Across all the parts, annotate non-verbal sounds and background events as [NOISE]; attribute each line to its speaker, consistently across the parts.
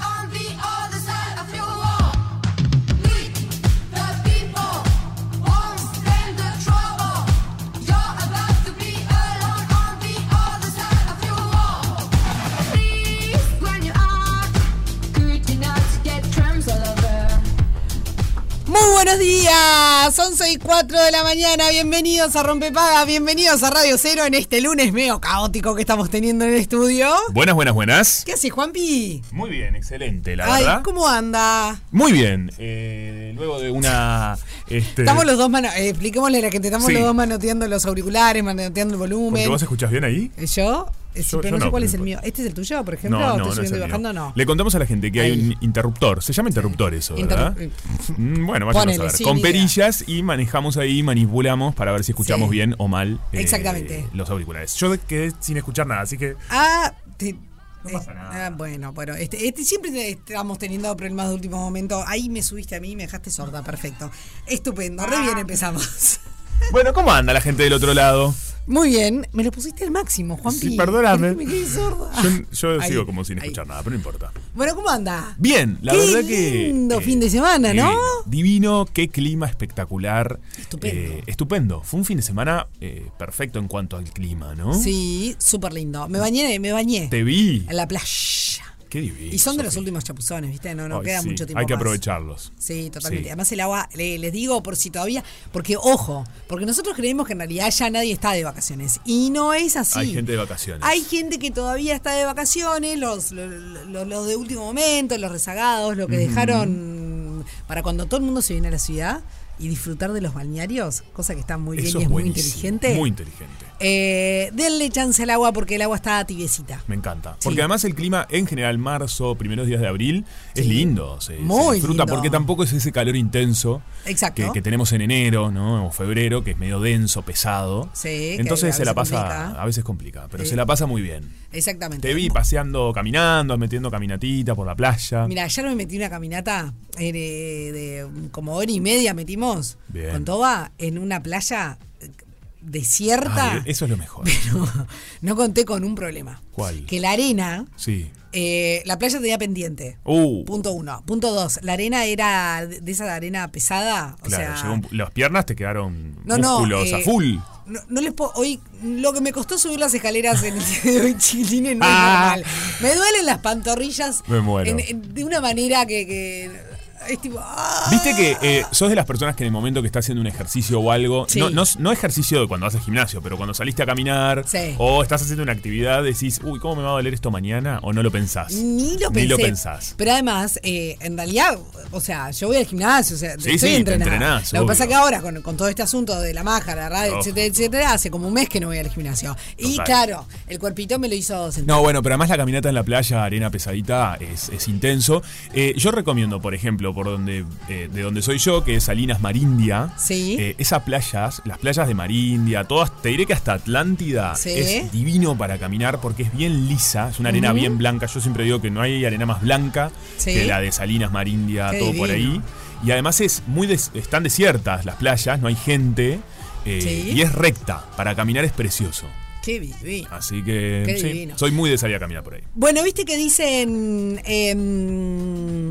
Speaker 1: on the other side of your wall. We, the people, won't stand the trouble. You're about to be alone on the other side of your wall. Please, when you are, could you not get crumbs all over?
Speaker 2: Muy buenos días, 11 y 4 de la mañana, bienvenidos a Rompepaga, bienvenidos a Radio Cero en este lunes medio caótico que estamos teniendo en el estudio.
Speaker 3: Buenas, buenas, buenas.
Speaker 2: ¿Qué haces, Juanpi?
Speaker 3: Muy bien, excelente, la
Speaker 2: Ay,
Speaker 3: verdad.
Speaker 2: ¿cómo anda?
Speaker 3: Muy bien. eh, luego de una. este,
Speaker 2: Estamos los dos mano... eh, expliquémosle a la gente, estamos
Speaker 3: Sí.
Speaker 2: los dos manoteando los auriculares, manoteando el
Speaker 3: porque
Speaker 2: volumen.
Speaker 3: vos escuchás bien ahí?
Speaker 2: Eh, Yo, eh, sí,
Speaker 3: Yo-
Speaker 2: pero
Speaker 3: yo
Speaker 2: no sé
Speaker 3: no,
Speaker 2: cuál
Speaker 3: no
Speaker 2: es el
Speaker 3: importa.
Speaker 2: mío. ¿Este es el tuyo, por ejemplo? ¿Estoy
Speaker 3: es
Speaker 2: subiendo y
Speaker 3: el mío.
Speaker 2: bajando? No.
Speaker 3: Le contamos a la gente que hay
Speaker 2: Ahí.
Speaker 3: un interruptor. Se llama interruptor eso, ¿verdad?
Speaker 2: Interrup-
Speaker 3: Mm, bueno, vayan
Speaker 2: Ponele,
Speaker 3: a saber.
Speaker 2: sí,
Speaker 3: Con
Speaker 2: ni idea.
Speaker 3: perillas y manejamos ahí, manipulamos para ver si escuchamos
Speaker 2: Sí.
Speaker 3: bien o mal eh,
Speaker 2: Exactamente.
Speaker 3: los auriculares. Yo quedé sin escuchar nada, así que.
Speaker 2: Ah, te- eh,
Speaker 3: pasa nada.
Speaker 2: ah, bueno, bueno, este, este, siempre estamos teniendo problemas de último momento. Ahí me subiste a mí y me dejaste sorda, perfecto. Estupendo, re bien empezamos.
Speaker 3: Bueno, ¿cómo anda la gente del otro lado?
Speaker 2: [LAUGHS] Muy bien, me lo pusiste al máximo, Juanpi.
Speaker 3: Sí, perdóname.
Speaker 2: [LAUGHS] Me quedé sorda.
Speaker 3: Yo, yo
Speaker 2: Ah, Ahí,
Speaker 3: sigo como sin
Speaker 2: ahí.
Speaker 3: escuchar nada, pero no importa.
Speaker 2: Bueno, ¿cómo anda?
Speaker 3: Bien, la
Speaker 2: Qué
Speaker 3: verdad que.
Speaker 2: lindo fin de semana, ¿no?
Speaker 3: divino, Divino, qué clima espectacular.
Speaker 2: Estupendo.
Speaker 3: Eh, estupendo. Fue un fin de semana eh, perfecto en cuanto al clima, ¿no?
Speaker 2: Sí, súper lindo. Me bañé, me bañé.
Speaker 3: Te vi.
Speaker 2: En la playa.
Speaker 3: Qué divino.
Speaker 2: Y son de los
Speaker 3: Sofi.
Speaker 2: últimos chapuzones, ¿viste? No, no
Speaker 3: Ay,
Speaker 2: queda
Speaker 3: sí,
Speaker 2: mucho tiempo.
Speaker 3: Hay que
Speaker 2: más.
Speaker 3: aprovecharlos.
Speaker 2: Sí, totalmente.
Speaker 3: Sí.
Speaker 2: Además el agua, le- les digo por si todavía, porque ojo, porque nosotros creemos que en realidad ya nadie está de vacaciones y no es así.
Speaker 3: Hay gente de vacaciones.
Speaker 2: Hay gente que todavía está de vacaciones, los, lo- lo- los, de último momento, los rezagados, los que dejaron para cuando todo el mundo se viene a la ciudad y disfrutar de los balnearios, cosa que está muy bien
Speaker 3: Eso
Speaker 2: y
Speaker 3: es
Speaker 2: es muy
Speaker 3: buenísimo.
Speaker 2: inteligente.
Speaker 3: Muy inteligente.
Speaker 2: Eh, denle chance al agua porque el agua está tibiecita.
Speaker 3: Me encanta.
Speaker 2: Sí.
Speaker 3: Porque además el clima en general, marzo, primeros días de abril, es lindo. Se, se
Speaker 2: Muy
Speaker 3: disfruta
Speaker 2: lindo.
Speaker 3: porque tampoco es ese calor intenso
Speaker 2: Exacto.
Speaker 3: que, que tenemos en enero, ¿no? O febrero, que es medio denso, pesado.
Speaker 2: Sí, que
Speaker 3: Entonces
Speaker 2: a
Speaker 3: se la
Speaker 2: veces
Speaker 3: pasa,
Speaker 2: complica.
Speaker 3: a veces complica, pero
Speaker 2: Sí.
Speaker 3: se la pasa muy bien.
Speaker 2: Exactamente.
Speaker 3: Te vi paseando, caminando, metiendo caminatita por la playa.
Speaker 2: Mira, ayer me metí una caminata eh, de, de como hora y media metimos
Speaker 3: Bien.
Speaker 2: con Toba en una playa eh, desierta. [LAUGHS]
Speaker 3: Ay, eso es lo mejor.
Speaker 2: Pero no conté con un problema.
Speaker 3: ¿Cuál?
Speaker 2: Que la arena,
Speaker 3: Sí.
Speaker 2: eh, la playa tenía pendiente.
Speaker 3: Uh,
Speaker 2: Punto uno. Punto dos, la arena era de de esa arena pesada. O
Speaker 3: claro,
Speaker 2: sea,
Speaker 3: llegó un- las piernas te quedaron
Speaker 2: no, no,
Speaker 3: músculos a
Speaker 2: eh,
Speaker 3: full.
Speaker 2: No, no les puedo. Hoy, lo que me costó subir las escaleras en el día de hoy, [LAUGHS] chiquilines, no
Speaker 3: Ah.
Speaker 2: es normal. Me duelen las pantorrillas.
Speaker 3: Me muero.
Speaker 2: en- en- de una manera que. que es tipo. ¡ah!
Speaker 3: Viste que eh, sos de las personas que en el momento que estás haciendo un ejercicio o algo,
Speaker 2: Sí.
Speaker 3: no, no, no ejercicio de cuando haces gimnasio, pero cuando saliste a caminar
Speaker 2: Sí.
Speaker 3: o estás haciendo una actividad, decís, uy, ¿cómo me va a doler esto mañana? O no lo pensás.
Speaker 2: Ni lo pensé.
Speaker 3: Ni lo pensás.
Speaker 2: Pero además, eh, en realidad, o sea, yo voy al gimnasio, o sea,
Speaker 3: Sí,
Speaker 2: estoy
Speaker 3: sí, te
Speaker 2: entrenada.
Speaker 3: entrenás,
Speaker 2: lo que pasa
Speaker 3: obvio.
Speaker 2: que ahora, con, con todo este asunto de la máscara, la radio,
Speaker 3: Ojo.
Speaker 2: etcétera, etcétera, hace como un mes que no voy al gimnasio. Y
Speaker 3: Total.
Speaker 2: claro, el cuerpito me lo hizo sentir.
Speaker 3: No, bueno, pero además la caminata en la playa, arena pesadita, es, es intenso. Eh, yo recomiendo, por ejemplo, por donde eh, de donde soy yo, que es Salinas Marindia.
Speaker 2: Sí.
Speaker 3: eh, esas playas, las playas de Marindia, todas, te diré que hasta Atlántida
Speaker 2: Sí.
Speaker 3: es divino para caminar porque es bien lisa, es una arena bien blanca. Yo siempre digo que no hay arena más blanca
Speaker 2: Sí.
Speaker 3: que la de Salinas Marindia,
Speaker 2: Qué
Speaker 3: todo por ahí.
Speaker 2: divino.
Speaker 3: Y además es muy des- están desiertas las playas, no hay gente. eh,
Speaker 2: Sí.
Speaker 3: Y es recta, para caminar es precioso.
Speaker 2: Qué viví.
Speaker 3: Así que
Speaker 2: Qué
Speaker 3: sí,
Speaker 2: divino.
Speaker 3: soy muy de salir a caminar por ahí.
Speaker 2: Bueno, viste que dicen. em, eh,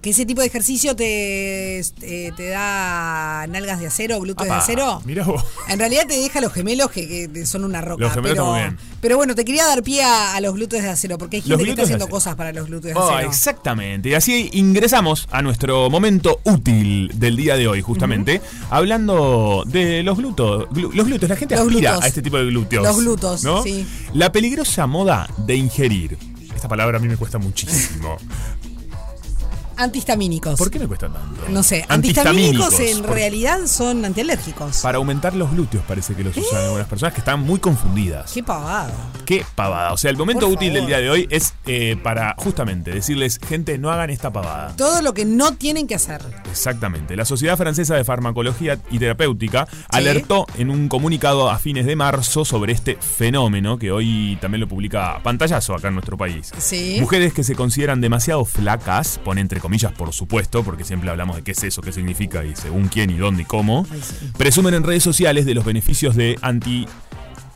Speaker 2: que ese tipo de ejercicio te, eh, te da nalgas de acero, glúteos de
Speaker 3: Apa,
Speaker 2: acero.
Speaker 3: Mirá vos.
Speaker 2: En realidad te deja los gemelos que, que son una roca.
Speaker 3: Los gemelos
Speaker 2: pero,
Speaker 3: están muy bien.
Speaker 2: pero bueno, te quería dar pie a, a los glúteos de acero, porque hay
Speaker 3: Los
Speaker 2: gente que está
Speaker 3: glúteos de
Speaker 2: haciendo
Speaker 3: acero.
Speaker 2: cosas para los glúteos de
Speaker 3: Oh,
Speaker 2: acero.
Speaker 3: exactamente. Y así ingresamos a nuestro momento útil del día de hoy, justamente, hablando de los glúteos. Glu- los glúteos, la gente
Speaker 2: Los
Speaker 3: aspira
Speaker 2: glúteos.
Speaker 3: a este tipo de glúteos.
Speaker 2: Los glúteos,
Speaker 3: ¿no?
Speaker 2: sí.
Speaker 3: La peligrosa moda de ingerir. Esta palabra a mí me cuesta
Speaker 2: [LAUGHS]
Speaker 3: muchísimo.
Speaker 2: Antihistamínicos.
Speaker 3: ¿Por qué me cuesta tanto?
Speaker 2: No sé,
Speaker 3: Antihistamínicos,
Speaker 2: antihistamínicos en
Speaker 3: por-
Speaker 2: realidad son antialérgicos.
Speaker 3: Para aumentar los glúteos parece que los usan algunas personas que están muy confundidas.
Speaker 2: Qué pavada.
Speaker 3: Qué pavada. O sea, el momento
Speaker 2: Por
Speaker 3: útil del
Speaker 2: favor.
Speaker 3: día de hoy es eh, para justamente decirles, gente, no hagan esta pavada.
Speaker 2: Todo lo que no tienen que hacer.
Speaker 3: Exactamente. La Sociedad Francesa de Farmacología y Terapéutica alertó en un comunicado a fines de marzo sobre este fenómeno que hoy también lo publica Pantallazo acá en nuestro país.
Speaker 2: Sí.
Speaker 3: Mujeres que se consideran demasiado flacas, pone entre comillas por supuesto, porque siempre hablamos de qué es eso, qué significa y según quién y dónde y cómo,
Speaker 2: Ay, sí.
Speaker 3: presumen en redes sociales de los beneficios de anti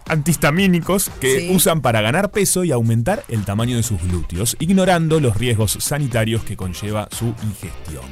Speaker 3: antihistamínicos que
Speaker 2: Sí.
Speaker 3: usan para ganar peso y aumentar el tamaño de sus glúteos, ignorando los riesgos sanitarios que conlleva su ingestión.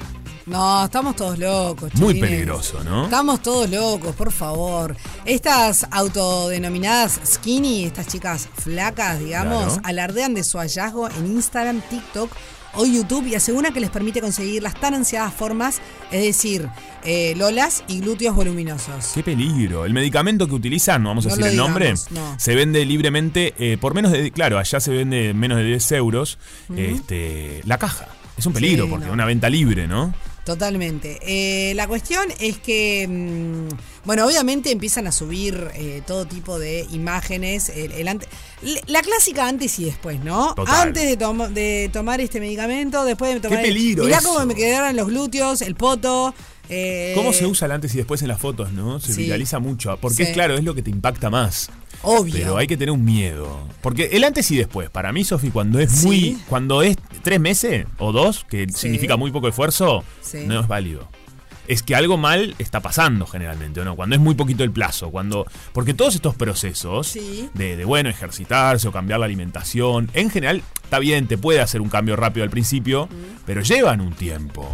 Speaker 2: No, estamos todos locos.
Speaker 3: Muy
Speaker 2: chiquilines.
Speaker 3: peligroso, ¿no?
Speaker 2: Estamos todos locos, por favor. Estas autodenominadas skinny, estas chicas flacas, digamos,
Speaker 3: Claro.
Speaker 2: alardean de su hallazgo en Instagram, TikTok o YouTube y aseguran que les permite conseguir las tan ansiadas formas, es decir, eh, lolas y glúteos voluminosos.
Speaker 3: Qué peligro. El medicamento que utilizan, no vamos a
Speaker 2: No
Speaker 3: decir
Speaker 2: lo
Speaker 3: el nombre,
Speaker 2: digamos, no.
Speaker 3: se vende libremente eh, por menos de. Claro, allá se vende menos de 10 euros este, la caja. Es un peligro
Speaker 2: Sí,
Speaker 3: porque
Speaker 2: no.
Speaker 3: es una venta libre, ¿no?
Speaker 2: Totalmente. Eh, la cuestión es que, mm, bueno, obviamente empiezan a subir eh, todo tipo de imágenes. el- el ante- l- la clásica antes y después, ¿no?
Speaker 3: Total.
Speaker 2: Antes de, tomo- de tomar este medicamento, después de tomar. el-
Speaker 3: peligro
Speaker 2: Mirá
Speaker 3: eso.
Speaker 2: cómo me quedaron los glúteos, el poto. eh,
Speaker 3: ¿Cómo se usa el antes y después en las fotos, no? Se
Speaker 2: Sí.
Speaker 3: viraliza mucho. Porque,
Speaker 2: Sí.
Speaker 3: es claro, es lo que te impacta más.
Speaker 2: Obvio.
Speaker 3: Pero hay que tener un miedo. Porque el antes y después, para mí, Sofi, cuando es
Speaker 2: Sí.
Speaker 3: muy. Cuando es tres meses o dos, que
Speaker 2: Sí.
Speaker 3: significa muy poco esfuerzo,
Speaker 2: Sí.
Speaker 3: no es válido. Es que algo mal está pasando generalmente, ¿o no? Cuando es muy poquito el plazo, cuando. Porque todos estos procesos
Speaker 2: Sí.
Speaker 3: de, de, bueno, ejercitarse o cambiar la alimentación, en general, está bien, te puede hacer un cambio rápido al principio, pero llevan un tiempo.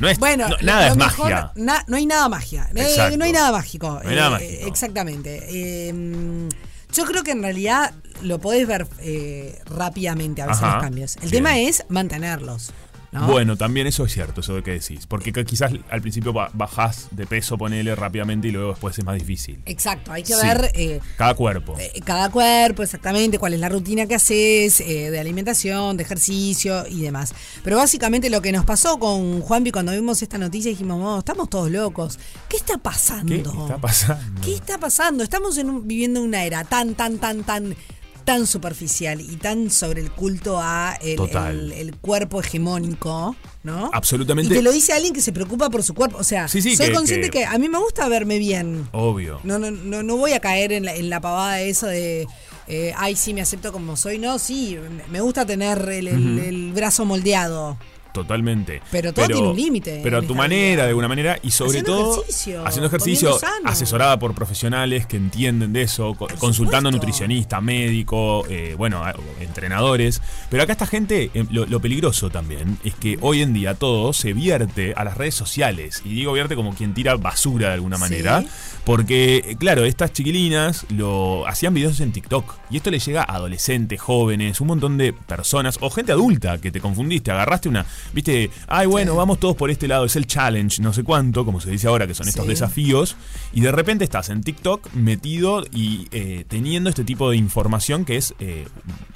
Speaker 3: No es,
Speaker 2: Mm. Bueno,
Speaker 3: no-
Speaker 2: lo-
Speaker 3: nada
Speaker 2: lo
Speaker 3: es
Speaker 2: mejor-
Speaker 3: magia.
Speaker 2: na- no hay nada magia. Eh,
Speaker 3: Exacto.
Speaker 2: no hay nada mágico.
Speaker 3: No hay nada
Speaker 2: Eh,
Speaker 3: mágico.
Speaker 2: Exactamente. Eh, yo creo que en realidad lo podés ver eh, rápidamente a veces
Speaker 3: Ajá,
Speaker 2: los cambios. El
Speaker 3: bien.
Speaker 2: tema es mantenerlos. ¿no?
Speaker 3: Bueno, también eso es cierto, eso de que decís. Porque que quizás al principio ba- bajás de peso, ponele rápidamente y luego después es más difícil.
Speaker 2: Exacto, hay que
Speaker 3: Sí.
Speaker 2: ver eh,
Speaker 3: Cada cuerpo.
Speaker 2: eh, cada cuerpo exactamente, cuál es la rutina que haces, eh, de alimentación, de ejercicio y demás. Pero básicamente lo que nos pasó con Juanpi cuando vimos esta noticia dijimos, "Oh, estamos todos locos. ¿Qué está pasando?
Speaker 3: ¿Qué está pasando?
Speaker 2: ¿Qué está pasando? Estamos en un- viviendo una era tan, tan, tan, tan, tan superficial y tan sobre el culto a el,
Speaker 3: Total.
Speaker 2: el- el cuerpo hegemónico, ¿no?
Speaker 3: Absolutamente.
Speaker 2: Y te lo dice alguien que se preocupa por su cuerpo. O sea,
Speaker 3: Sí, sí,
Speaker 2: soy
Speaker 3: que-
Speaker 2: consciente que...
Speaker 3: que-
Speaker 2: a mí me gusta verme bien.
Speaker 3: Obvio.
Speaker 2: No, no, no, no voy a caer en la, en la pavada de eso de. eh, ay, sí, me acepto como soy. No, sí, me- me gusta tener el, el- el brazo moldeado.
Speaker 3: Totalmente.
Speaker 2: Pero todo tiene un límite
Speaker 3: Pero a
Speaker 2: en
Speaker 3: tu
Speaker 2: esta
Speaker 3: manera,
Speaker 2: vida.
Speaker 3: de alguna manera, y sobre
Speaker 2: Haciendo
Speaker 3: todo.
Speaker 2: ejercicio,
Speaker 3: haciendo ejercicio.
Speaker 2: comiendo sano.
Speaker 3: Asesorada por profesionales que entienden de eso, co- consultando a
Speaker 2: supuesto.
Speaker 3: nutricionista, médico, eh, bueno, a- entrenadores. Pero acá esta gente, eh, lo, lo peligroso también es que hoy en día todo se vierte a las redes sociales. Y digo vierte como quien tira basura de alguna
Speaker 2: Sí.
Speaker 3: manera. Porque, eh, claro, estas chiquilinas lo hacían videos en TikTok. Y esto le llega a adolescentes, jóvenes, un montón de personas o gente adulta que te confundiste, agarraste una. Viste, ay, bueno, vamos todos por este lado, es el challenge, no sé cuánto, como se dice ahora, que son estos
Speaker 2: Sí.
Speaker 3: desafíos. Y de repente estás en TikTok metido y eh, teniendo este tipo de información que es eh,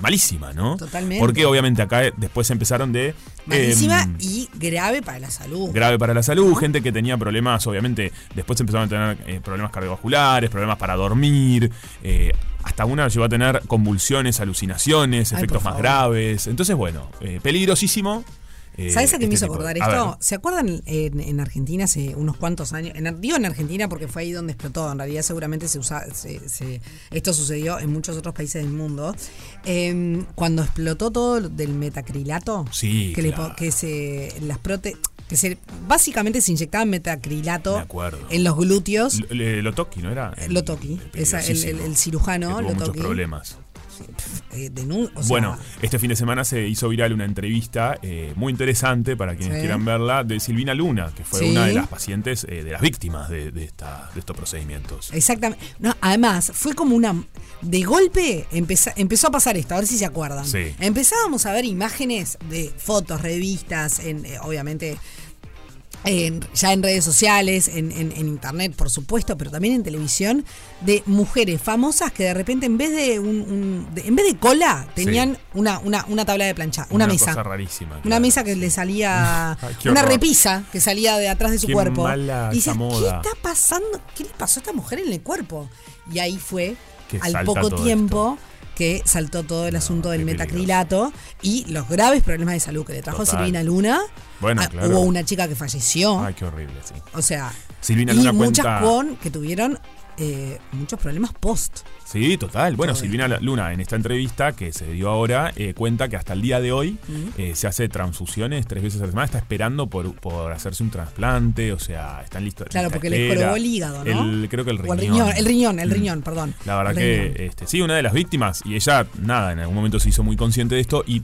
Speaker 3: malísima, ¿no?
Speaker 2: Totalmente.
Speaker 3: Porque obviamente acá eh, después empezaron de. eh,
Speaker 2: Malísima y grave para la salud.
Speaker 3: grave para la salud, gente que tenía problemas, obviamente, después empezaron a tener eh, problemas cardiovasculares, problemas para dormir, eh, hasta una llegó a tener convulsiones, alucinaciones,
Speaker 2: Ay,
Speaker 3: efectos
Speaker 2: por
Speaker 3: más
Speaker 2: favor.
Speaker 3: graves. Entonces, bueno, eh, peligrosísimo. eh,
Speaker 2: ¿Sabes a qué me
Speaker 3: este
Speaker 2: hizo
Speaker 3: tipo de-
Speaker 2: acordar
Speaker 3: a
Speaker 2: esto?
Speaker 3: ver,
Speaker 2: ¿Se acuerdan en, en Argentina hace unos cuantos años? En, Ar- digo en Argentina porque fue ahí donde explotó. En realidad, seguramente se usa, se- se- esto sucedió en muchos otros países del mundo. Em, cuando explotó todo lo del metacrilato,
Speaker 3: Sí,
Speaker 2: que, le
Speaker 3: claro.
Speaker 2: po- que se las prote, que se básicamente se inyectaba
Speaker 3: Me
Speaker 2: metacrilato
Speaker 3: acuerdo.
Speaker 2: en los glúteos.
Speaker 3: L- eh, Lotoki, ¿no era? El-
Speaker 2: Lotoki,
Speaker 3: el
Speaker 2: esa- el- el- el cirujano,
Speaker 3: que tuvo muchos
Speaker 2: Lotoki.
Speaker 3: problemas.
Speaker 2: eh, denun- o sea,
Speaker 3: Bueno, este fin de semana se hizo viral una entrevista eh, muy interesante para quienes
Speaker 2: Sí.
Speaker 3: quieran verla de Silvina Luna, que fue
Speaker 2: Sí.
Speaker 3: una de las pacientes, eh, de las víctimas de, de esta- de estos procedimientos.
Speaker 2: Exactamente. No, además, fue como una. De golpe empeza- empezó a pasar esto, a ver si se acuerdan.
Speaker 3: Sí.
Speaker 2: Empezábamos a ver imágenes de fotos, revistas, en, eh, obviamente. en- ya en redes sociales, en, en- en internet, por supuesto, pero también en televisión, de mujeres famosas que de repente en vez de un, un- de- en vez de cola tenían una, una, una tabla de plancha, una, mesa.
Speaker 3: cosa rarísima.
Speaker 2: Una
Speaker 3: claro.
Speaker 2: mesa que le salía.
Speaker 3: [LAUGHS] Ay, qué
Speaker 2: una
Speaker 3: horror.
Speaker 2: repisa que salía de atrás de su
Speaker 3: Qué
Speaker 2: cuerpo.
Speaker 3: mala
Speaker 2: y dices,
Speaker 3: esa moda".
Speaker 2: ¿qué está pasando? ¿Qué le pasó a esta mujer en el cuerpo? Y ahí fue,
Speaker 3: Que
Speaker 2: al
Speaker 3: salta
Speaker 2: poco
Speaker 3: todo
Speaker 2: tiempo, que saltó todo el asunto del
Speaker 3: qué peligroso.
Speaker 2: metacrilato y los graves problemas de salud que le trajo
Speaker 3: Total.
Speaker 2: Silvina Luna.
Speaker 3: Bueno,
Speaker 2: Ah,
Speaker 3: claro.
Speaker 2: Hubo una chica que falleció.
Speaker 3: Ay, qué horrible, sí.
Speaker 2: o sea,
Speaker 3: Silvina
Speaker 2: y
Speaker 3: Luna
Speaker 2: muchas
Speaker 3: cuenta-
Speaker 2: con que tuvieron eh, muchos problemas post.
Speaker 3: Sí, total. Bueno,
Speaker 2: Todo
Speaker 3: Silvina Luna, en esta entrevista que se dio ahora, eh, cuenta que hasta el día de hoy eh, se hace transfusiones tres veces a la semana, está esperando por, por hacerse un trasplante, o sea, está en lista.
Speaker 2: Claro,
Speaker 3: lista
Speaker 2: porque le
Speaker 3: espera.
Speaker 2: jorobó el hígado, ¿no?
Speaker 3: El- creo que el
Speaker 2: O
Speaker 3: riñón.
Speaker 2: el riñón, el riñón, el
Speaker 3: Mm.
Speaker 2: riñón, perdón.
Speaker 3: La verdad
Speaker 2: El riñón.
Speaker 3: que este, sí, una de las víctimas, y ella, nada, en algún momento se hizo muy consciente de esto y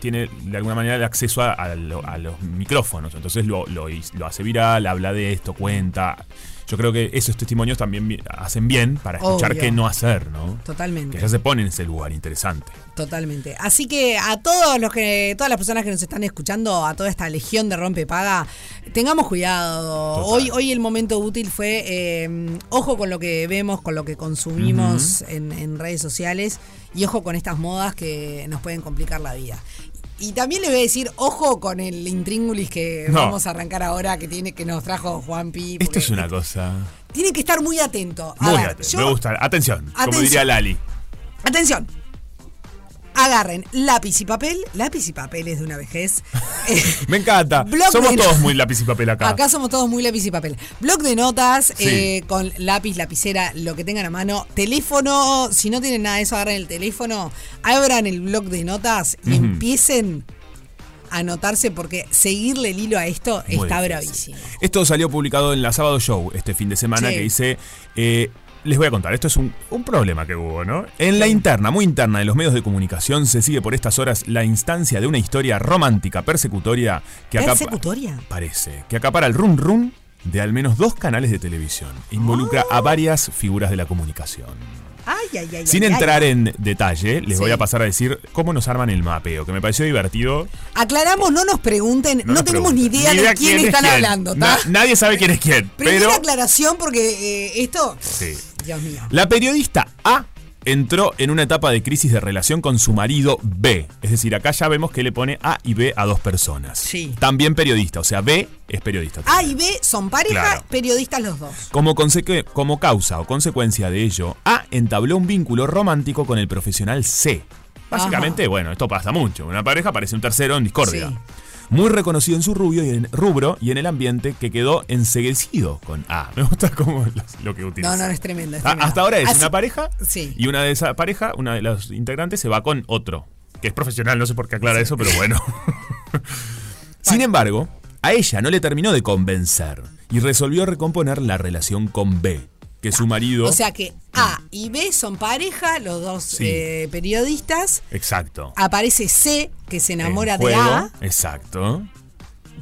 Speaker 3: tiene de alguna manera el acceso a, a lo- a los micrófonos. Entonces lo, lo his- lo hace viral, habla de esto, cuenta. Yo creo que esos testimonios también vi- hacen bien para escuchar
Speaker 2: Obvio.
Speaker 3: qué no hacer, ¿no?
Speaker 2: Totalmente.
Speaker 3: Que ya se pone en ese lugar interesante.
Speaker 2: Totalmente. Así que a todos los que, todas las personas que nos están escuchando, a toda esta legión de rompepaga, tengamos cuidado.
Speaker 3: Total.
Speaker 2: Hoy, hoy el momento útil fue eh, ojo con lo que vemos, con lo que consumimos en, en redes sociales y ojo con estas modas que nos pueden complicar la vida. Y también les voy a decir, ojo con el intríngulis que
Speaker 3: No.
Speaker 2: vamos a arrancar ahora, que tiene, que nos trajo Juanpi.
Speaker 3: Esto
Speaker 2: porque
Speaker 3: es una cosa.
Speaker 2: Tienen que estar muy atento. A
Speaker 3: Muy
Speaker 2: ver,
Speaker 3: atento.
Speaker 2: yo-
Speaker 3: Me gusta. Atención, como
Speaker 2: Atención.
Speaker 3: diría Lali.
Speaker 2: Atención. Agarren lápiz y papel. Lápiz y papel es de una vejez. Eh,
Speaker 3: Me
Speaker 2: [LAUGHS]
Speaker 3: encanta.
Speaker 2: Bloc
Speaker 3: Somos
Speaker 2: de-
Speaker 3: todos muy lápiz y papel acá.
Speaker 2: Acá somos todos muy lápiz y papel. Blog de notas
Speaker 3: Sí.
Speaker 2: eh, con lápiz, lapicera, lo que tengan a mano. Teléfono, si no tienen nada de eso, agarren el teléfono, abran el blog de notas y empiecen a anotarse porque seguirle el hilo a esto
Speaker 3: Muy
Speaker 2: está
Speaker 3: difícil.
Speaker 2: bravísimo.
Speaker 3: Esto salió publicado en la Sábado Show este fin de semana
Speaker 2: Sí.
Speaker 3: que dice... eh, les voy a contar, esto es un, un problema que hubo, ¿no? En la interna, muy interna de los medios de comunicación, se sigue por estas horas la instancia de una historia romántica persecutoria que acá
Speaker 2: ¿Persecutoria?
Speaker 3: parece que acapara el rum rum de al menos dos canales de televisión. Involucra
Speaker 2: Ah.
Speaker 3: a varias figuras de la comunicación.
Speaker 2: Ay, ay, ay.
Speaker 3: Sin
Speaker 2: ay, ay.
Speaker 3: entrar en detalle, les
Speaker 2: Sí.
Speaker 3: voy a pasar a decir cómo nos arman el mapeo, que me pareció divertido.
Speaker 2: Aclaramos, no nos pregunten, no,
Speaker 3: nos
Speaker 2: tenemos
Speaker 3: pregunten.
Speaker 2: ni idea de quién,
Speaker 3: es
Speaker 2: están
Speaker 3: quién.
Speaker 2: hablando,
Speaker 3: Na-
Speaker 2: ¿está?
Speaker 3: nadie sabe quién es quién,
Speaker 2: Primera
Speaker 3: pero...
Speaker 2: aclaración porque eh, esto.
Speaker 3: Sí.
Speaker 2: Dios mío.
Speaker 3: La periodista A entró en una etapa de crisis de relación con su marido B. Es decir, acá ya vemos que le pone A y B a dos personas.
Speaker 2: Sí.
Speaker 3: También periodista, o sea, B es periodista.
Speaker 2: A y B son pareja,
Speaker 3: Claro.
Speaker 2: periodistas los dos.
Speaker 3: Como, consecu- como causa o consecuencia de ello, A entabló un vínculo romántico con el profesional C. Básicamente, bueno, esto pasa mucho. Una pareja parece un tercero en discordia.
Speaker 2: Sí.
Speaker 3: Muy reconocido en su rubio y en, rubro y en el ambiente que quedó enseguecido con A. [LAUGHS] Me gusta cómo lo, lo que utiliza.
Speaker 2: No, no, es tremendo. es
Speaker 3: Ah,
Speaker 2: tremendo.
Speaker 3: Hasta ahora es
Speaker 2: Así-
Speaker 3: una pareja
Speaker 2: Sí.
Speaker 3: y una de esa pareja, una de los integrantes se va con otro, que es profesional, no sé por qué aclara eso, pero bueno. [LAUGHS] Sin embargo, a ella no le terminó de convencer y resolvió recomponer la relación con B, que su marido...
Speaker 2: O sea que A y B son pareja, los dos
Speaker 3: Sí.
Speaker 2: eh, periodistas.
Speaker 3: exacto.
Speaker 2: Aparece C, que se enamora
Speaker 3: en
Speaker 2: de
Speaker 3: juego,
Speaker 2: A,
Speaker 3: Exacto.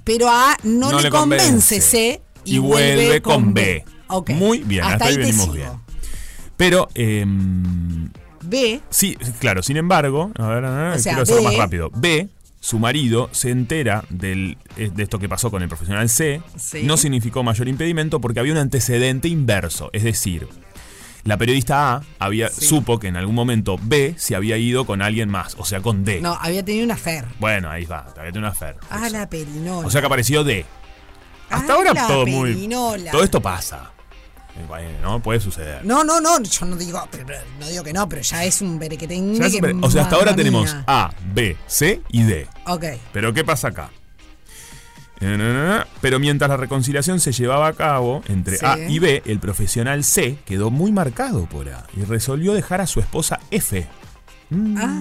Speaker 2: pero a A no,
Speaker 3: No
Speaker 2: le
Speaker 3: le
Speaker 2: convence,
Speaker 3: convence.
Speaker 2: C y,
Speaker 3: Y vuelve con B.
Speaker 2: Ok.
Speaker 3: Muy bien, hasta ahí venimos bien. Pero... em,
Speaker 2: B,
Speaker 3: Sí, claro, sin embargo, a ver, a ver,
Speaker 2: O sea,
Speaker 3: quiero hacerlo
Speaker 2: B.
Speaker 3: más rápido. B, su marido, se entera del, eh, de esto que pasó con el profesional C.
Speaker 2: Sí.
Speaker 3: No significó mayor impedimento porque había un antecedente inverso. Es decir, la periodista A había, supo que en algún momento B se había ido con alguien más, o sea, con D.
Speaker 2: no, había tenido una fer.
Speaker 3: Bueno, ahí va, todavía tiene una fer.
Speaker 2: A la perinola.
Speaker 3: O sea que apareció D. Hasta
Speaker 2: A
Speaker 3: ahora
Speaker 2: la
Speaker 3: todo muy.
Speaker 2: perinola.
Speaker 3: Todo esto pasa. Eh, bueno, No puede suceder.
Speaker 2: No, no, no, yo no digo, pero- pero- no digo que no, pero ya es un berequetengue.
Speaker 3: Ya
Speaker 2: que
Speaker 3: se- o sea, hasta ahora
Speaker 2: mamma
Speaker 3: tenemos
Speaker 2: mía.
Speaker 3: A, B, C y D.
Speaker 2: Ok.
Speaker 3: Pero ¿qué pasa acá? Eh, Na, na, na, na. Pero mientras la reconciliación se llevaba a cabo entre
Speaker 2: Sí.
Speaker 3: A y B, el profesional C quedó muy marcado por A y resolvió dejar a su esposa F.
Speaker 2: Ah,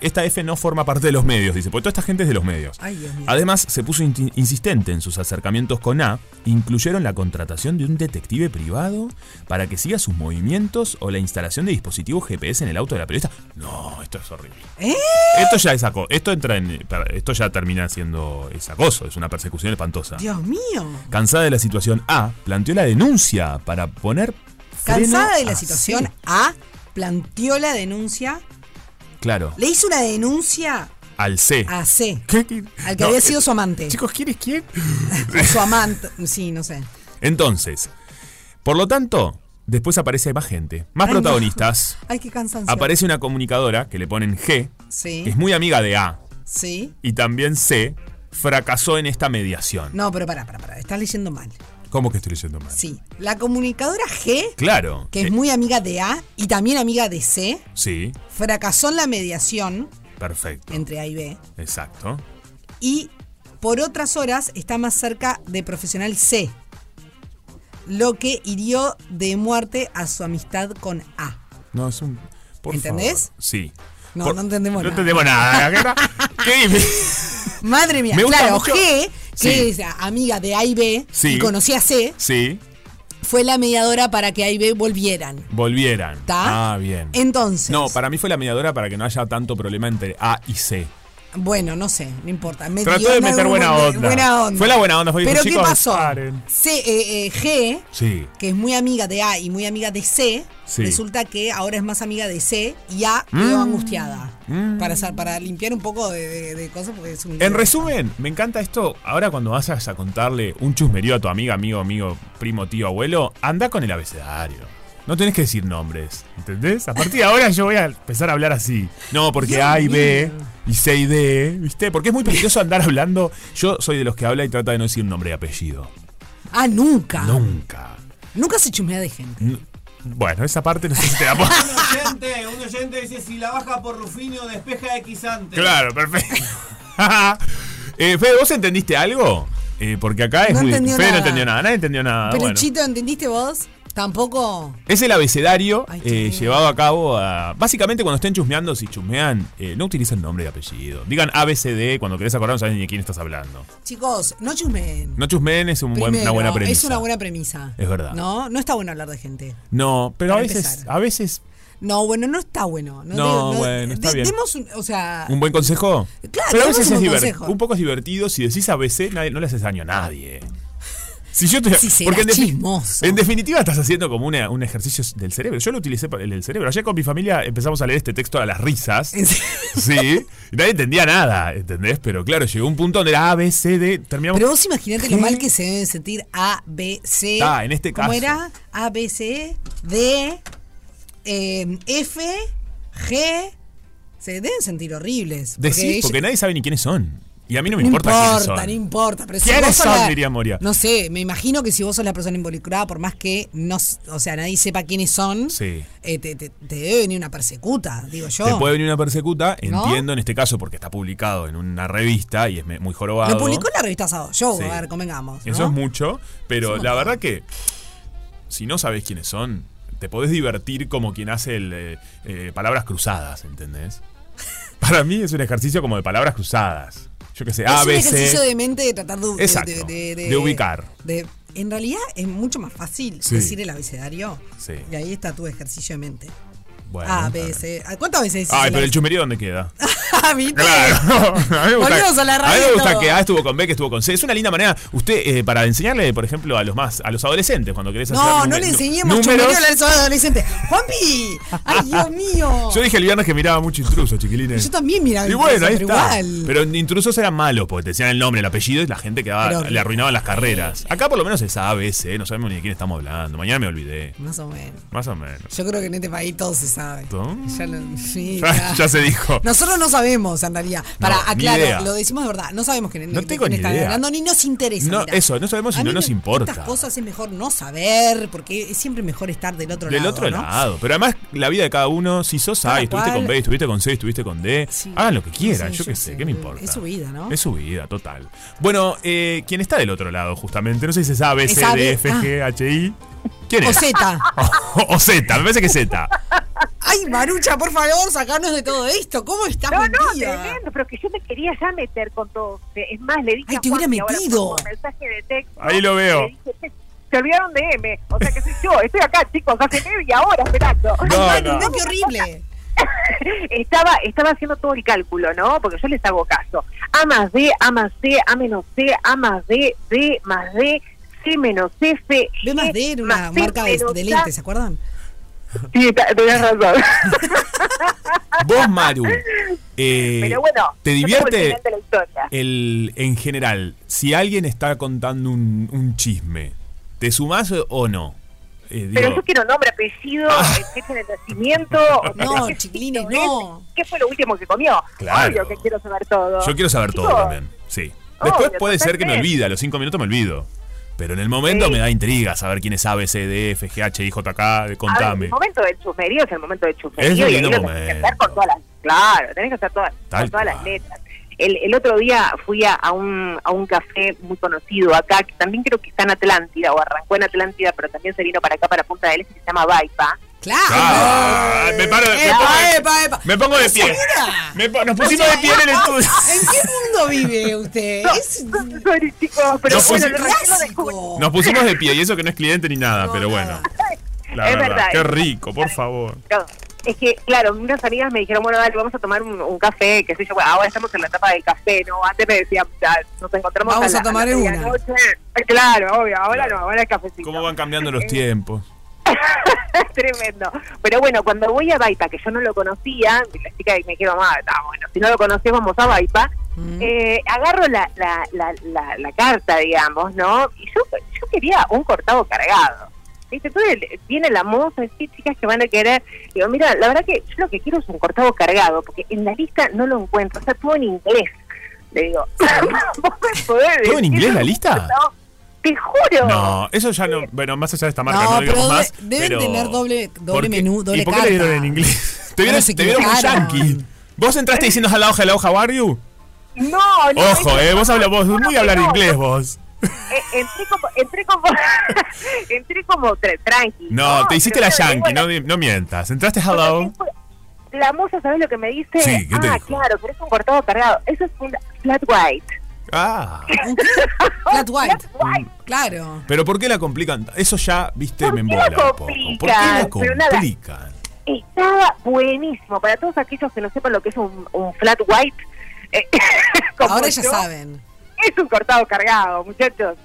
Speaker 3: esta F no forma parte de los medios, dice, porque toda esta gente es de los medios.
Speaker 2: Ay, Dios mío.
Speaker 3: Además, se puso inti- insistente en sus acercamientos con A, incluyeron la contratación de un detective privado para que siga sus movimientos o la instalación de dispositivos GPS en el auto de la periodista. No, esto es horrible.
Speaker 2: ¿Eh?
Speaker 3: Esto ya es acoso. Esto entra en. para- Esto ya termina siendo es acoso, es una persecución espantosa.
Speaker 2: Dios mío.
Speaker 3: Cansada de la situación A, planteó la denuncia para poner. freno
Speaker 2: Cansada de la
Speaker 3: a
Speaker 2: situación
Speaker 3: C.
Speaker 2: A, planteó la denuncia,
Speaker 3: Claro,
Speaker 2: le hizo una denuncia
Speaker 3: al C.
Speaker 2: a C,
Speaker 3: ¿Qué- qué?
Speaker 2: al que
Speaker 3: No,
Speaker 2: había
Speaker 3: eh,
Speaker 2: sido su amante.
Speaker 3: Chicos, ¿quién es quién?
Speaker 2: O [LAUGHS] su amante, sí, no sé.
Speaker 3: Entonces, por lo tanto, después aparece más gente, más
Speaker 2: Ay, no.
Speaker 3: protagonistas.
Speaker 2: Ay, qué cansancio.
Speaker 3: Aparece una comunicadora que le ponen G, que
Speaker 2: Sí,
Speaker 3: es muy amiga de A,
Speaker 2: sí.
Speaker 3: y también C, fracasó en esta mediación.
Speaker 2: No, pero pará, pará, pará, estás leyendo mal.
Speaker 3: ¿Cómo que estoy leyendo mal?
Speaker 2: Sí. La comunicadora G,
Speaker 3: Claro.
Speaker 2: que es
Speaker 3: eh,
Speaker 2: muy amiga de A y también amiga de C,
Speaker 3: Sí,
Speaker 2: fracasó en la mediación
Speaker 3: perfecto.
Speaker 2: entre A y B
Speaker 3: Exacto.
Speaker 2: y por otras horas está más cerca de profesional C, lo que hirió de muerte a su amistad con A.
Speaker 3: No, es un. por
Speaker 2: ¿Entendés?
Speaker 3: favor. Sí.
Speaker 2: No, no entendemos
Speaker 3: no
Speaker 2: nada.
Speaker 3: entendemos nada.
Speaker 2: [LAUGHS]
Speaker 3: ¿Qué tal? ¿Qué difícil?
Speaker 2: Madre mía,
Speaker 3: Me gusta
Speaker 2: claro,
Speaker 3: mucho-
Speaker 2: G, que
Speaker 3: Sí.
Speaker 2: es amiga de A y B
Speaker 3: Sí.
Speaker 2: y conocía a C,
Speaker 3: Sí,
Speaker 2: fue la mediadora para que A y B volvieran.
Speaker 3: volvieran.
Speaker 2: ¿Está?
Speaker 3: Ah, bien.
Speaker 2: Entonces,
Speaker 3: No, para mí fue la mediadora para que no haya tanto problema entre A y C.
Speaker 2: bueno, no sé, no importa. me
Speaker 3: Trató
Speaker 2: dio
Speaker 3: de
Speaker 2: en
Speaker 3: meter
Speaker 2: algún
Speaker 3: buena
Speaker 2: momento-
Speaker 3: onda.
Speaker 2: buena onda.
Speaker 3: Fue la buena onda, fue
Speaker 2: Pero
Speaker 3: dijo,
Speaker 2: ¿qué
Speaker 3: "Chicos,
Speaker 2: pasó?
Speaker 3: paren".
Speaker 2: C, eh, eh, G,
Speaker 3: Sí.
Speaker 2: que es muy amiga de A y muy amiga de C,
Speaker 3: Sí. Mm.
Speaker 2: resulta que ahora es más amiga de C y A quedó angustiada. Para, sa- para limpiar un poco de, de- de cosas porque es un...
Speaker 3: En resumen, me encanta esto. Ahora cuando vas a contarle un chusmerío a tu amiga, amigo, amigo, primo, tío, abuelo, anda con el abecedario. No tenés que decir nombres, ¿entendés? A partir de ahora yo voy a empezar a hablar así. No, porque A y B y C y D, ¿viste? Porque es muy peligroso andar hablando. Yo soy de los que habla y trata de no decir nombre y apellido.
Speaker 2: Ah, nunca.
Speaker 3: Nunca.
Speaker 2: Nunca se chumea de gente.
Speaker 3: N- Bueno, esa parte no sé si te la
Speaker 2: [LAUGHS]
Speaker 3: puedo...
Speaker 4: Un oyente, un oyente dice si la baja por Rufinio despeja X antes.
Speaker 3: Claro, perfecto. [LAUGHS] eh, Fede, ¿vos entendiste algo? Eh, porque acá es
Speaker 2: No
Speaker 3: muy...
Speaker 2: entendió
Speaker 3: Fede no
Speaker 2: nada.
Speaker 3: entendió nada, nadie entendió nada.
Speaker 2: Pero
Speaker 3: Ah, bueno.
Speaker 2: Chito, ¿entendiste vos? Tampoco...
Speaker 3: Es el abecedario
Speaker 2: Ay, qué
Speaker 3: eh,
Speaker 2: lindo.
Speaker 3: llevado a cabo a. Básicamente, cuando estén chusmeando, si chusmean, eh, no utilicen nombre y apellido. Digan ABCD cuando querés acordar, no sabes ni de quién estás hablando.
Speaker 2: Chicos, no chusmeen.
Speaker 3: No chusmeen es un buen- una
Speaker 2: Primero,
Speaker 3: buena premisa.
Speaker 2: Es una buena premisa.
Speaker 3: Es verdad.
Speaker 2: No, no está bueno hablar de gente.
Speaker 3: No, pero a
Speaker 2: Para
Speaker 3: veces,
Speaker 2: empezar.
Speaker 3: a veces.
Speaker 2: No, bueno, no está bueno. No,
Speaker 3: No,
Speaker 2: digo,
Speaker 3: bueno, está bien.
Speaker 2: Demos un, o sea,
Speaker 3: ¿Un buen consejo?
Speaker 2: Claro,
Speaker 3: pero a
Speaker 2: demos
Speaker 3: veces
Speaker 2: un
Speaker 3: es
Speaker 2: buen
Speaker 3: divertido.
Speaker 2: consejo.
Speaker 3: Un poco es divertido. Si decís ABC, nadie, no le haces daño a nadie. Si yo te,
Speaker 2: Si serás
Speaker 3: en, defi-
Speaker 2: chismoso.
Speaker 3: en definitiva estás haciendo como una- un ejercicio del cerebro. Yo lo utilicé para el del cerebro. Ayer con mi familia empezamos a leer este texto a las risas.
Speaker 2: en serio.
Speaker 3: Sí, y nadie entendía nada, ¿entendés? Pero claro, llegó un punto donde era A, B, C, D, terminamos...
Speaker 2: Pero vos imaginate lo
Speaker 3: ¿Qué?
Speaker 2: mal que se deben sentir A, B, C.
Speaker 3: Ah, en este
Speaker 2: ¿Cómo
Speaker 3: caso.
Speaker 2: era? A, B, C, D, eh, F, G. Se deben sentir horribles.
Speaker 3: Decís, porque,
Speaker 2: ellos-
Speaker 3: nadie sabe ni quiénes son. Y a mí no me
Speaker 2: no
Speaker 3: importa, quiénes
Speaker 2: importa,
Speaker 3: son.
Speaker 2: no importa. Pero si
Speaker 3: ¿Quiénes
Speaker 2: vos sos
Speaker 3: son?
Speaker 2: la-
Speaker 3: diría Moria.
Speaker 2: No sé, me imagino que si vos sos la persona involucrada, por más que no, s- o sea, nadie sepa quiénes son,
Speaker 3: Sí.
Speaker 2: eh, te, te- te debe venir una persecuta, digo yo.
Speaker 3: Te puede venir una persecuta,
Speaker 2: ¿No?
Speaker 3: entiendo en este caso porque está publicado en una revista y es me- muy jorobado.
Speaker 2: Lo publicó en la revista Sábado Show,
Speaker 3: Sí.
Speaker 2: a ver, convengamos. ¿no?
Speaker 3: Eso es mucho, pero la verdad que si no sabes quiénes son, te podés divertir como quien hace el, eh, eh, palabras cruzadas,
Speaker 2: [LAUGHS]
Speaker 3: ¿entendés? Para mí es un ejercicio como de palabras cruzadas. Yo qué sé,
Speaker 2: Es
Speaker 3: A,
Speaker 2: un
Speaker 3: B, C.
Speaker 2: ejercicio de mente de tratar de, de-
Speaker 3: Exacto,
Speaker 2: de,
Speaker 3: de ubicar.
Speaker 2: de- en realidad es mucho más fácil
Speaker 3: Sí.
Speaker 2: decir el abecedario.
Speaker 3: Sí.
Speaker 2: Y ahí está tu ejercicio de mente.
Speaker 3: Bueno,
Speaker 2: A,
Speaker 3: está
Speaker 2: B,
Speaker 3: bien.
Speaker 2: C. Ah, ¿Cuántas veces
Speaker 3: Ay, pero el
Speaker 2: decís
Speaker 3: chumerío, ¿dónde
Speaker 2: [LAUGHS]
Speaker 3: queda?
Speaker 2: Ah, ¿viste?
Speaker 3: Claro. [LAUGHS] A mí me
Speaker 2: Volvemos
Speaker 3: gusta,
Speaker 2: a la
Speaker 3: a mí
Speaker 2: radio
Speaker 3: me
Speaker 2: y
Speaker 3: gusta
Speaker 2: todo.
Speaker 3: que A estuvo con B, que estuvo con C. Es una linda manera. Usted, eh, para enseñarle, por ejemplo, a los más, a los adolescentes, cuando querés hacer
Speaker 2: No, no
Speaker 3: nume-
Speaker 2: le enseñemos
Speaker 3: números.
Speaker 2: chumerío a los adolescentes. ¡Juanpi! ¡Ay, Dios mío!
Speaker 3: Yo dije el viernes que miraba mucho intruso, chiquilines.
Speaker 2: Yo también miraba
Speaker 3: Y
Speaker 2: Intrusos,
Speaker 3: bueno, ahí
Speaker 2: pero
Speaker 3: está.
Speaker 2: igual.
Speaker 3: Pero en intrusos eran malos, porque te decían el nombre, el apellido y la gente quedaba,
Speaker 2: Pero-
Speaker 3: le arruinaban las carreras. Acá por lo menos es A, B, C, no sabemos ni de quién estamos hablando. Mañana me olvidé.
Speaker 2: Más o menos.
Speaker 3: Más o menos.
Speaker 2: Yo creo que en este país todo se sabe.
Speaker 3: ¿Todo?
Speaker 2: Ya, lo- [LAUGHS] sí,
Speaker 3: Ya, [LAUGHS] ya se dijo.
Speaker 2: Nosotros no sabemos, en realidad. Para
Speaker 3: No, ni idea.
Speaker 2: aclarar, lo decimos de verdad. No sabemos que
Speaker 3: No tengo ni
Speaker 2: están
Speaker 3: idea.
Speaker 2: hablando, ni nos interesa.
Speaker 3: No,
Speaker 2: mirá.
Speaker 3: eso, no sabemos si
Speaker 2: A
Speaker 3: no
Speaker 2: mí
Speaker 3: nos
Speaker 2: me-
Speaker 3: importa.
Speaker 2: Estas cosas es mejor no saber, porque es siempre mejor estar del otro
Speaker 3: Del
Speaker 2: lado.
Speaker 3: otro
Speaker 2: ¿no?
Speaker 3: lado. Pero además, la vida de cada uno, si sos A,
Speaker 2: Cada
Speaker 3: y estuviste
Speaker 2: cual-
Speaker 3: con B, estuviste con C, estuviste con D,
Speaker 2: Sí.
Speaker 3: hagan lo que quieran,
Speaker 2: Sí,
Speaker 3: yo qué sé, ¿qué me importa?
Speaker 2: Es su vida, ¿no?
Speaker 3: Es su vida, total. Bueno, eh, quien está del otro lado, justamente, no sé si es A, B,
Speaker 2: Es
Speaker 3: C,
Speaker 2: A,
Speaker 3: D,
Speaker 2: B, ah.
Speaker 3: F, G, H, I. ¿Quién [LAUGHS]
Speaker 2: O
Speaker 3: es?
Speaker 2: Z.
Speaker 3: o Z, me parece que es Z.
Speaker 2: Ay, Marucha, por favor, sacanos de todo esto. ¿Cómo estás,
Speaker 5: No, no,
Speaker 2: metida?
Speaker 5: tremendo, pero que yo me quería ya meter con todo. Es más, le dije
Speaker 2: Ay,
Speaker 5: a
Speaker 2: te
Speaker 5: Juan
Speaker 2: hubiera
Speaker 5: que ahora
Speaker 2: metido.
Speaker 5: pongo un mensaje de texto.
Speaker 3: Ahí lo veo.
Speaker 5: Le dije, Se olvidaron de M, o sea que soy yo, estoy acá chicos, hace media hora esperando.
Speaker 3: No,
Speaker 2: Ay,
Speaker 3: no.
Speaker 2: no, qué horrible.
Speaker 5: [LAUGHS] estaba, estaba haciendo todo el cálculo, ¿no? Porque yo les hago caso. A más D, A más C, A menos C, A más D, D más D, C menos F.
Speaker 2: B más D era una marca de, de lentes, ¿se acuerdan?
Speaker 5: Sí, ta- tenés razón. [LAUGHS]
Speaker 3: Vos, Maru, eh,
Speaker 5: Pero bueno,
Speaker 3: ¿te
Speaker 5: yo tengo el
Speaker 3: divierte
Speaker 5: final de la historia.
Speaker 3: el, en general, si alguien está contando un, un chisme, ¿te sumás o- o no? Eh,
Speaker 5: Pero
Speaker 3: digo, Ah.
Speaker 5: yo quiero nombre, apellido, eh, fecha de nacimiento. o sea,
Speaker 2: No,
Speaker 5: ¿qué
Speaker 2: chiquilines,
Speaker 5: sitio es? eh?
Speaker 2: no.
Speaker 5: ¿Qué fue lo último que comió?
Speaker 3: Claro.
Speaker 5: Obvio que quiero saber todo.
Speaker 3: yo quiero saber todo
Speaker 5: Chicos,
Speaker 3: también. Sí. Después
Speaker 5: obvio,
Speaker 3: puede ser que me
Speaker 5: totalmente.
Speaker 3: olvide, a los cinco minutos me olvido. Pero en el momento
Speaker 5: Sí.
Speaker 3: me da intriga saber quién es A, B, C, D, F, G, H, I, J, K,
Speaker 5: A ver,
Speaker 3: contame.
Speaker 5: el momento del chusmerío es el momento del chusmerío.
Speaker 3: Es un
Speaker 5: y ahí
Speaker 3: lindo
Speaker 5: lo tenés que hacer con
Speaker 3: momento.
Speaker 5: todas las, claro, tenés que hacer todas,
Speaker 3: Tal
Speaker 5: con todas las
Speaker 3: cual.
Speaker 5: letras. El, el otro día fui a, a un, a un café muy conocido acá, que también creo que está en Atlántida, o arrancó en Atlántida, pero también se vino para acá, para Punta del Este, que se llama Baipa.
Speaker 2: Claro.
Speaker 3: Ah, me paro- me
Speaker 2: Epa,
Speaker 3: pongo de-
Speaker 2: epa, epa.
Speaker 3: Me pongo de pie.
Speaker 2: ¿Segura?
Speaker 3: Me po- nos pusimos de pie en el estudio.
Speaker 2: ¿En qué mundo vive usted? Es-
Speaker 5: No, no, sorry, chicos, pero
Speaker 3: No,
Speaker 5: bueno,
Speaker 3: pues,
Speaker 5: lo recién lo descubrí.
Speaker 2: clásico.
Speaker 3: Nos pusimos de pie y eso que no es cliente ni nada,
Speaker 2: No,
Speaker 3: pero bueno.
Speaker 2: nada.
Speaker 3: La
Speaker 5: Es
Speaker 3: verdad,
Speaker 5: verdad,
Speaker 3: qué
Speaker 5: es-
Speaker 3: rico, por favor.
Speaker 5: No, es que, claro, unas amigas me dijeron, bueno, dale, vamos a tomar un, un café, que sé yo, bueno, ahora estamos en la etapa del café, ¿no? Antes me decían, ya, nos encontramos
Speaker 2: Vamos
Speaker 5: la-
Speaker 2: a tomar
Speaker 5: la
Speaker 2: en una.
Speaker 5: medianoche. Eh, Claro, obvio, ahora no, ahora el cafecito.
Speaker 3: ¿Cómo van cambiando los
Speaker 5: Eh,
Speaker 3: tiempos?
Speaker 5: [LAUGHS] Tremendo. Pero bueno, cuando voy a Baipa, que yo no lo conocía, la chica me dijeron, ah, está bueno, si no lo conocés, vamos a Baipa.
Speaker 3: Mm.
Speaker 5: Eh, agarro la, la, la, la, la carta, digamos, ¿no? Y yo, yo quería un cortado cargado. ¿Viste? Entonces el- viene la moza, sí, chicas que van a querer. Digo, mira, la verdad que yo lo que quiero es un cortado cargado, porque en la lista no lo encuentro. O sea, todo en inglés. Le digo, [LAUGHS] "Ah, ¿vos me podés
Speaker 3: ¿Todo en
Speaker 5: decir
Speaker 3: inglés la
Speaker 5: un
Speaker 3: lista?
Speaker 5: cortado? Te juro.
Speaker 3: No, eso ya no. Bueno, más allá de esta marca,
Speaker 2: No,
Speaker 3: no, digamos
Speaker 2: pero
Speaker 3: más.
Speaker 2: debe- deben
Speaker 3: pero-
Speaker 2: tener doble- doble
Speaker 3: ¿por qué?
Speaker 2: menú, doble
Speaker 3: ¿Y por qué le dieron
Speaker 2: carta?
Speaker 3: en inglés? [LAUGHS] Te
Speaker 2: Bueno,
Speaker 3: vieron,
Speaker 2: se
Speaker 3: te vieron muy
Speaker 2: equivocaron.
Speaker 3: yankee. Vos entraste diciendo hello, hello, how are you?
Speaker 5: No, no,
Speaker 3: Ojo,
Speaker 5: es-
Speaker 3: eh, vos hablas, vos
Speaker 5: no,
Speaker 3: muy hablar
Speaker 5: no,
Speaker 3: inglés vos.
Speaker 5: Eh, entré como entré como [LAUGHS] entré como tra- tranqui Ah,
Speaker 3: No, te hiciste la
Speaker 5: pero claro,
Speaker 3: yankee,
Speaker 5: tengo
Speaker 3: no, di- no mientas. Entraste
Speaker 5: la-
Speaker 3: hello.
Speaker 5: tengo- la moza sabes lo que me dice
Speaker 3: Sí, ¿qué te
Speaker 5: ah
Speaker 3: dijo?
Speaker 5: claro pero es un cortado cargado eso es un flat white
Speaker 3: Ah.
Speaker 2: ¿Un qué?
Speaker 5: [LAUGHS]
Speaker 2: Flat white.
Speaker 5: white.
Speaker 3: Mm.
Speaker 2: Claro.
Speaker 3: Pero ¿por qué la complican? Eso ya, viste,
Speaker 5: ¿Por
Speaker 3: me
Speaker 5: qué la
Speaker 3: embola un poco. ¿Por qué la
Speaker 5: complican? Pero nada.
Speaker 3: complican?
Speaker 5: estaba buenísimo para todos aquellos que no sepan lo que es un, un flat white eh, [LAUGHS] como
Speaker 2: Ahora ya
Speaker 5: yo,
Speaker 2: saben.
Speaker 5: es un cortado cargado muchachos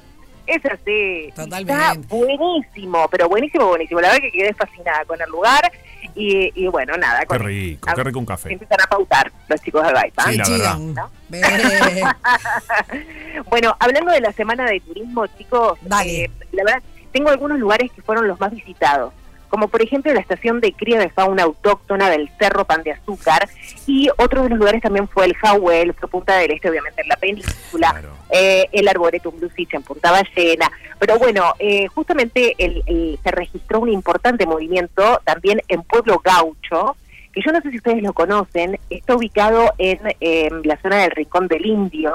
Speaker 5: es así. Está
Speaker 2: Totalmente.
Speaker 5: buenísimo, pero buenísimo, buenísimo. La verdad que quedé fascinada con el lugar. Y, y bueno, nada.
Speaker 3: Qué
Speaker 5: con-
Speaker 3: rico, qué rico un café.
Speaker 5: empiezan a pautar los chicos de Baipa.
Speaker 3: Sí, la verdad.
Speaker 2: Chigan.
Speaker 5: ¿No?
Speaker 2: Ve.
Speaker 5: [LAUGHS] Bueno, hablando de la semana de turismo, chicos,
Speaker 2: Dale.
Speaker 5: eh, la verdad, tengo algunos lugares que fueron los más visitados, como por ejemplo la estación de cría de fauna autóctona del Cerro Pan de Azúcar, y otro de los lugares también fue el Jawel, fue Punta del Este, obviamente en la península,
Speaker 3: Claro.
Speaker 5: eh, el Arboretum Blusich en Punta Ballena, pero bueno, eh, justamente el- el- se registró un importante movimiento también en Pueblo Gaucho, que yo no sé si ustedes lo conocen, está ubicado en eh, la zona del Rincón del Indio,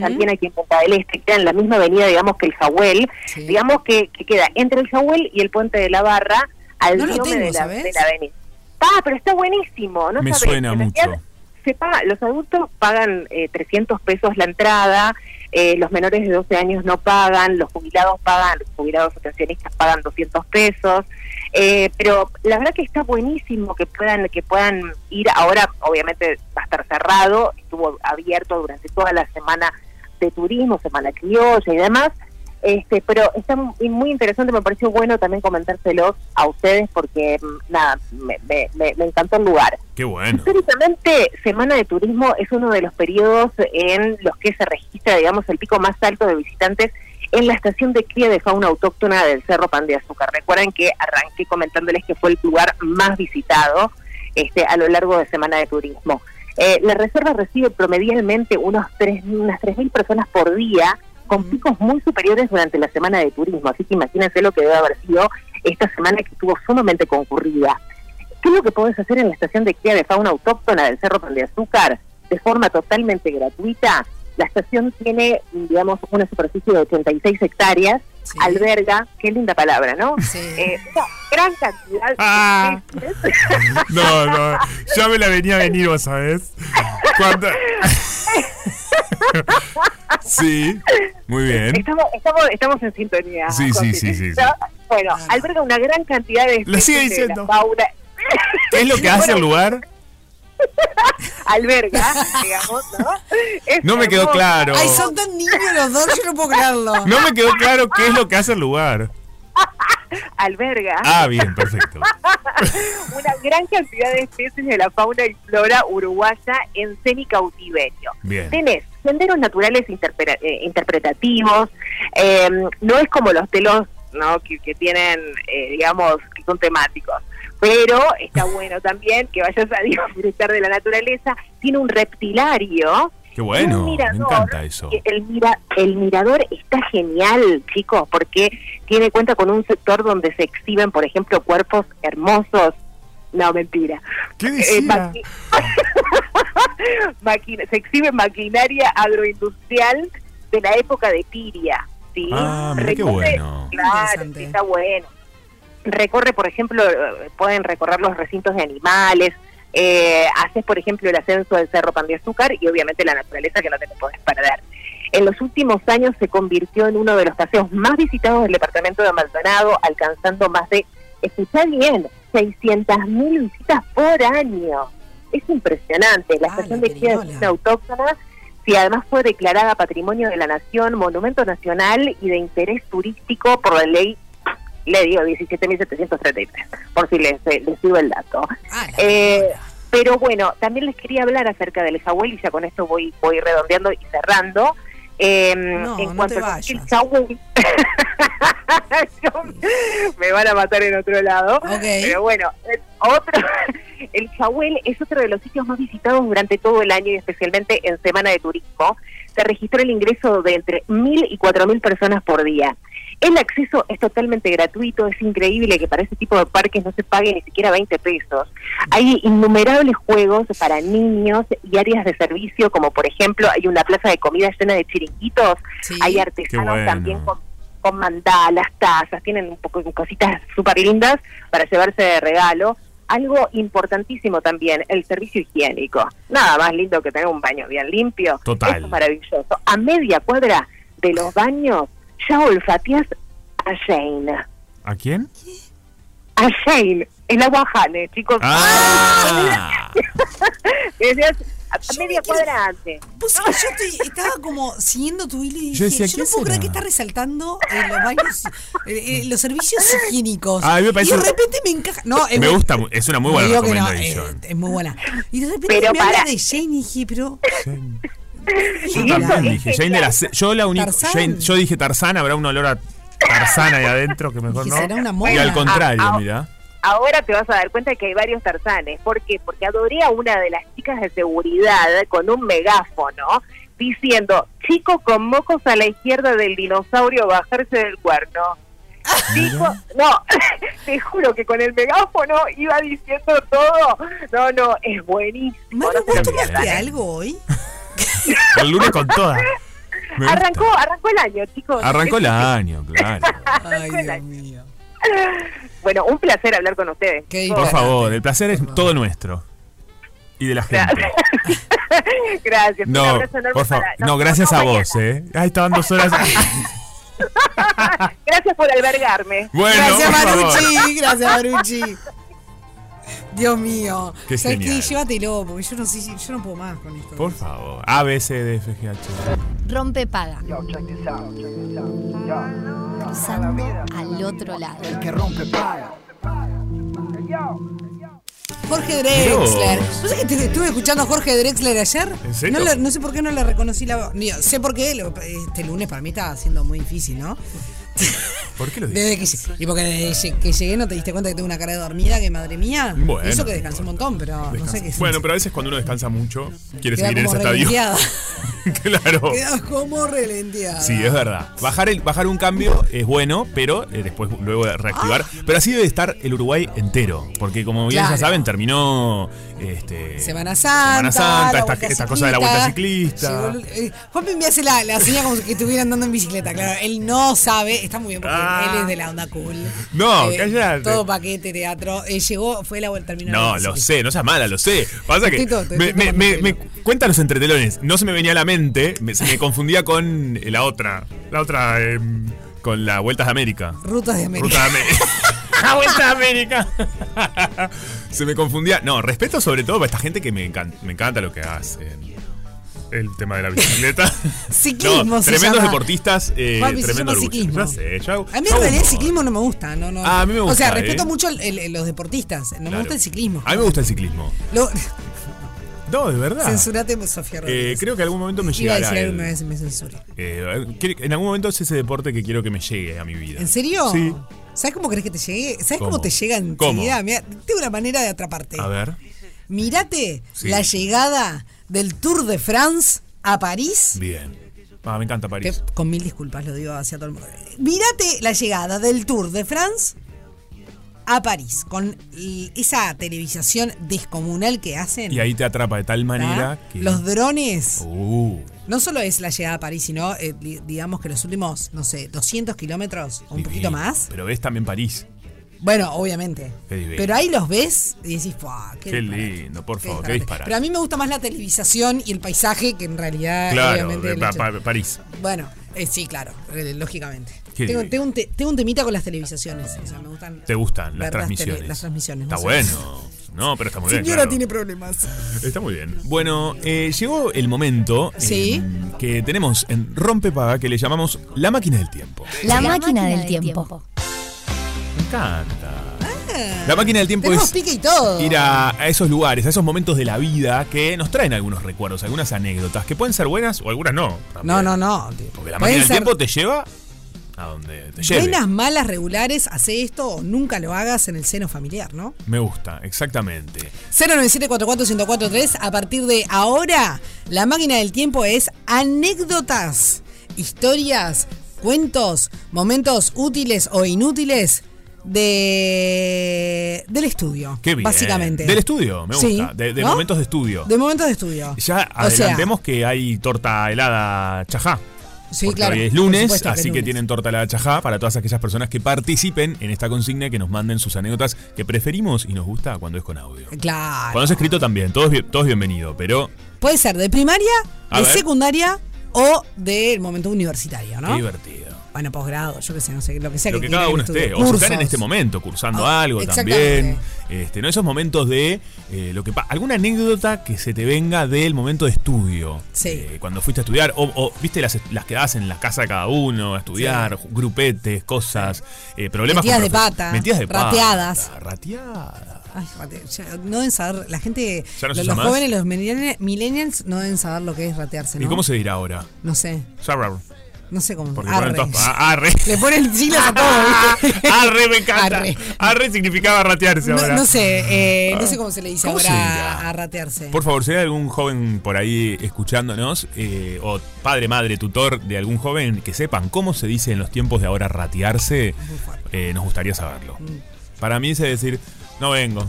Speaker 5: también aquí en Punta del Este, queda en la misma avenida, digamos, que el Jawel,
Speaker 2: Sí.
Speaker 5: digamos que, que queda entre el Jawel y el Puente de la Barra, al
Speaker 2: No lo
Speaker 5: diome
Speaker 2: tengo,
Speaker 5: de, la,
Speaker 2: ¿sabés?
Speaker 5: de la avenida. Ah, pero está buenísimo, ¿no?
Speaker 3: Me
Speaker 5: sabés,
Speaker 3: suena
Speaker 5: en realidad
Speaker 3: mucho.
Speaker 5: Se paga, los adultos pagan eh, 300 pesos la entrada, eh, los menores de 12 años no pagan, los jubilados pagan, los jubilados o pensionistas pagan 200 pesos, eh, pero la verdad que está buenísimo que puedan que puedan ir ahora obviamente va a estar cerrado estuvo abierto durante toda la semana de turismo semana criolla y demás este pero está mu- y muy interesante me pareció bueno también comentárselos a ustedes porque mm, nada me, me- me- me encantó el lugar
Speaker 3: Qué bueno.
Speaker 5: Históricamente, Semana de Turismo es uno de los periodos en los que se registra, digamos, el pico más alto de visitantes en la estación de cría de fauna autóctona del Cerro Pan de Azúcar. Recuerden que arranqué comentándoles que fue el lugar más visitado este, a lo largo de Semana de Turismo. Eh, la reserva recibe promedialmente unos tres, unas 3.000 personas por día, con picos muy superiores durante la Semana de Turismo. Así que imagínense lo que debe haber sido esta semana que estuvo sumamente concurrida. ¿Qué es lo que podés hacer en la estación de cría de fauna autóctona del Cerro Pan de Azúcar de forma totalmente gratuita? La estación tiene, digamos, una superficie de 86 hectáreas
Speaker 2: Sí.
Speaker 5: alberga, qué linda palabra, ¿no?
Speaker 2: Sí.
Speaker 5: Eh, una gran cantidad de
Speaker 3: Ah.
Speaker 5: especies.
Speaker 3: No, no, ya me la venía a venir, vos sabés. Cuando- [LAUGHS] sí, muy bien.
Speaker 5: Estamos, estamos, estamos en sintonía.
Speaker 3: Sí, sí,
Speaker 5: Jorge.
Speaker 3: sí, sí, sí.
Speaker 5: ¿No? Bueno, alberga una gran cantidad de
Speaker 3: Lo sigue
Speaker 5: especies de
Speaker 3: diciendo.
Speaker 5: la fauna.
Speaker 3: ¿Qué es lo que hace el
Speaker 5: Bueno,
Speaker 3: lugar?
Speaker 5: Alberga, digamos, ¿no? Es
Speaker 3: No me quedó
Speaker 5: hermoso.
Speaker 3: claro.
Speaker 2: Ay, son tan niños los dos, yo no puedo creerlo.
Speaker 3: No me quedó claro qué es lo que hace el lugar.
Speaker 5: Alberga
Speaker 3: Ah, bien, perfecto.
Speaker 5: una gran cantidad de especies de la fauna y flora uruguaya en semiccautiverio.
Speaker 3: Bien.
Speaker 5: Tenés senderos naturales interpre- eh, interpretativos, eh, no es como los telos ¿no? que, que tienen, eh, digamos, que son temáticos. Pero está bueno también que vayas a [LAUGHS] disfrutar de la naturaleza. Tiene un reptilario.
Speaker 3: Qué bueno,
Speaker 5: Un
Speaker 3: me
Speaker 5: mirador,
Speaker 3: encanta eso.
Speaker 5: que El, mira, el mirador está genial, chicos, porque tiene cuenta con un sector donde se exhiben, por ejemplo, cuerpos hermosos. No, mentira.
Speaker 3: ¿Qué
Speaker 5: Eh,
Speaker 3: decía?
Speaker 5: maqui- [LAUGHS] Maquina- se exhibe maquinaria agroindustrial de la época de Tiria. ¿sí?
Speaker 3: Ah, mira qué bueno.
Speaker 5: Claro,
Speaker 2: Interesante.
Speaker 5: sí, está bueno. Recorre, por ejemplo, eh, pueden recorrer los recintos de animales. eh, haces, por ejemplo, el ascenso del Cerro Pan de Azúcar y obviamente la naturaleza que no te lo puedes perder. En los últimos años se convirtió en uno de los paseos más visitados del departamento de Maldonado, alcanzando más de, escuchá bien, 600.000 visitas por año. Es impresionante. La
Speaker 2: Ah,
Speaker 5: estación
Speaker 2: la
Speaker 5: de cría
Speaker 2: pirinola.
Speaker 5: es una autóctona que además fue declarada Patrimonio de la Nación, Monumento Nacional y de Interés Turístico por la ley, le digo, 17.733, por si les, eh, les sirve el dato.
Speaker 2: Ah, la
Speaker 5: Eh,
Speaker 2: mierda.
Speaker 5: pero bueno, también les quería hablar acerca del Jahuel y ya con esto voy, voy redondeando y cerrando. Eh,
Speaker 2: No,
Speaker 5: en
Speaker 2: no
Speaker 5: cuanto
Speaker 2: te
Speaker 5: al [LAUGHS]
Speaker 2: vayas.
Speaker 5: Jahuel- me van a matar en otro lado.
Speaker 2: Ok.
Speaker 5: Pero bueno, el otro, el Jahuel es otro de los sitios más visitados durante todo el año y especialmente en Semana de Turismo. Se registró el ingreso de entre 1.000 y 4.000 personas por día. El acceso es totalmente gratuito, es increíble que para este tipo de parques no se pague ni siquiera 20 pesos. Hay innumerables juegos para niños y áreas de servicio, como por ejemplo hay una plaza de comida llena de chiringuitos,
Speaker 2: Sí.
Speaker 5: hay artesanos
Speaker 3: Qué bueno.
Speaker 5: también con, con mandalas, tazas, tienen un poco cositas súper lindas para llevarse de regalo. Algo importantísimo también, el servicio higiénico. Nada más lindo que tener un baño bien limpio.
Speaker 3: Total.
Speaker 5: Eso es maravilloso. A media cuadra de los baños ya olfateas a Jane.
Speaker 3: ¿A quién?
Speaker 5: A Jane, el aguajane, chicos.
Speaker 3: Ah,
Speaker 5: [LAUGHS] Decías, a, a media
Speaker 2: Yo me quiero-
Speaker 5: cuadra antes.
Speaker 2: Vos sabés que yo estoy- estaba como siguiendo tu hilo y dije,
Speaker 3: Yo
Speaker 2: yo,
Speaker 3: decía,
Speaker 2: no
Speaker 3: ¿qué
Speaker 2: puedo creer
Speaker 3: será?
Speaker 2: que está resaltando eh, los baños, eh, eh, los servicios higiénicos.
Speaker 3: Ah, a mí me parece-
Speaker 2: Y de repente me encaja. No, es
Speaker 3: me
Speaker 2: bu-
Speaker 3: gusta, mu- es una muy
Speaker 2: no
Speaker 3: buena
Speaker 2: digo que no,
Speaker 3: recomendación.
Speaker 2: eh, es muy buena. Y de repente
Speaker 5: Pero
Speaker 2: me habla
Speaker 5: para-
Speaker 2: de Jane y dije, pero. [LAUGHS]
Speaker 3: Jane.
Speaker 2: ¿qué
Speaker 3: Yo
Speaker 5: Y eso
Speaker 3: también
Speaker 5: es
Speaker 3: dije, Jane de la C- yo la única,
Speaker 2: Tarzán.
Speaker 3: Jane- yo dije Tarzán, habrá un olor a Tarzán ahí adentro que mejor
Speaker 2: Dije,
Speaker 3: no.
Speaker 2: será una
Speaker 3: y
Speaker 2: moda.
Speaker 3: al contrario,
Speaker 5: Ah, ah.
Speaker 3: mira.
Speaker 5: Ahora te vas a dar cuenta que hay varios tarzanes. ¿Por qué? Porque adoré a una de las chicas de seguridad con un megáfono diciendo, chico con mocos a la izquierda del dinosaurio, bajarse del cuerno. Chico, no, [LAUGHS] te juro que con el megáfono iba diciendo todo. No, no, es buenísimo.
Speaker 2: Manu,
Speaker 5: no se
Speaker 2: ¿vos
Speaker 5: lo
Speaker 3: tomaste
Speaker 2: tomaste
Speaker 5: pierdan, ¿eh?
Speaker 2: algo hoy?
Speaker 3: El lunes con
Speaker 5: [LAUGHS]
Speaker 3: toda. Me gusta.
Speaker 5: Arrancó, arrancó el año, chicos.
Speaker 3: Arrancó
Speaker 5: [LAUGHS]
Speaker 3: el
Speaker 5: Es-
Speaker 3: año, claro.
Speaker 2: Ay,
Speaker 5: Con la-
Speaker 2: Dios mío.
Speaker 5: Bueno, un placer hablar con ustedes.
Speaker 2: Qué
Speaker 5: chicos.
Speaker 3: Por favor, el placer es todo nuestro. Y de la gente.
Speaker 5: [LAUGHS] gracias. un
Speaker 3: No,
Speaker 5: abrazo enorme
Speaker 3: por favor.
Speaker 5: para- nos
Speaker 3: No, gracias a
Speaker 5: vemos
Speaker 3: vos,
Speaker 5: mañana.
Speaker 3: ¿eh? Ahí estaban dos horas.
Speaker 5: [LAUGHS] Gracias por albergarme.
Speaker 3: Bueno,
Speaker 2: gracias,
Speaker 3: por favor.
Speaker 2: Marucci. Gracias, Marucci.
Speaker 3: [LAUGHS]
Speaker 2: Dios mío.
Speaker 3: Qué
Speaker 2: ¿Sabés
Speaker 3: genial.
Speaker 2: Llévatelo, porque yo no, sé, si- yo no puedo más con esto.
Speaker 3: Por favor. A, B, C, D, F, G, H.
Speaker 6: Rompe paga. Cruzando al otro lado.
Speaker 2: Jorge
Speaker 3: Mirá vos.
Speaker 2: Drexler. ¿No sé que te- estuve escuchando a Jorge Drexler ayer?
Speaker 3: ¿En serio?
Speaker 2: No, lo- no sé por qué no le reconocí la voz. Ni- sé por qué lo- este lunes para mí está siendo muy difícil, ¿no?
Speaker 3: [LAUGHS] ¿Por qué lo dices?
Speaker 2: Desde que, lle- y porque desde que llegué no te diste cuenta que tengo una cara de dormida, que madre mía.
Speaker 3: Bueno,
Speaker 2: Eso que descansé un montón, pero no sé qué.
Speaker 3: Bueno, pero a veces cuando uno descansa mucho, quiere
Speaker 2: queda
Speaker 3: seguir en
Speaker 2: como
Speaker 3: ese estadio.
Speaker 2: regodeada.
Speaker 3: [LAUGHS] claro.
Speaker 2: Quedas como relenteada.
Speaker 3: Sí, es verdad. Bajar, el, bajar un cambio es bueno, pero eh, después luego reactivar. Pero así debe estar el Uruguay entero. Porque como bien
Speaker 2: Ah.
Speaker 3: ya
Speaker 2: Claro.
Speaker 3: saben, terminó este,
Speaker 2: Semana
Speaker 3: Semana
Speaker 2: Santa.
Speaker 3: Santa,
Speaker 2: la
Speaker 3: esta,
Speaker 2: vuelta
Speaker 3: esta cosa de la vuelta ciclista.
Speaker 2: Llegó el- eh, Juanpi me hace la, la señal como que estuviera andando en bicicleta. Claro, él no sabe, está muy bien porque
Speaker 3: Ah.
Speaker 2: él es de la onda cool. Eh,
Speaker 3: No, cállate.
Speaker 2: Todo paquete, teatro. Eh, llegó, fue la vuelta, terminó.
Speaker 3: No,
Speaker 2: la
Speaker 3: lo
Speaker 2: bicicleta.
Speaker 3: sé, no seas mala, lo sé. Pasa que.
Speaker 2: Estoy tonta,
Speaker 3: me,
Speaker 2: estoy
Speaker 3: me,
Speaker 2: tomando
Speaker 3: me- me-
Speaker 2: pelo.
Speaker 3: cuéntanos entre telones. No se me venía a la mente, me- se me confundía con eh, la otra. La otra, eh, con la Vueltas de América. Ah,
Speaker 2: Rutas de América.
Speaker 3: [LAUGHS] Ruta de América. La Ah, Vuelta de América. se me confundía. No, respeto sobre todo para esta gente que me, encan- me encanta lo que hacen. El tema de la bicicleta.
Speaker 2: [LAUGHS] Ciclismo se
Speaker 3: tremendos
Speaker 2: llama.
Speaker 3: deportistas, eh,
Speaker 2: Juanpi, se
Speaker 3: tremendo
Speaker 2: llama
Speaker 3: orgullo. Ya
Speaker 2: ciclismo.
Speaker 3: sé, yo hago- yo
Speaker 2: A mí en
Speaker 3: hago
Speaker 2: realidad el
Speaker 3: humor.
Speaker 2: ciclismo no me gusta, no, no.
Speaker 3: Ah, a mí me
Speaker 2: O sea,
Speaker 3: gusta,
Speaker 2: respeto
Speaker 3: eh.
Speaker 2: mucho el- el- los deportistas, no me
Speaker 3: Claro.
Speaker 2: gusta el ciclismo.
Speaker 3: A mí me gusta el ciclismo.
Speaker 2: Lo-
Speaker 3: No, de verdad.
Speaker 2: Censurate, Sofía
Speaker 3: Eh,
Speaker 2: Rodríguez.
Speaker 3: creo que algún momento me
Speaker 2: Iba a
Speaker 3: llegará.
Speaker 2: decir
Speaker 3: el-
Speaker 2: alguna vez y me censuré.
Speaker 3: eh, quiere- en algún momento es ese deporte que quiero que me llegue a mi vida.
Speaker 2: ¿En serio?
Speaker 3: Sí.
Speaker 2: ¿Sabes cómo crees que te llegue? ¿Sabes cómo,
Speaker 3: ¿Cómo?
Speaker 2: te llega
Speaker 3: ¿Cómo?
Speaker 2: enseguida? Mirá, tengo una manera de atraparte.
Speaker 3: A ver.
Speaker 2: Mirate
Speaker 3: Sí.
Speaker 2: la llegada del Tour de France a París.
Speaker 3: Bien. Ah, me encanta
Speaker 2: Que,
Speaker 3: París.
Speaker 2: con mil disculpas lo digo hacia todo el mundo. Mirate la llegada del Tour de France a París. Con l- esa televisación descomunal que hacen.
Speaker 3: Y ahí te atrapa de tal manera
Speaker 2: ¿tá?
Speaker 3: que.
Speaker 2: Los drones.
Speaker 3: Uh,
Speaker 2: No solo es la llegada a París, sino eh, di- digamos que los últimos, no sé, 200 kilómetros o un
Speaker 3: divino.
Speaker 2: poquito más.
Speaker 3: Pero ves también París.
Speaker 2: Bueno, obviamente.
Speaker 3: Qué divino.
Speaker 2: Pero ahí los ves y decís, ¡fua!
Speaker 3: Qué
Speaker 2: disparate,
Speaker 3: lindo, por favor, qué
Speaker 2: disparate".
Speaker 3: disparate.
Speaker 2: Pero a mí me gusta más la televisación y el paisaje que en realidad,
Speaker 3: Claro,
Speaker 2: obviamente.
Speaker 3: de
Speaker 2: el
Speaker 3: pa-
Speaker 2: hecho-
Speaker 3: pa- París.
Speaker 2: Bueno, eh, sí, claro, eh, lógicamente.
Speaker 3: Qué
Speaker 2: Tengo,
Speaker 3: divino.
Speaker 2: tengo un te- tengo un temita con las televisaciones. O sea, me gustan.
Speaker 3: Te gustan las
Speaker 2: ver las tele-
Speaker 3: transmisiones.
Speaker 2: las transmisiones,
Speaker 3: Está
Speaker 2: no sé.
Speaker 3: bueno. No, pero está muy bien.
Speaker 2: Señora
Speaker 3: claro.
Speaker 2: tiene problemas.
Speaker 3: Está muy bien. Bueno, eh, llegó el momento eh,
Speaker 2: Sí.
Speaker 3: que tenemos en Rompepaga que le llamamos la máquina del tiempo.
Speaker 6: La, máquina del tiempo.
Speaker 3: Me encanta. La máquina del tiempo
Speaker 2: Ah. Tenemos
Speaker 3: es
Speaker 2: pique y todo.
Speaker 3: ir a, a esos lugares, a esos momentos de la vida que nos traen algunos recuerdos, algunas anécdotas, que pueden ser buenas o algunas no. también.
Speaker 2: No, no, no.
Speaker 3: Porque la
Speaker 2: Pueden
Speaker 3: máquina del
Speaker 2: ser
Speaker 3: tiempo te lleva a donde te lleve.
Speaker 2: Buenas, malas, regulares, hace esto o nunca lo hagas en el seno familiar, ¿no?
Speaker 3: Me gusta, exactamente.
Speaker 2: 097-44143, a partir de ahora, la máquina del tiempo es anécdotas, historias, cuentos, momentos útiles o inútiles de del estudio.
Speaker 3: Qué bien.
Speaker 2: Básicamente.
Speaker 3: Del estudio, me gusta.
Speaker 2: Sí,
Speaker 3: De, de
Speaker 2: ¿no?
Speaker 3: momentos de estudio.
Speaker 2: De momentos de
Speaker 3: ya
Speaker 2: estudio. O sea,
Speaker 3: adelantemos que hay torta helada chajá.
Speaker 2: Sí,
Speaker 3: Porque
Speaker 2: claro,
Speaker 3: hoy es
Speaker 2: por
Speaker 3: lunes,
Speaker 2: supuesto que es
Speaker 3: así que
Speaker 2: lunes.
Speaker 3: tienen torta helada chajá para todas aquellas personas que participen en esta consigna, que nos manden sus anécdotas que preferimos y nos gusta cuando es con audio.
Speaker 2: Claro.
Speaker 3: Cuando es escrito también, todos, bien- todos bienvenidos, pero
Speaker 2: Puede ser de primaria,
Speaker 3: A
Speaker 2: de
Speaker 3: ver.
Speaker 2: secundaria o del momento universitario, ¿no?
Speaker 3: qué divertido.
Speaker 2: Bueno, posgrado, yo qué sé, no sé, lo que sea
Speaker 3: Lo que
Speaker 2: quiera
Speaker 3: cada uno
Speaker 2: estudie.
Speaker 3: esté, o si están en
Speaker 2: Cursos.
Speaker 3: este momento cursando
Speaker 2: Ah,
Speaker 3: algo también.
Speaker 2: exactamente.
Speaker 3: Este, no esos momentos de eh, lo que pa- alguna anécdota que se te venga del momento de estudio.
Speaker 2: Sí.
Speaker 3: Eh, cuando fuiste a estudiar o, o, viste las las quedadas en la casa de cada uno a estudiar, grupetes, cosas, eh, problemas
Speaker 2: Metidas
Speaker 3: con
Speaker 2: de
Speaker 3: profe-
Speaker 2: pata,
Speaker 3: metidas de pata,
Speaker 2: rateadas.
Speaker 3: rateadas.
Speaker 2: Ay, rate- ya no deben saber, la gente,
Speaker 3: Ya no se
Speaker 2: los,
Speaker 3: usa
Speaker 2: los
Speaker 3: más.
Speaker 2: jóvenes, los millennials, millennials no deben saber lo que es ratearse, ¿no?
Speaker 3: ¿Y cómo se dirá ahora?
Speaker 2: No sé,
Speaker 3: Sarrar.
Speaker 2: no sé cómo.
Speaker 3: Porque
Speaker 2: Arre.
Speaker 3: ponen todas
Speaker 2: [LAUGHS]
Speaker 3: pa- arre. Ah,
Speaker 2: Le
Speaker 3: [LAUGHS]
Speaker 2: ponen siglas a todo, ¿viste?
Speaker 3: Arre me encanta. Arre,
Speaker 2: Arre.
Speaker 3: significaba ratearse
Speaker 2: No,
Speaker 3: ahora.
Speaker 2: no sé, eh, no sé cómo se le dice
Speaker 3: ¿Cómo
Speaker 2: ahora
Speaker 3: se dirá?
Speaker 2: a ratearse.
Speaker 3: Por favor, si hay algún joven por ahí escuchándonos, eh, o padre, madre, tutor de algún joven, que sepan cómo se dice en los tiempos de ahora ratearse, eh, nos gustaría saberlo. Para mí es decir, no vengo,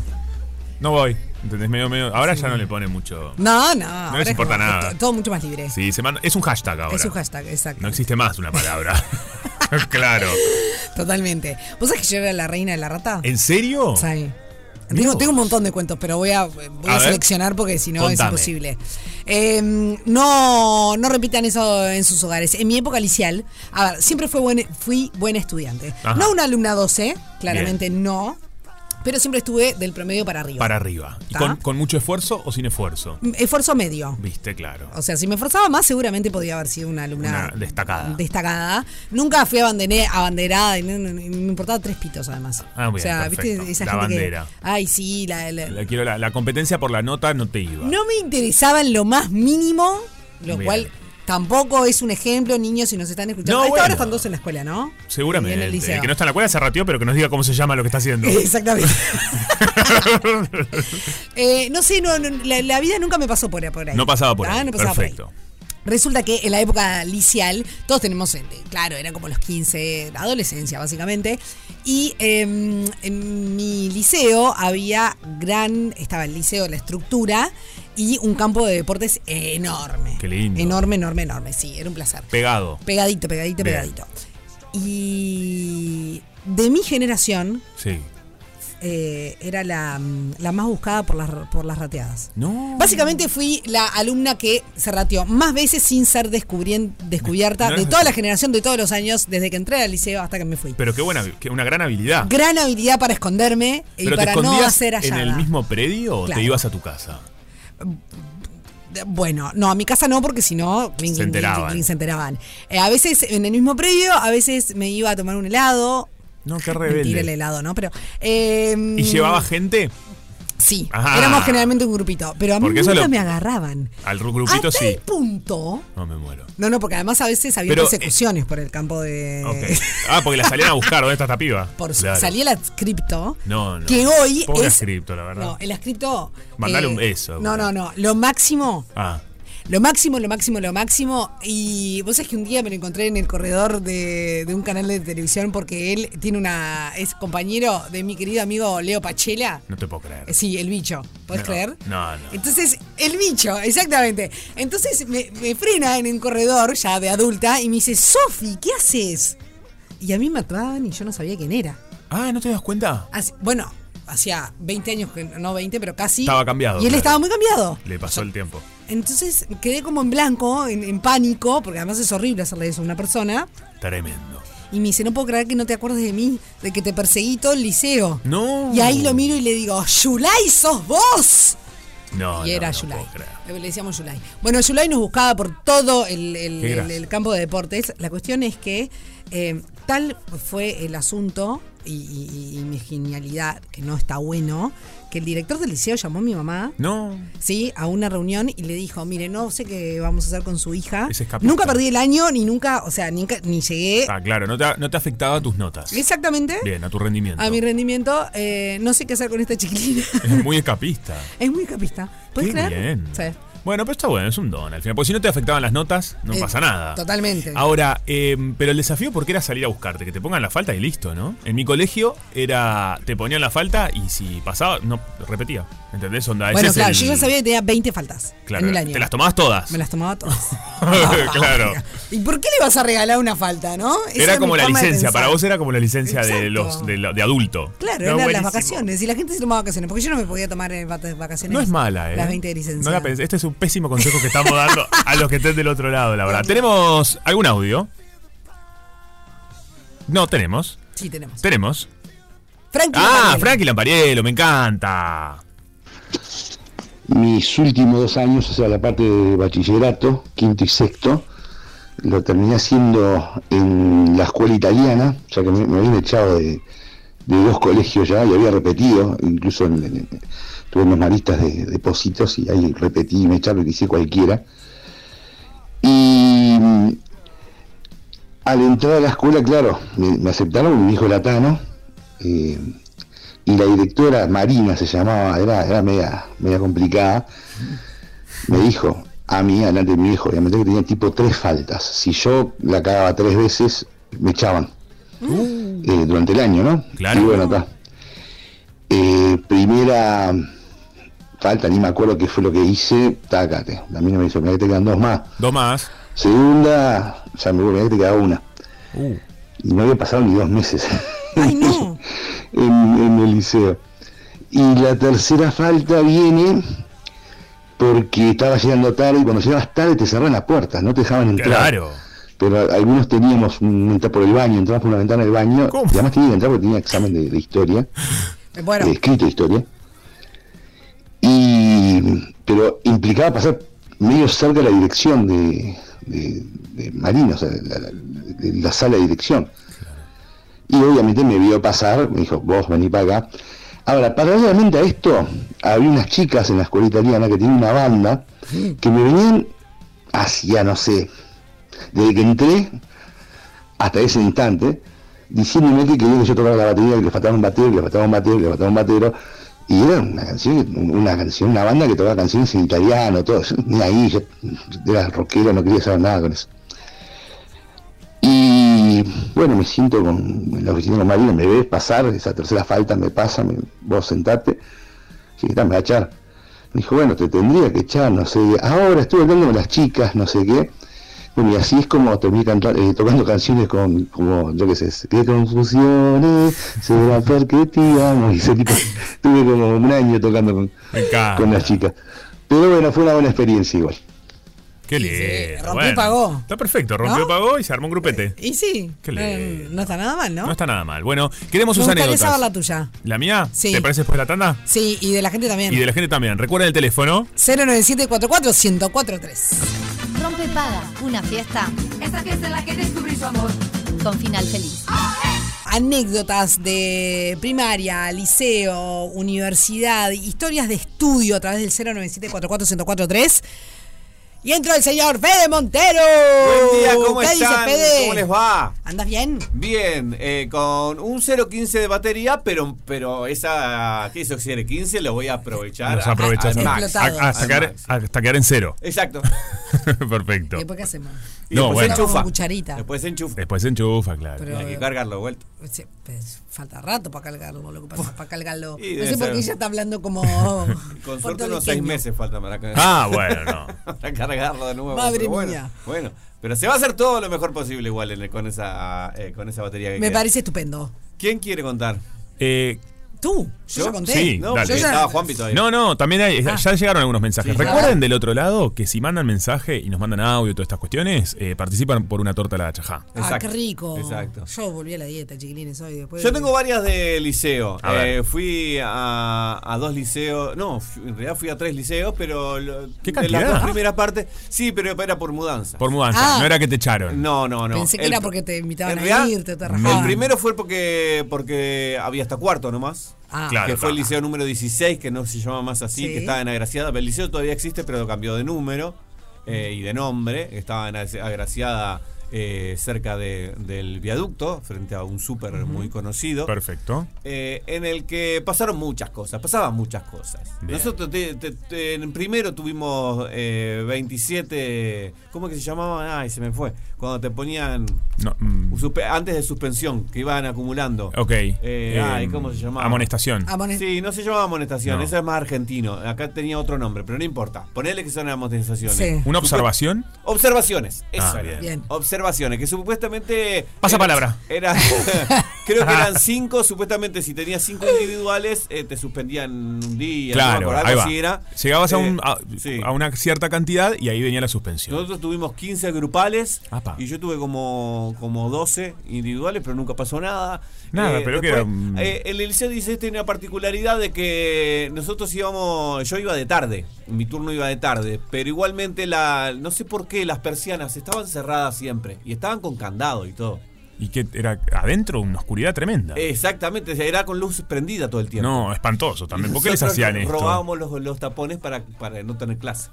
Speaker 3: no voy. ¿Entendés? Medio, medio. Ahora ya no le pone mucho.
Speaker 2: no, no. ahora
Speaker 3: les
Speaker 2: es
Speaker 3: importa
Speaker 2: como-
Speaker 3: nada.
Speaker 2: to- Todo mucho más libre.
Speaker 3: Sí, se manda- es un hashtag ahora.
Speaker 2: es un hashtag, exacto.
Speaker 3: No existe más una
Speaker 2: [LAUGHS]
Speaker 3: palabra. [LAUGHS] claro.
Speaker 2: Totalmente. ¿Vos sabés que yo era la reina de la rata?
Speaker 3: ¿En serio?
Speaker 2: Sí.
Speaker 3: Mirá
Speaker 2: Tengo,
Speaker 3: vos.
Speaker 2: tengo un montón de cuentos, pero voy a, voy
Speaker 3: A
Speaker 2: a,
Speaker 3: ver.
Speaker 2: seleccionar porque si no es
Speaker 3: Contame.
Speaker 2: imposible. Eh, no, no repitan eso en sus hogares. En mi época liceal, a ver, siempre fue buen- fui buena estudiante.
Speaker 3: Ajá.
Speaker 2: No una alumna 12, claramente no, pero siempre estuve del promedio para arriba.
Speaker 3: Para arriba. ¿Y
Speaker 2: ¿Está?
Speaker 3: con, con mucho esfuerzo o sin esfuerzo?
Speaker 2: Esfuerzo medio.
Speaker 3: Viste, claro.
Speaker 2: O sea, si me esforzaba más, seguramente podía haber sido una alumna
Speaker 3: Una destacada.
Speaker 2: Ah. destacada. Nunca fui abandené- abanderada, y no- no- no- me importaba tres pitos además.
Speaker 3: Ah, bien,
Speaker 2: o sea,
Speaker 3: perfecto.
Speaker 2: viste esa
Speaker 3: La
Speaker 2: gente
Speaker 3: bandera.
Speaker 2: que. Ay, sí, la- la-
Speaker 3: La, quiero la, la competencia por la nota no te iba.
Speaker 2: No me interesaba en lo más mínimo, lo
Speaker 3: Bien.
Speaker 2: cual tampoco es un ejemplo, niños, si nos están escuchando.
Speaker 3: No,
Speaker 2: Hasta
Speaker 3: bueno.
Speaker 2: ahora están dos en la escuela, ¿no? Y en
Speaker 3: Seguramente.
Speaker 2: el
Speaker 3: El,
Speaker 2: liceo. [LAUGHS]
Speaker 3: que no está en la cuerda se rateó, pero que nos diga cómo se llama lo que está haciendo. [LAUGHS]
Speaker 2: Exactamente. Eh, no sé, no, no, la, la vida nunca me pasó por, por ahí.
Speaker 3: no pasaba por
Speaker 2: Ah,
Speaker 3: ahí.
Speaker 2: no pasaba por ahí.
Speaker 3: Perfecto.
Speaker 2: Resulta que en la época licial, todos tenemos, eh, claro, eran como los 15, la adolescencia básicamente, y eh, en mi liceo había gran, estaba el liceo, la estructura, y un campo de deportes enorme.
Speaker 3: Qué lindo.
Speaker 2: Enorme, enorme, enorme, sí, era un placer.
Speaker 3: Pegado.
Speaker 2: Pegadito, pegadito,
Speaker 3: Bien.
Speaker 2: pegadito. Y de mi generación
Speaker 3: Sí.
Speaker 2: eh, era la, mm, la más buscada por las, por las rateadas.
Speaker 3: No.
Speaker 2: Básicamente fui la alumna que se rateó más veces sin ser descubrien- descubierta de toda la generación de todos los años, desde que entré al liceo hasta que me fui.
Speaker 3: Pero qué buena, qué- una gran habilidad.
Speaker 2: Gran habilidad para esconderme y
Speaker 3: Pero te
Speaker 2: para no
Speaker 3: escondías
Speaker 2: hacer
Speaker 3: en
Speaker 2: hallada.
Speaker 3: el mismo predio o
Speaker 2: Claro.
Speaker 3: te ibas a tu casa.
Speaker 2: Bueno, no, a mi casa no, porque si no,
Speaker 3: Se
Speaker 2: clink, clink, clink,
Speaker 3: enteraban.
Speaker 2: clink, se enteraban. Eh, a veces en el mismo predio, a veces me iba a tomar un helado.
Speaker 3: No, qué
Speaker 2: Mentira el
Speaker 3: rebelde.
Speaker 2: helado, ¿no? Pero. eh,
Speaker 3: ¿Y llevaba gente? Ah.
Speaker 2: Sí,
Speaker 3: Ajá.
Speaker 2: éramos generalmente un grupito. Pero a mí
Speaker 3: Porque eso
Speaker 2: nunca
Speaker 3: lo-
Speaker 2: me agarraban.
Speaker 3: Al ru- grupito
Speaker 2: a tal
Speaker 3: sí.
Speaker 2: punto.
Speaker 3: No me muero.
Speaker 2: No, no, porque además a veces había
Speaker 3: Pero, eh,
Speaker 2: persecuciones por el campo de.
Speaker 3: Ok. Ah, porque la salían a buscar, ¿dónde está esta piba?
Speaker 2: Eh. [LAUGHS] Por su-
Speaker 3: Claro.
Speaker 2: Salía la cripto.
Speaker 3: No, no.
Speaker 2: Que hoy
Speaker 3: Pobre
Speaker 2: es.
Speaker 3: cripto, la verdad.
Speaker 2: No, el cripto.
Speaker 3: Mandale un beso,
Speaker 2: Eh, No,
Speaker 3: bueno.
Speaker 2: no, no. Lo máximo.
Speaker 3: Ah.
Speaker 2: Lo máximo, lo máximo, lo máximo. Y vos sabés que un día me lo encontré en el corredor de, de un canal de televisión porque él tiene una. es compañero de mi querido amigo Leo Pachela.
Speaker 3: No te puedo creer.
Speaker 2: Eh, Sí, el bicho. ¿Podés
Speaker 3: No,
Speaker 2: creer?
Speaker 3: no, no.
Speaker 2: Entonces, el bicho, exactamente. Entonces me, me frena en un corredor ya de adulta y me dice, Sofi, ¿qué haces? Y a mí me actuaban y yo no sabía quién era.
Speaker 3: Ah, ¿no te das cuenta?
Speaker 2: Así- bueno, hacía 20 años, que- no 20, pero casi.
Speaker 3: Estaba cambiado,
Speaker 2: Y él
Speaker 3: claro.
Speaker 2: estaba muy cambiado.
Speaker 3: Le pasó el tiempo.
Speaker 2: Entonces quedé como en blanco, en, en pánico, porque además es horrible hacerle eso a una persona.
Speaker 3: Tremendo.
Speaker 2: Y me dice, no puedo creer que no te acuerdes de mí, de que te perseguí todo el liceo.
Speaker 3: No.
Speaker 2: Y ahí lo miro y le digo, Yulai, sos vos.
Speaker 3: No,
Speaker 2: y
Speaker 3: no,
Speaker 2: era
Speaker 3: no
Speaker 2: Yulai.
Speaker 3: puedo creer.
Speaker 2: Le decíamos Yulai. Bueno, Yulai nos buscaba por todo el, el-
Speaker 3: Qué
Speaker 2: el-
Speaker 3: gracia.
Speaker 2: el campo de deportes. La cuestión es que eh, tal fue el asunto y, y- y mi genialidad, que no está bueno, que el director del liceo llamó a mi mamá.
Speaker 3: No.
Speaker 2: Sí, a una reunión y le dijo, mire, no sé qué vamos a hacer con su hija.
Speaker 3: Es escapista.
Speaker 2: Nunca perdí el año, ni nunca, o sea, nunca, ni llegué
Speaker 3: Ah, claro, no te, no te afectaba a tus notas.
Speaker 2: exactamente
Speaker 3: Bien, a tu rendimiento.
Speaker 2: a mi rendimiento. Eh, no sé qué hacer con esta chiquilina. [LAUGHS]
Speaker 3: Es muy escapista.
Speaker 2: es muy capista. ¿Puedes
Speaker 3: Qué
Speaker 2: creer?
Speaker 3: bien.
Speaker 2: Sí.
Speaker 3: Bueno, pero está bueno, es un don al final. Porque si no te afectaban las notas, no
Speaker 2: Eh,
Speaker 3: pasa nada.
Speaker 2: totalmente.
Speaker 3: Ahora, eh, pero el desafío, ¿por qué era salir a buscarte? Que te pongan la falta y listo, ¿no? En mi colegio era. Te ponían la falta y si pasaba, no, repetía. ¿Entendés? Onda, ese
Speaker 2: Bueno,
Speaker 3: es
Speaker 2: claro,
Speaker 3: el-
Speaker 2: yo ya sabía que tenía 20 faltas
Speaker 3: Claro,
Speaker 2: en el año.
Speaker 3: te las tomabas todas.
Speaker 2: Me las tomaba todas.
Speaker 3: [LAUGHS] Claro.
Speaker 2: ¿Y por qué le vas a regalar una falta, no? Esa
Speaker 3: Era
Speaker 2: mi
Speaker 3: como la
Speaker 2: forma de
Speaker 3: licencia,
Speaker 2: pensar.
Speaker 3: para vos era como la licencia de
Speaker 2: Exacto.
Speaker 3: los de, la- de adulto.
Speaker 2: Claro,
Speaker 3: No,
Speaker 2: eran las
Speaker 3: buenísimo.
Speaker 2: vacaciones. Y la gente se tomaba vacaciones. Porque yo no me podía tomar eh, vata- vacaciones.
Speaker 3: No es mala, ¿eh?
Speaker 2: Las 20 de licencia.
Speaker 3: No la pensé. Este es un pésimo consejo que estamos dando a los que estén del otro lado, la verdad. ¿Tenemos algún audio? No, tenemos.
Speaker 2: Sí, tenemos.
Speaker 3: Tenemos.
Speaker 2: Frankie.
Speaker 3: Ah,
Speaker 2: Gabriel.
Speaker 3: Frankie Lampariello, me encanta.
Speaker 7: Mis últimos dos años, o sea, la parte de bachillerato, quinto y sexto, lo terminé haciendo en la escuela italiana, o sea que me, me habían echado de, de dos colegios ya y había repetido, incluso en, en- tuve unos maristas de, de Positos y ahí repetí y me echaron y hice cualquiera. Y mm, al entrar a la escuela, claro, me, me aceptaron, mi hijo latano. eh, y la directora Marina se llamaba, era, era media, media complicada, me dijo a mí, adelante de mi hijo, obviamente que tenía tipo tres faltas. Si yo la cagaba tres veces, me echaban.
Speaker 2: Mm.
Speaker 7: Eh, durante el año, ¿no?
Speaker 3: Claro.
Speaker 7: Y bueno, está. Eh, primera falta, ni me acuerdo qué fue lo que hice, tácate. La mina me dijo, mirá que te quedan dos más.
Speaker 3: Dos más.
Speaker 7: Segunda, ya me dijo, mirá que te quedaba una.
Speaker 3: Uh,
Speaker 7: Y no había pasado ni dos meses. [LAUGHS]
Speaker 2: Ay, no.
Speaker 7: en, en el liceo. Y la tercera falta viene porque estaba llegando tarde y cuando llegabas tarde te cerraban las puertas, no te dejaban entrar.
Speaker 3: claro.
Speaker 7: Pero a- algunos teníamos un entrar por el baño, entrabas por una ventana del baño,
Speaker 3: ¿Cómo?
Speaker 7: y además tenía que entrar porque tenía examen de, de historia,
Speaker 2: Eh, Bueno,
Speaker 7: de escrito de historia. Y pero implicaba pasar medio cerca de la dirección de, de, de Marina, o sea, la, la- de la sala de dirección. Y obviamente me vio pasar, me dijo, vos vení para acá. Ahora, paralelamente a esto, había unas chicas en la escuela italiana que tenían una banda que me venían hacia, no sé, desde que entré hasta ese instante, diciéndome que querían que yo tocara la batería, que le faltaba un batero, que le faltaba un batero, que le faltaba un batero. Y era una canción, una canción, una banda que tocaba canciones en italiano, todo. Yo, ni ahí, yo era rockero, no quería saber nada con eso. Y bueno, me siento con en la oficina con Marina, me ves pasar, esa tercera falta me pasa, me, vos sentate. Sí, está, me va a echar. Me dijo, bueno, te tendría que echar, no sé. Ahora estuve hablando con las chicas, no sé qué. Bueno, y así es como terminé cantar- eh, tocando canciones con, como, yo qué sé, qué confusiones, será porque te amo. Y ese tipo, [LAUGHS] estuve como un año tocando con,
Speaker 3: Me encanta.
Speaker 7: con las chicas. Pero bueno, fue una buena experiencia igual.
Speaker 3: Qué lindo.
Speaker 2: rompió y pagó.
Speaker 3: Está perfecto, rompió
Speaker 2: ¿No?
Speaker 3: pagó y se armó un grupete.
Speaker 2: Y sí,
Speaker 3: Qué
Speaker 2: eh,
Speaker 3: lindo.
Speaker 2: no está nada mal, ¿no?
Speaker 3: No está nada mal. Bueno, queremos
Speaker 2: Me
Speaker 3: sus
Speaker 2: gustaría saber
Speaker 3: anécdotas.
Speaker 2: la tuya.
Speaker 3: ¿La mía?
Speaker 2: Sí.
Speaker 3: ¿Te parece después de la tanda?
Speaker 2: Sí, y de la gente también.
Speaker 3: Y de la gente también. Recuerden el teléfono.
Speaker 2: 09744 1043.
Speaker 6: Rompe Paga, una fiesta
Speaker 8: Esa fiesta en la que descubrí su amor.
Speaker 6: con final feliz.
Speaker 3: Ah,
Speaker 2: anécdotas de primaria, liceo, universidad, historias de estudio a través del 097 44143 Y entra el señor Fede Montero.
Speaker 4: Buen día, ¿cómo
Speaker 2: ¿Qué
Speaker 4: están?
Speaker 2: dice Fede?
Speaker 4: ¿Cómo les va?
Speaker 2: ¿Andas bien?
Speaker 4: Bien, eh, con un 0.15 de batería, pero, pero esa, que esos 0.15 lo voy a aprovechar.
Speaker 3: Nos
Speaker 4: a-
Speaker 3: aprovechas
Speaker 4: al
Speaker 3: a-
Speaker 4: max.
Speaker 2: Explotado.
Speaker 3: a- hasta,
Speaker 4: Al
Speaker 3: quedar,
Speaker 4: max.
Speaker 3: hasta quedar en cero. [LAUGHS]
Speaker 4: Exacto.
Speaker 3: Perfecto.
Speaker 2: ¿Y después qué hacemos?
Speaker 4: Y
Speaker 3: No,
Speaker 4: después
Speaker 3: bueno.
Speaker 4: se enchufa.
Speaker 2: Como cucharita.
Speaker 4: Después se enchufa.
Speaker 3: Después se enchufa, claro.
Speaker 2: Pero-
Speaker 4: Hay que cargarlo de vuelta.
Speaker 2: Sí, pues, falta rato para cargarlo, lo que pasa, para cargarlo.
Speaker 4: Y
Speaker 2: No
Speaker 4: debe
Speaker 2: sé por qué
Speaker 4: ser.
Speaker 2: ella está hablando como.
Speaker 4: [LAUGHS] Con suerte unos seis
Speaker 2: puertorriqueño.
Speaker 4: meses falta para, ca-
Speaker 3: Ah, bueno, no.
Speaker 4: [LAUGHS] para cargarlo de nuevo.
Speaker 2: Madre
Speaker 4: pero bueno,
Speaker 2: mía.
Speaker 4: Bueno, pero se va a hacer todo lo mejor posible igual en el- con, esa, eh, con esa batería que
Speaker 2: Me
Speaker 4: queda.
Speaker 2: parece estupendo. Ah,
Speaker 4: ¿Quién quiere contar?
Speaker 3: Eh,
Speaker 2: ¿Tú? Yo,
Speaker 4: ¿Yo?
Speaker 2: ya conté.
Speaker 3: Sí,
Speaker 4: No,
Speaker 3: dale.
Speaker 4: porque
Speaker 2: Yo ya-
Speaker 4: estaba Juanpi todavía.
Speaker 3: No, no, también hay,
Speaker 2: Ah.
Speaker 3: ya llegaron algunos mensajes.
Speaker 4: Sí,
Speaker 3: Recuerden del otro lado que si mandan mensaje y nos mandan audio y todas estas cuestiones, eh, participan por una torta a la chajá.
Speaker 2: Ah, qué
Speaker 4: Exacto,
Speaker 2: rico.
Speaker 4: exacto.
Speaker 2: Yo volví a la dieta, chiquilines, hoy. Después
Speaker 4: Yo tengo varias de liceo.
Speaker 3: A ver.
Speaker 4: Eh, fui a, a dos liceos. No, fu- en realidad fui a tres liceos, pero. lo-
Speaker 3: ¿Qué
Speaker 4: de las
Speaker 3: cantidad?
Speaker 4: dos primeras partes. Sí, pero era por mudanza.
Speaker 3: Por mudanza,
Speaker 2: Ah.
Speaker 3: no era que te echaron.
Speaker 4: No, no, no.
Speaker 2: Pensé que
Speaker 4: El-
Speaker 2: era porque te invitaban
Speaker 4: en
Speaker 2: a
Speaker 4: realidad,
Speaker 2: irte, te rajaban.
Speaker 4: El primero fue porque, porque había hasta cuarto nomás.
Speaker 2: Ah,
Speaker 3: Claro.
Speaker 4: que fue el liceo número 16, que no se llama más así,
Speaker 2: Sí.
Speaker 4: que estaba en Agraciada. Pero el liceo todavía existe, pero lo cambió de número eh, y de nombre. Estaba en Agraciada eh, cerca de- del viaducto, frente a un súper muy conocido.
Speaker 3: Perfecto.
Speaker 4: eh, en el que pasaron muchas cosas, pasaban muchas cosas.
Speaker 3: Bien.
Speaker 4: Nosotros te- te- te- en primero tuvimos eh, 27, ¿cómo que se llamaba? Ay, se me fue. Cuando te ponían
Speaker 3: No, mm,
Speaker 4: suspe- antes de suspensión, que iban acumulando.
Speaker 3: ok.
Speaker 4: Eh,
Speaker 3: Eh,
Speaker 4: ay, ¿cómo se llamaba?
Speaker 3: Amonestación.
Speaker 2: Amone-
Speaker 4: Sí, no se llamaba amonestación,
Speaker 3: No.
Speaker 4: eso es más argentino. Acá tenía otro nombre, pero no importa. Ponele que son amonestaciones.
Speaker 2: Sí.
Speaker 3: ¿Una observación?
Speaker 4: Observaciones, eso
Speaker 3: Ah,
Speaker 4: era.
Speaker 2: bien.
Speaker 4: Observaciones, que supuestamente.
Speaker 3: Pasa
Speaker 4: era-
Speaker 3: palabra. [LAUGHS]
Speaker 4: Era, [LAUGHS] creo que eran cinco, supuestamente si tenías cinco individuales, eh, te suspendían un día. ¿no?
Speaker 3: Claro,
Speaker 4: Por algo
Speaker 3: ahí va.
Speaker 4: así era.
Speaker 3: Llegabas a,
Speaker 4: Eh,
Speaker 3: un- a-
Speaker 4: sí.
Speaker 3: a una cierta cantidad y ahí venía la suspensión.
Speaker 4: Nosotros tuvimos 15 grupales
Speaker 3: Apa.
Speaker 4: y yo tuve como, como 12 individuales, pero nunca pasó nada.
Speaker 3: Nada, pero que era un-
Speaker 4: eh, El Eliseo dice tiene una particularidad de que nosotros íbamos, yo iba de tarde, mi turno iba de tarde, pero igualmente la, no sé por qué las persianas estaban cerradas siempre y estaban con candado y todo.
Speaker 3: Y que era adentro una oscuridad tremenda.
Speaker 4: Exactamente, o sea, era con luz prendida todo el tiempo.
Speaker 3: no, espantoso también. ¿Por qué les
Speaker 4: Nosotros
Speaker 3: hacían esto?
Speaker 4: Robábamos los, los tapones para, para no tener clase.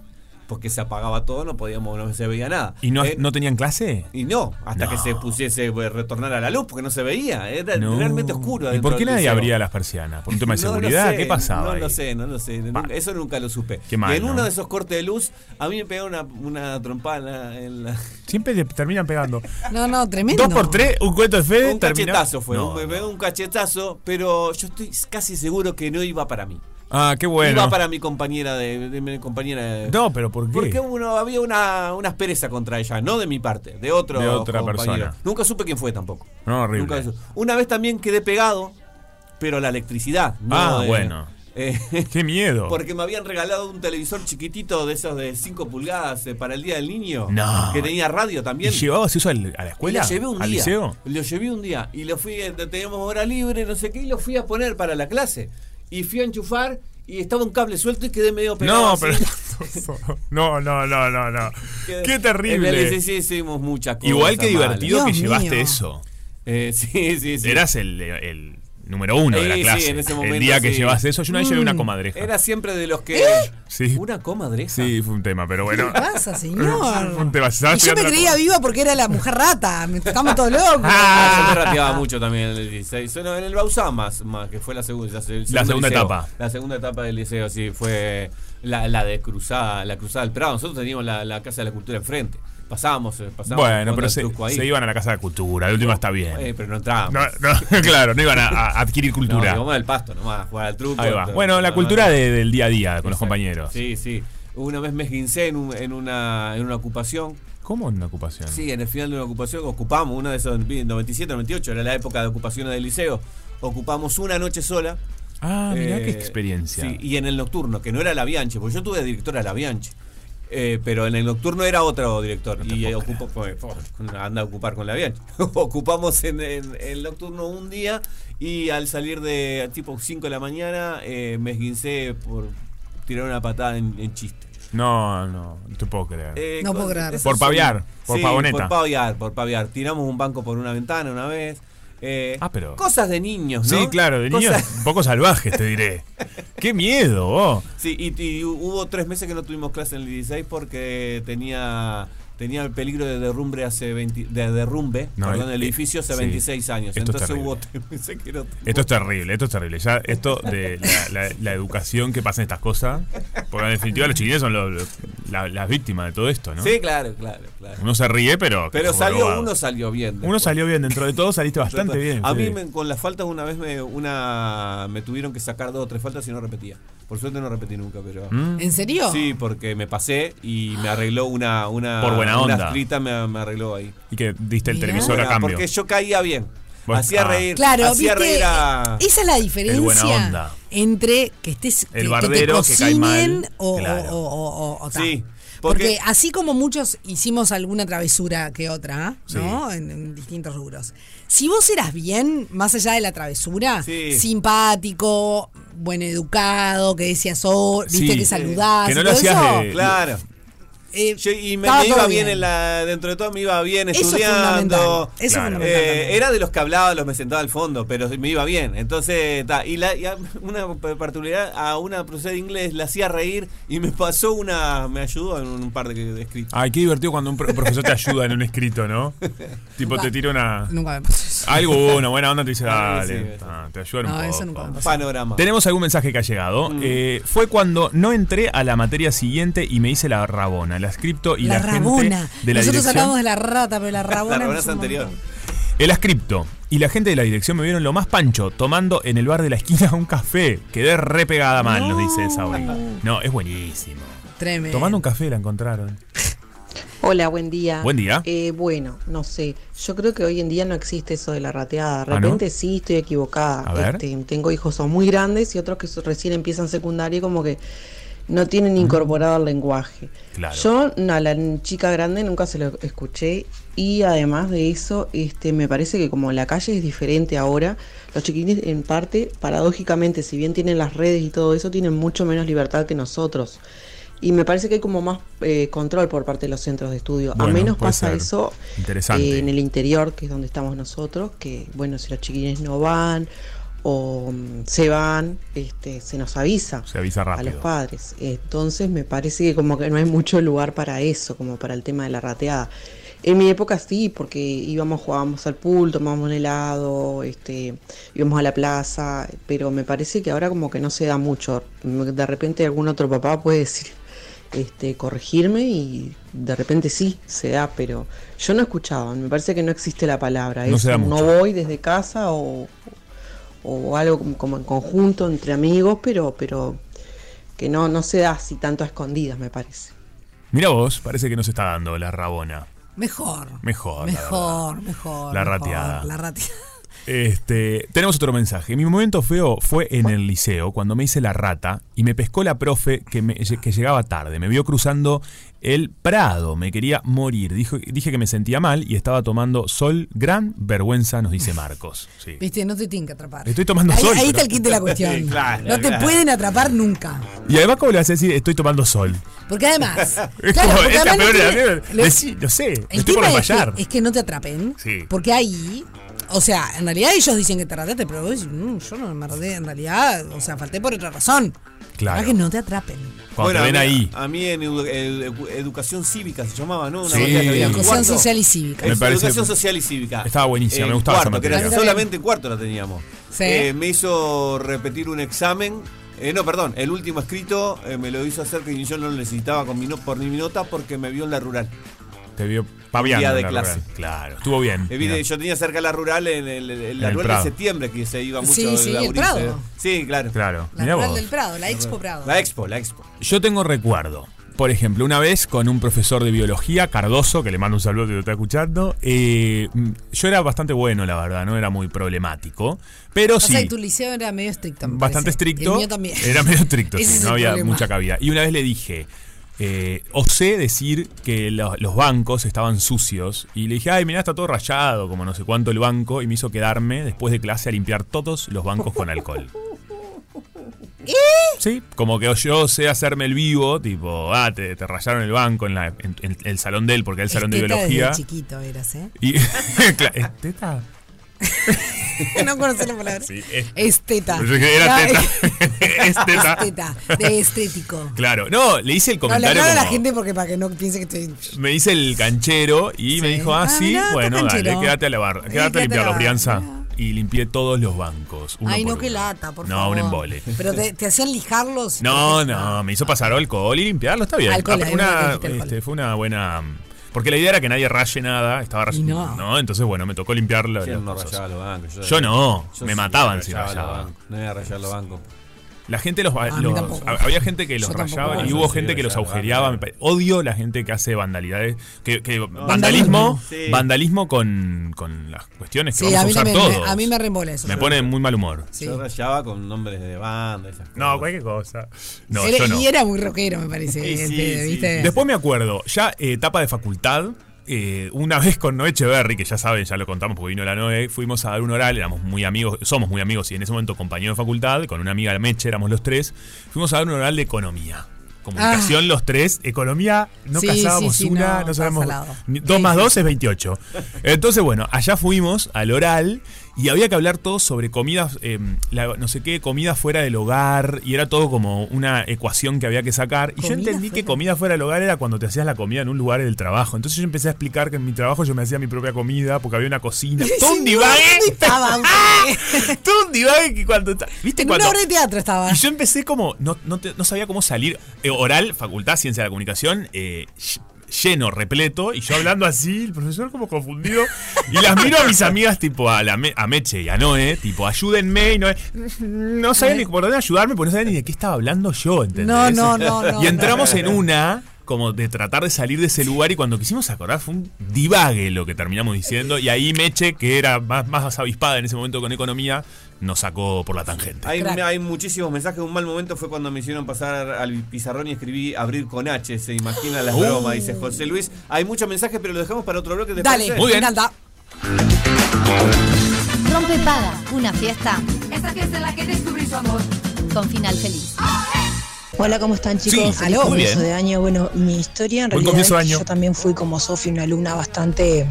Speaker 4: Porque se apagaba todo, no podíamos, no se veía nada.
Speaker 3: ¿Y no,
Speaker 4: Eh,
Speaker 3: no tenían clase?
Speaker 4: Y no, hasta
Speaker 3: No.
Speaker 4: que se pusiese eh, retornar a la luz, porque no se veía. Era
Speaker 3: No.
Speaker 4: realmente oscuro.
Speaker 3: ¿Y
Speaker 4: adentro
Speaker 3: por qué
Speaker 4: del
Speaker 3: nadie
Speaker 4: liceo.
Speaker 3: abría las persianas? ¿Por un tema de
Speaker 4: [LAUGHS] No lo
Speaker 3: seguridad?
Speaker 4: sé,
Speaker 3: ¿Qué pasaba?
Speaker 4: No
Speaker 3: ahí?
Speaker 4: lo sé, no lo sé. no-
Speaker 3: Pa.
Speaker 4: nunca- eso nunca lo supe.
Speaker 3: Qué mal,
Speaker 4: y en
Speaker 3: ¿no?
Speaker 4: uno de esos cortes de luz, a mí me pegó una, una trompada en la-
Speaker 3: [LAUGHS]
Speaker 4: en la-
Speaker 3: Siempre le terminan pegando.
Speaker 2: [LAUGHS] No, no, tremendo.
Speaker 3: Dos por tres, un cuento de Fede.
Speaker 4: Un
Speaker 3: terminó-
Speaker 4: cachetazo fue.
Speaker 3: No,
Speaker 4: un- me
Speaker 3: no.
Speaker 4: pegó un cachetazo, pero yo estoy casi seguro que no iba para mí.
Speaker 3: Ah, qué bueno.
Speaker 4: Iba para mi compañera de, de mi compañera de-
Speaker 3: No, pero ¿por qué?
Speaker 4: Porque uno, había una, una aspereza contra ella, no de mi parte, de otro
Speaker 3: De otra
Speaker 4: compañero.
Speaker 3: persona.
Speaker 4: Nunca supe quién fue tampoco.
Speaker 3: No, horrible.
Speaker 4: Nunca supe. una vez también quedé pegado, pero a la electricidad. no
Speaker 3: Ah,
Speaker 4: de-
Speaker 3: bueno.
Speaker 4: eh,
Speaker 3: [LAUGHS] Qué miedo.
Speaker 4: porque me habían regalado un televisor chiquitito de esos de 5 pulgadas eh, para el Día del Niño.
Speaker 3: No.
Speaker 4: Que tenía radio
Speaker 3: ¿Y
Speaker 4: también.
Speaker 3: llevabas eso al- a la
Speaker 4: Y
Speaker 3: escuela?
Speaker 4: lo llevé un
Speaker 3: ¿Al
Speaker 4: día.
Speaker 3: liceo?
Speaker 4: Lo llevé un día. Y lo fui, eh, teníamos hora libre, no sé qué, y lo fui a poner para la clase. Y fui a enchufar y estaba un cable suelto y quedé medio pegado.
Speaker 3: No,
Speaker 4: así. [LAUGHS]
Speaker 3: pero. [LAUGHS] No, no, no, no, no. Qué
Speaker 4: En el
Speaker 3: terrible.
Speaker 4: sí hicimos muchas cosas.
Speaker 3: Igual que
Speaker 4: malas.
Speaker 3: divertido que
Speaker 2: Dios
Speaker 3: llevaste
Speaker 2: mío.
Speaker 3: eso.
Speaker 4: Eh, sí, sí, sí.
Speaker 3: Eras el, el número uno de la
Speaker 4: Sí, sí,
Speaker 3: clase.
Speaker 4: en ese
Speaker 3: el
Speaker 4: momento,
Speaker 3: día que
Speaker 4: sí.
Speaker 3: llevas eso, yo una vez llevé una comadreja.
Speaker 4: Era siempre de los que.
Speaker 3: Sí.
Speaker 4: ¿Una comadreja?
Speaker 3: Sí, fue un tema,
Speaker 4: [LAUGHS]
Speaker 3: pero
Speaker 2: ¿Qué
Speaker 3: bueno.
Speaker 2: pasa, señor?
Speaker 3: Te vas- estabas
Speaker 2: Y yo me
Speaker 3: tirando la
Speaker 2: creía
Speaker 3: comadreja.
Speaker 2: viva porque era la mujer rata. Me- Estamos todos locos.
Speaker 4: [LAUGHS] Ah, yo me rateaba mucho también en el 16. Bueno, en el Bausá más, más que fue la segunda, la, segunda,
Speaker 3: segunda etapa.
Speaker 4: La segunda etapa del liceo, sí, fue la, la de cruzada, la cruzada del Prado. Nosotros teníamos la, la Casa de la Cultura enfrente. Pasábamos, eh, pasábamos
Speaker 3: Bueno,
Speaker 4: jugando
Speaker 3: pero
Speaker 4: al
Speaker 3: se,
Speaker 4: truco ahí.
Speaker 3: se iban a la casa de cultura, de última está
Speaker 4: Eh,
Speaker 3: bien.
Speaker 4: pero no entrábamos.
Speaker 3: No, [LAUGHS] no, claro, no iban a, a adquirir
Speaker 4: No,
Speaker 3: cultura.
Speaker 4: íbamos al pasto nomás, a jugar al truco.
Speaker 3: Ahí va.
Speaker 4: Entonces,
Speaker 3: Bueno, la
Speaker 4: no,
Speaker 3: cultura
Speaker 4: no.
Speaker 3: de- del día a día con
Speaker 4: Exacto.
Speaker 3: los compañeros.
Speaker 4: Sí, sí. Una vez me esguincé en, un- en una, en una ocupación.
Speaker 3: ¿Cómo en una ocupación?
Speaker 4: Sí, en el final de una ocupación ocupamos una de esas, en 97, 98, era la época de ocupaciones del liceo. Ocupamos una noche sola.
Speaker 3: Ah, mirá
Speaker 4: Eh,
Speaker 3: qué experiencia.
Speaker 4: sí, y en el nocturno, que no era la Bianchi, porque yo tuve de directora la Bianchi. Eh, pero en el nocturno era otro director y eh, ocupó, fue- fue- anda a ocupar con la Bianchi. [LAUGHS] Ocupamos en, en- en el nocturno un día y al salir de tipo 5 de la mañana eh, me esguincé por tirar una patada en, en chiste.
Speaker 3: No, no, no te puedo creer.
Speaker 4: Eh,
Speaker 2: No
Speaker 4: con-
Speaker 2: puedo creer.
Speaker 4: esas
Speaker 3: Por
Speaker 4: son-
Speaker 3: paviar, por
Speaker 4: sí,
Speaker 3: pavoneta.
Speaker 4: Por paviar, por paviar. Tiramos un banco por una ventana una vez. Eh,
Speaker 3: Ah, pero-
Speaker 4: Cosas de niños, ¿no?
Speaker 3: Sí, claro, de niños
Speaker 4: Cosas-
Speaker 3: un poco salvajes, te diré. ¡Qué miedo! vos!
Speaker 4: [LAUGHS] Sí, y, y hubo tres meses que no tuvimos clase en el 16 porque tenía tenía el peligro de derrumbe hace 20 de derrumbe
Speaker 3: No,
Speaker 4: perdón, del
Speaker 3: eh,
Speaker 4: edificio hace
Speaker 3: sí.
Speaker 4: 26 años.
Speaker 3: Esto es
Speaker 4: Entonces
Speaker 3: terrible.
Speaker 4: hubo tres meses que no tuvimos-
Speaker 3: Esto es terrible, esto es terrible. Ya esto de la, la- la educación que pasa en estas cosas, porque en definitiva los chiquilines son los- los- la- las víctimas de todo esto, ¿no?
Speaker 4: Sí, claro, claro, claro.
Speaker 3: Uno se ríe, pero...
Speaker 4: Pero
Speaker 3: qué
Speaker 4: salió
Speaker 3: jorobado.
Speaker 4: uno salió bien.
Speaker 3: Uno
Speaker 4: después.
Speaker 3: salió bien, dentro de todo saliste bastante bien.
Speaker 4: A mí
Speaker 3: sí.
Speaker 4: me- con las faltas una vez me una me tuvieron que sacar dos o tres faltas y no repetía. Por suerte no repetí nunca, pero
Speaker 3: ¿Mm?
Speaker 2: ¿En serio?
Speaker 4: Sí, porque me pasé y me arregló una una
Speaker 3: Por buena
Speaker 4: una
Speaker 3: onda.
Speaker 4: escrita me- me arregló ahí.
Speaker 3: Y que diste el
Speaker 2: Mirá.
Speaker 3: televisor a
Speaker 4: Bueno,
Speaker 3: cambio.
Speaker 4: Porque yo caía bien.
Speaker 3: Vos-
Speaker 4: hacía
Speaker 3: ah.
Speaker 4: reír.
Speaker 2: Claro,
Speaker 4: hacía
Speaker 2: viste, Eh,
Speaker 4: reír a.
Speaker 2: esa es la
Speaker 3: buena
Speaker 2: diferencia
Speaker 3: onda.
Speaker 2: entre que estés que- que, te
Speaker 3: bardero que cae
Speaker 2: cocinen
Speaker 3: mal,
Speaker 2: o,
Speaker 3: claro.
Speaker 2: o- o- o- o tal.
Speaker 4: Sí,
Speaker 2: porque,
Speaker 4: porque-
Speaker 2: así como muchos hicimos alguna travesura que otra,
Speaker 3: Sí.
Speaker 2: ¿no? En, en distintos rubros. Si vos eras bien, más allá de la travesura,
Speaker 4: Sí.
Speaker 2: simpático, buen educado, que decías, oh, viste
Speaker 3: Sí.
Speaker 2: que saludás,
Speaker 3: Que no
Speaker 2: y
Speaker 3: lo
Speaker 2: todo
Speaker 3: hacías
Speaker 2: eso,
Speaker 3: de-
Speaker 4: Claro.
Speaker 2: eh,
Speaker 4: Yo- y me,
Speaker 2: estaba
Speaker 4: me iba
Speaker 2: todo
Speaker 4: bien, en la, dentro de todo, me iba bien
Speaker 2: Eso es
Speaker 4: estudiando.
Speaker 2: fundamental, eso es
Speaker 3: Claro.
Speaker 2: fundamental
Speaker 4: Eh,
Speaker 2: también.
Speaker 4: era de los que hablaba, los me sentaba al fondo, pero me iba bien. Entonces, ta, y, la, y a- una particularidad, a una profesora de inglés la hacía reír y me pasó una. Me ayudó en un par de, de escritos.
Speaker 3: Ay, qué divertido cuando un pro- profesor te ayuda en un escrito, ¿no? tipo, te tira una...
Speaker 2: Nunca me pasó eso.
Speaker 3: Algo, una buena onda, te dice,
Speaker 4: Ah, sí,
Speaker 3: dale,
Speaker 4: eso.
Speaker 3: ah, te ayudan un
Speaker 2: No,
Speaker 3: poco.
Speaker 2: eso nunca me pasó.
Speaker 4: Panorama.
Speaker 3: Tenemos algún mensaje que ha llegado. Eh, fue cuando no entré a la materia siguiente y me hice la rabona, la scripto y la,
Speaker 2: La, rabona.
Speaker 3: gente de la
Speaker 2: Nosotros
Speaker 3: dirección.
Speaker 2: hablamos de la rata,
Speaker 3: [LAUGHS]
Speaker 2: pero la rabona.
Speaker 4: La
Speaker 2: no
Speaker 4: rabona
Speaker 2: es
Speaker 4: es
Speaker 2: un
Speaker 4: anterior.
Speaker 2: montón.
Speaker 3: El ascripto y la gente de la dirección me vieron lo más pancho tomando en el bar de la esquina [LAUGHS] un café. Quedé re pegada mal, nos dice Sauri. No, es buenísimo.
Speaker 2: Tremendo.
Speaker 3: Tomando un café la encontraron.
Speaker 9: Hola, buen día.
Speaker 3: Buen día.
Speaker 9: Eh, bueno, no sé. Yo creo que hoy en día no existe eso de la rateada. De
Speaker 3: ¿Ah, no?
Speaker 9: repente sí estoy equivocada.
Speaker 3: A ver.
Speaker 9: Este, tengo hijos son muy grandes y otros que so- recién empiezan secundaria y como que no tienen incorporado el lenguaje.
Speaker 3: Claro.
Speaker 9: Yo no, a la n- chica grande nunca se lo escuché y además de eso, este, me parece que como la calle es diferente ahora, los chiquines en parte, paradójicamente, si bien tienen las redes y todo eso, tienen mucho menos libertad que nosotros. Y me parece que hay como más eh, control por parte de los centros de estudio.
Speaker 3: Bueno,
Speaker 9: a menos
Speaker 3: puede
Speaker 9: pasa
Speaker 3: ser.
Speaker 9: eso
Speaker 3: Interesante.
Speaker 9: eh, en el interior, que es donde estamos nosotros, que bueno, si los chiquines no van o mm, se van, este, se nos avisa
Speaker 3: Se avisa
Speaker 9: a los
Speaker 3: rápido.
Speaker 9: padres. Entonces me parece que como que no hay mucho lugar para eso, como para el tema de la rateada. En mi época sí, porque íbamos, jugábamos al pool, tomábamos un helado, este, íbamos a la plaza, pero me parece que ahora como que no se da mucho. De repente algún otro papá puede decir, este, corregirme y de repente sí, se da, pero yo no escuchaba, me parece que no existe la palabra.
Speaker 3: No
Speaker 9: es
Speaker 3: se da
Speaker 9: un
Speaker 3: mucho.
Speaker 9: no voy desde casa o, o algo como, como en conjunto entre amigos, pero, pero que no, no se da así tanto a escondidas, me parece.
Speaker 3: Mira vos, parece que nos está dando la rabona.
Speaker 2: Mejor.
Speaker 3: Mejor, Oh, la
Speaker 2: Mejor, mejor.
Speaker 3: La
Speaker 2: mejor,
Speaker 3: rateada.
Speaker 2: La rateada.
Speaker 3: Este, tenemos otro mensaje. Mi momento feo fue en el liceo, cuando me hice la rata y me pescó la profe que, me- que llegaba tarde. Me vio cruzando el Prado, me quería morir. Dijo, dije que me sentía mal y estaba tomando sol. Gran vergüenza, nos dice Marcos. Sí.
Speaker 2: Viste, no te tienen que atrapar.
Speaker 3: Estoy tomando
Speaker 2: ahí,
Speaker 3: sol, pero-
Speaker 2: Ahí está
Speaker 3: [LAUGHS]
Speaker 2: el kit de la cuestión.
Speaker 4: Sí, claro,
Speaker 2: no te
Speaker 4: claro.
Speaker 2: pueden atrapar nunca.
Speaker 3: Y además, ¿cómo le vas a decir? Estoy tomando
Speaker 2: [LAUGHS]
Speaker 3: sol.
Speaker 2: Porque además. claro,
Speaker 3: [LAUGHS] Es como,
Speaker 2: porque
Speaker 3: es la
Speaker 2: además no
Speaker 3: peor
Speaker 2: tiene-
Speaker 3: idea.
Speaker 2: lo-
Speaker 3: Decí- Lo sé,
Speaker 2: el
Speaker 3: estoy por
Speaker 2: tema es
Speaker 3: desmayar.
Speaker 2: que, es que no te atrapen.
Speaker 3: Sí.
Speaker 2: Porque ahí. o sea, en realidad ellos dicen que te rateaste, pero vos decís, "Mm, yo no me rateé, en realidad, o sea, falté por otra razón.
Speaker 3: Claro.
Speaker 2: Para que no te atrapen.
Speaker 3: Cuando te ven
Speaker 4: a mí,
Speaker 3: ahí.
Speaker 4: A mí en edu- edu- educación cívica se llamaba, ¿no? Una
Speaker 3: Sí.
Speaker 4: materia que había en
Speaker 2: Educación
Speaker 4: cuarto.
Speaker 2: social y cívica.
Speaker 3: Me
Speaker 4: Es-
Speaker 3: parece-
Speaker 4: Educación social y cívica.
Speaker 3: Estaba buenísima,
Speaker 4: En
Speaker 3: me gustaba esa
Speaker 4: cuarto, que era-
Speaker 2: materia.
Speaker 4: solamente en cuarto la teníamos.
Speaker 2: Sí.
Speaker 4: Eh, me hizo repetir un examen. eh, no, perdón, el último escrito eh, me lo hizo hacer que yo no lo necesitaba con mi no- por mi nota porque me vio en la rural.
Speaker 3: Te vio paviando.
Speaker 4: Día de
Speaker 3: en la
Speaker 4: clase.
Speaker 3: rural. Claro, estuvo bien.
Speaker 4: Eh, vine-
Speaker 3: Mira.
Speaker 4: yo tenía cerca la rural en, el, en la
Speaker 3: el
Speaker 4: rural
Speaker 3: Prado.
Speaker 4: de septiembre, que se iba mucho
Speaker 2: Sí, sí, el
Speaker 4: laburista.
Speaker 2: Prado.
Speaker 4: Sí, claro.
Speaker 3: Claro,
Speaker 2: La
Speaker 3: mirá
Speaker 2: rural
Speaker 3: vos.
Speaker 2: del Prado, la Expo Prado.
Speaker 4: La expo, la expo.
Speaker 3: Yo tengo recuerdo, por ejemplo, una vez con un profesor de biología, Cardoso, que le mando un saludo que lo está escuchando. eh, mm, yo era bastante bueno, la verdad, no era muy problemático. Pero
Speaker 2: O
Speaker 3: sí.
Speaker 2: sea, y tu liceo era medio estricto. me
Speaker 3: bastante
Speaker 2: parece.
Speaker 3: estricto.
Speaker 2: El mío también.
Speaker 3: Era medio estricto, sí,
Speaker 2: [LAUGHS] Ese es
Speaker 3: no
Speaker 2: el
Speaker 3: había
Speaker 2: problema.
Speaker 3: mucha cabida. Y una vez le dije, eh, osé decir que lo- los bancos estaban sucios. Y le dije, ay, mirá, está todo rayado, como no sé cuánto el banco. Y me hizo quedarme después de clase a limpiar todos los bancos con
Speaker 2: [LAUGHS]
Speaker 3: alcohol. Sí, como que yo sé hacerme el vivo, tipo, ah, te, te rayaron el banco en, la- en- en el salón de él, porque era el salón de
Speaker 2: Esteta desde
Speaker 3: biología.
Speaker 2: chiquito eras, ¿eh?
Speaker 3: Y, [LAUGHS] claro, esteta.
Speaker 2: [LAUGHS] no conocí la palabra.
Speaker 3: Sí, es-
Speaker 2: Esteta.
Speaker 3: Yo dije, era
Speaker 2: Ah, [LAUGHS]
Speaker 3: teta. Es teta.
Speaker 2: Esteta. De estético.
Speaker 3: Claro, no, le hice el
Speaker 2: No, le
Speaker 3: comentario.
Speaker 2: aclaro a la
Speaker 3: como-
Speaker 2: gente porque para que no piense que estoy.
Speaker 3: Me hice el canchero y me dijo, ah,
Speaker 2: Ah,
Speaker 3: sí,
Speaker 2: mirá,
Speaker 3: bueno,
Speaker 2: estás
Speaker 3: dale,
Speaker 2: canchero.
Speaker 3: quédate a lavar,
Speaker 2: Sí,
Speaker 3: quédate
Speaker 2: quédate
Speaker 3: a
Speaker 2: a
Speaker 3: limpiar la
Speaker 2: lavar,
Speaker 3: crianza.
Speaker 2: mirá.
Speaker 3: Y limpié todos los bancos. uno
Speaker 2: Ay, no,
Speaker 3: por
Speaker 2: qué
Speaker 3: uno.
Speaker 2: lata, por
Speaker 3: no,
Speaker 2: favor.
Speaker 3: un embole.
Speaker 2: Pero te, te hacían lijarlos.
Speaker 3: No, no, me hizo pasar alcohol y limpiarlo, está bien.
Speaker 2: Alcohol,
Speaker 3: Ah,
Speaker 2: ahí me
Speaker 3: una,
Speaker 2: dijiste alcohol.
Speaker 3: este, fue una buena. Porque la idea era que nadie raye nada, estaba
Speaker 2: Y no.
Speaker 3: rayando. No, entonces bueno, me tocó limpiarlo.
Speaker 4: Yo no rayaba los bancos.
Speaker 3: Yo no, me mataban si
Speaker 4: los
Speaker 3: rayaba.
Speaker 4: bancos. No iba a rayar los bancos.
Speaker 3: La gente los,
Speaker 2: mí
Speaker 3: los-
Speaker 2: tampoco.
Speaker 3: había gente que los
Speaker 2: Yo tampoco.
Speaker 3: rayaba y
Speaker 4: Ah,
Speaker 3: hubo
Speaker 4: sí,
Speaker 3: gente que los
Speaker 4: rayaba.
Speaker 3: aujereaba. me pare- Odio la gente que hace vandalidades, que, que vandalismo,
Speaker 4: Sí.
Speaker 3: vandalismo con, con las cuestiones que
Speaker 2: Sí,
Speaker 3: vamos
Speaker 2: a
Speaker 3: a
Speaker 2: mí,
Speaker 3: usar
Speaker 2: también,
Speaker 3: todos.
Speaker 2: me, a mí me remola eso.
Speaker 3: Me pone de muy mal humor.
Speaker 2: Sí.
Speaker 4: Yo rayaba con nombres de banda. Esas cosas.
Speaker 3: No, cualquier cosa. No,
Speaker 2: Era-
Speaker 3: yo no.
Speaker 2: Y era muy rockero, me parece.
Speaker 4: Sí, sí,
Speaker 2: este,
Speaker 4: sí.
Speaker 2: ¿viste? [LAUGHS]
Speaker 3: Después me acuerdo, ya eh, etapa de facultad, eh, una vez con Noé Echeverry, que ya saben, ya lo contamos porque vino la Noé, fuimos a dar un oral, éramos muy amigos, somos muy amigos y en ese momento compañeros de facultad, con una amiga Meche, éramos los tres, fuimos a dar un oral de economía. Comunicación, los tres, economía, no
Speaker 2: Ah. Sí,
Speaker 3: casábamos
Speaker 2: sí, sí,
Speaker 3: una,
Speaker 2: no,
Speaker 3: no, sabíamos.
Speaker 2: estaba salado.
Speaker 3: ni- Dos
Speaker 2: Sí,
Speaker 3: más
Speaker 2: sí,
Speaker 3: dos es 28. Entonces, bueno, allá fuimos al oral y había que hablar todo sobre comidas, eh, la- no sé qué, comida fuera del hogar, y era todo como una ecuación que había que sacar. Y yo
Speaker 2: Comida
Speaker 3: entendí que
Speaker 2: fuera-
Speaker 3: comida fuera del hogar era cuando te hacías la comida en un lugar del trabajo. Entonces yo empecé a explicar que en mi trabajo yo me hacía mi propia comida porque había una
Speaker 2: [LAUGHS]
Speaker 3: cocina. Todo un divague.
Speaker 2: ¿Dónde estaba?
Speaker 3: Todo un divague que cuando. está- [LAUGHS] ¿Viste
Speaker 2: en
Speaker 3: cuando.?
Speaker 2: una obra de teatro estaba.
Speaker 3: Y yo empecé como. No, no te- no sabía cómo salir. Eh, oral, facultad, ciencia de la comunicación. eh, ll- lleno, repleto, y yo hablando así, el profesor como confundido, y las miro a mis amigas, tipo a, la Me- a Meche y a Noé, tipo, ayúdenme, y Noé, no sabían ni por dónde ayudarme, porque no sabían ni de qué estaba hablando yo, ¿entendés?
Speaker 2: No, no, no, no,
Speaker 3: Y entramos en una, como de tratar de salir de ese lugar, y cuando quisimos acordar fue un divague lo que terminamos diciendo, y ahí Meche, que era más, más avispada en ese momento con economía, nos sacó por la tangente.
Speaker 4: Hay,
Speaker 2: Crack.
Speaker 4: hay muchísimos mensajes. Un mal momento fue cuando me hicieron pasar al pizarrón y escribí abrir con H. Se imagina
Speaker 2: Uh.
Speaker 4: las bromas, dice José Luis. Hay muchos mensajes, pero lo dejamos para otro bloque. ¿te
Speaker 2: Dale,
Speaker 4: parece?
Speaker 3: Muy bien.
Speaker 2: Miranda.
Speaker 6: Rompe paga, una fiesta
Speaker 8: Esa que es en la que descubrí su amor.
Speaker 6: con final feliz.
Speaker 10: Hola, ¿cómo están chicos?
Speaker 3: Sí,
Speaker 10: Feliz
Speaker 3: aló. Muy
Speaker 10: comienzo
Speaker 3: bien.
Speaker 10: de año. Bueno, mi historia en
Speaker 3: Buen
Speaker 10: realidad es
Speaker 3: comienzo de
Speaker 10: que
Speaker 3: año.
Speaker 10: yo también fui como Sofi, una alumna bastante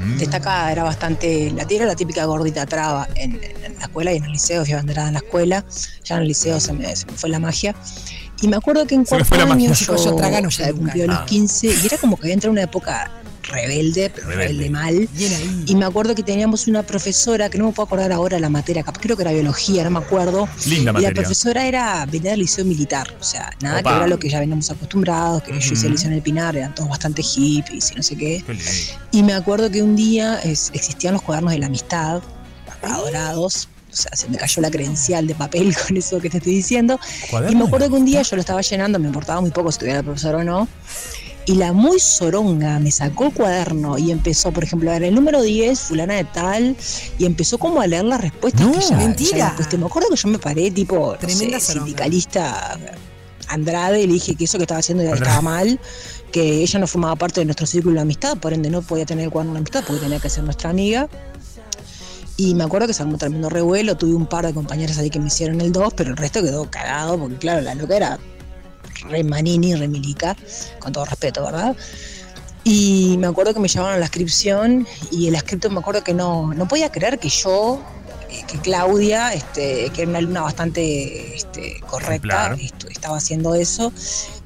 Speaker 10: mm, destacada, era bastante, la tira la típica gordita traba en, en la escuela y en el liceo, fui abanderada en la escuela, ya en el liceo se me, se me fue la magia. Y me acuerdo que en
Speaker 3: Se me
Speaker 10: cuarto
Speaker 3: fue la
Speaker 10: año
Speaker 3: magia. Ah.
Speaker 10: yo,
Speaker 2: Yo traga no
Speaker 10: ya
Speaker 2: llego
Speaker 10: cumplió
Speaker 3: nunca.
Speaker 10: los 15 y era como que había entrado en una época rebelde, pero
Speaker 3: Rebelde.
Speaker 10: rebelde, mal.
Speaker 2: Bien ahí.
Speaker 10: Y me acuerdo que teníamos una profesora, que no me puedo acordar ahora la materia, cap- creo que era biología, no me acuerdo.
Speaker 3: Linda
Speaker 10: y
Speaker 3: materia.
Speaker 10: la profesora era venía del liceo militar, o sea, nada
Speaker 3: Opa.
Speaker 10: que ver a lo que ya veníamos acostumbrados, que yo hice
Speaker 3: Ujú.
Speaker 10: el liceo en el Pinar, eran todos bastante hippies y no sé qué.
Speaker 3: Qué lindo.
Speaker 10: Y me acuerdo que un día es- existían los cuadernos de la amistad, adorados. O sea, se me cayó la credencial de papel [LAUGHS] con eso que te estoy diciendo. Y me acuerdo que un día yo lo estaba llenando, me importaba muy poco si tuviera el profesor o no. Y la muy soronga me sacó el cuaderno y empezó, por ejemplo, a ver el número 10, fulana de tal, y empezó como a leer las respuestas.
Speaker 3: No,
Speaker 10: que ya- ya
Speaker 2: mentira.
Speaker 10: después te- me acuerdo que yo me paré, tipo, no
Speaker 2: Tremenda
Speaker 10: sé,
Speaker 2: soronga.
Speaker 10: sindicalista Andrade, y le dije que eso que estaba haciendo
Speaker 3: Andrade.
Speaker 10: estaba mal, que ella no formaba parte de nuestro círculo de amistad, por ende no podía tener el cuaderno de amistad porque tenía que ser nuestra amiga. Y me acuerdo que se armó tremendo revuelo, tuve un par de compañeras ahí que me hicieron el 2, pero el resto quedó cagado, porque claro, la loca era re manini, re milica, con todo respeto, ¿verdad? Y me acuerdo que me llamaron a la inscripción y el inscripto me acuerdo que no, no podía creer que yo, eh, que Claudia, este, que era una alumna bastante este, correcta,
Speaker 3: Ejemplar.
Speaker 10: estu- estaba haciendo eso.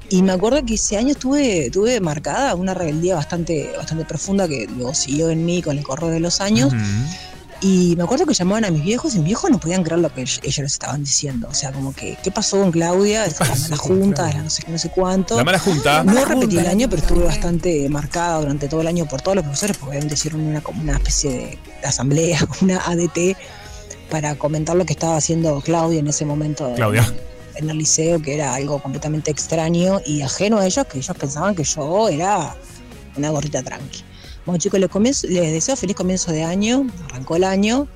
Speaker 10: Y me acuerdo que ese año estuve, tuve marcada una rebeldía bastante, bastante profunda que luego siguió en mí con el correr de los años.
Speaker 3: Mm.
Speaker 10: Y me acuerdo que llamaban a mis viejos y mis viejos no podían creer lo que ell- ellos les estaban diciendo. O sea, como que, ¿qué pasó con Claudia?
Speaker 3: Ah,
Speaker 10: la mala junta, la no sé, qué, no sé cuánto.
Speaker 3: La mala junta.
Speaker 10: No repetí el año, pero estuve bastante marcada durante todo el año por todos los profesores, porque obviamente hicieron una, como una especie de asamblea, [LAUGHS] como una ADT, para comentar lo que estaba haciendo Claudia en ese momento. en-
Speaker 3: Claudia.
Speaker 10: En el liceo, que era algo completamente extraño y ajeno a ellos, que ellos pensaban que yo era una gorrita tranqui. Bueno, chicos, les, comienzo- les deseo feliz comienzo de año. Arrancó el año,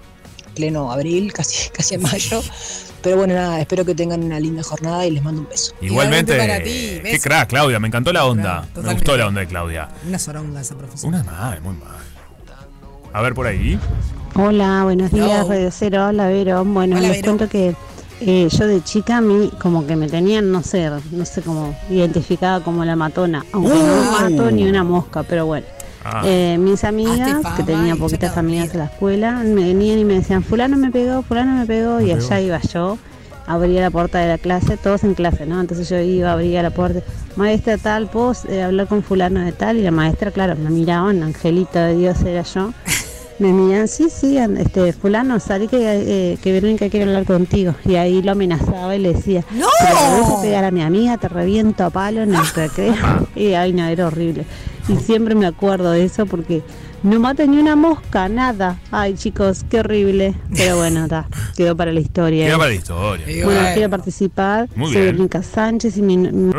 Speaker 10: pleno abril, [LAUGHS] casi, casi en mayo. Pero bueno, nada, espero que tengan una linda jornada y les mando un beso.
Speaker 3: Igualmente,
Speaker 2: para ti,
Speaker 3: qué
Speaker 2: beso.
Speaker 3: crack, Claudia, me encantó la onda. me
Speaker 2: totalmente.
Speaker 3: gustó la onda de Claudia.
Speaker 2: Una soronga esa profesora.
Speaker 3: Una mal, muy mal. A ver por ahí.
Speaker 11: Hola, buenos días,
Speaker 2: No.
Speaker 11: Radio Cero. Hola, Vero. Bueno,
Speaker 2: Hola,
Speaker 11: les
Speaker 2: Vero.
Speaker 11: cuento que eh, yo de chica a mí como que me tenían, no sé, no sé cómo, identificada como la matona. Aunque no
Speaker 2: Uh.
Speaker 11: mato ni una mosca, pero bueno.
Speaker 3: Ah,
Speaker 11: Eh, mis amigas,
Speaker 2: Hazte fama
Speaker 11: que
Speaker 2: y
Speaker 11: tenía
Speaker 2: vete
Speaker 11: poquitas
Speaker 2: a dormir.
Speaker 11: amigas en la escuela, me venían y me decían, fulano me pegó, fulano me pegó, y
Speaker 3: pegó.
Speaker 11: allá iba yo, abría la puerta de la clase, todos en clase, ¿no? Entonces yo iba, abría la puerta, maestra tal, puedo eh, hablar con fulano de tal, y la maestra, claro, me miraban, angelito de Dios era yo, me miran, sí, sí, an- este, fulano, salí que, eh, que Verónica quiere hablar contigo, y ahí lo amenazaba y le decía,
Speaker 2: ¡No!
Speaker 11: "Si le volvés a pegar a mi amiga, te reviento a palo en el recreo. Y ay, no, era horrible. Y siempre me acuerdo de eso porque no mata ni una mosca, nada. Ay, chicos, qué horrible. Pero bueno, está, quedó para la historia.
Speaker 3: queda
Speaker 11: ¿eh?
Speaker 3: para la historia.
Speaker 2: Y
Speaker 11: Bueno,
Speaker 2: bueno,
Speaker 11: quiero participar.
Speaker 3: Muy
Speaker 11: Soy
Speaker 3: bien.
Speaker 11: Verónica Sánchez y mi, mi-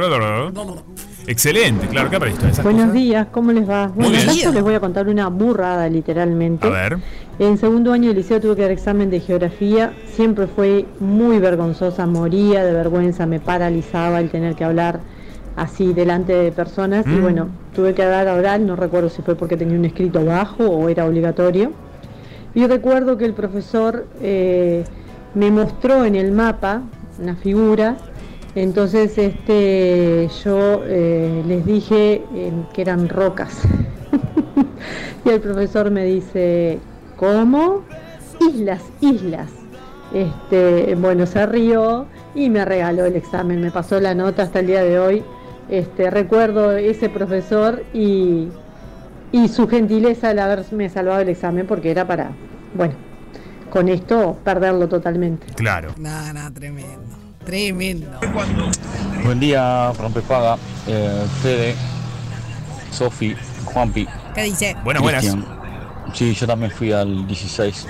Speaker 3: Excelente, claro, queda para la historia. Esas
Speaker 11: Buenos
Speaker 3: cosas.
Speaker 11: días, ¿cómo les va?
Speaker 3: Muy
Speaker 11: Bueno,
Speaker 3: bien.
Speaker 11: yo les voy a contar una burrada, literalmente.
Speaker 3: A ver.
Speaker 11: En segundo año de liceo tuve que dar examen de geografía. Siempre fue muy vergonzosa, moría de vergüenza, me paralizaba el tener que hablar así delante de personas. Y
Speaker 3: Mm.
Speaker 11: bueno, tuve que dar oral, no recuerdo si fue porque tenía un escrito abajo o era obligatorio. Y recuerdo que el profesor eh, me mostró en el mapa una figura. Entonces este, yo eh, les dije eh, que eran rocas. y el profesor me dice, ¿cómo? Islas, islas. Este, bueno, se rió y me regaló el examen, me pasó la nota hasta el día de hoy. Este, recuerdo ese profesor y, y su gentileza al haberme salvado el examen porque era para, bueno, con esto perderlo totalmente.
Speaker 3: Claro.
Speaker 2: Nada, nada, tremendo. Tremendo.
Speaker 12: Buen día, rompepaga, eh, Fede, Sofi, Juanpi,
Speaker 2: ¿Qué dice?
Speaker 3: Buenas, buenas.
Speaker 12: Cristian. Sí, yo también fui al 16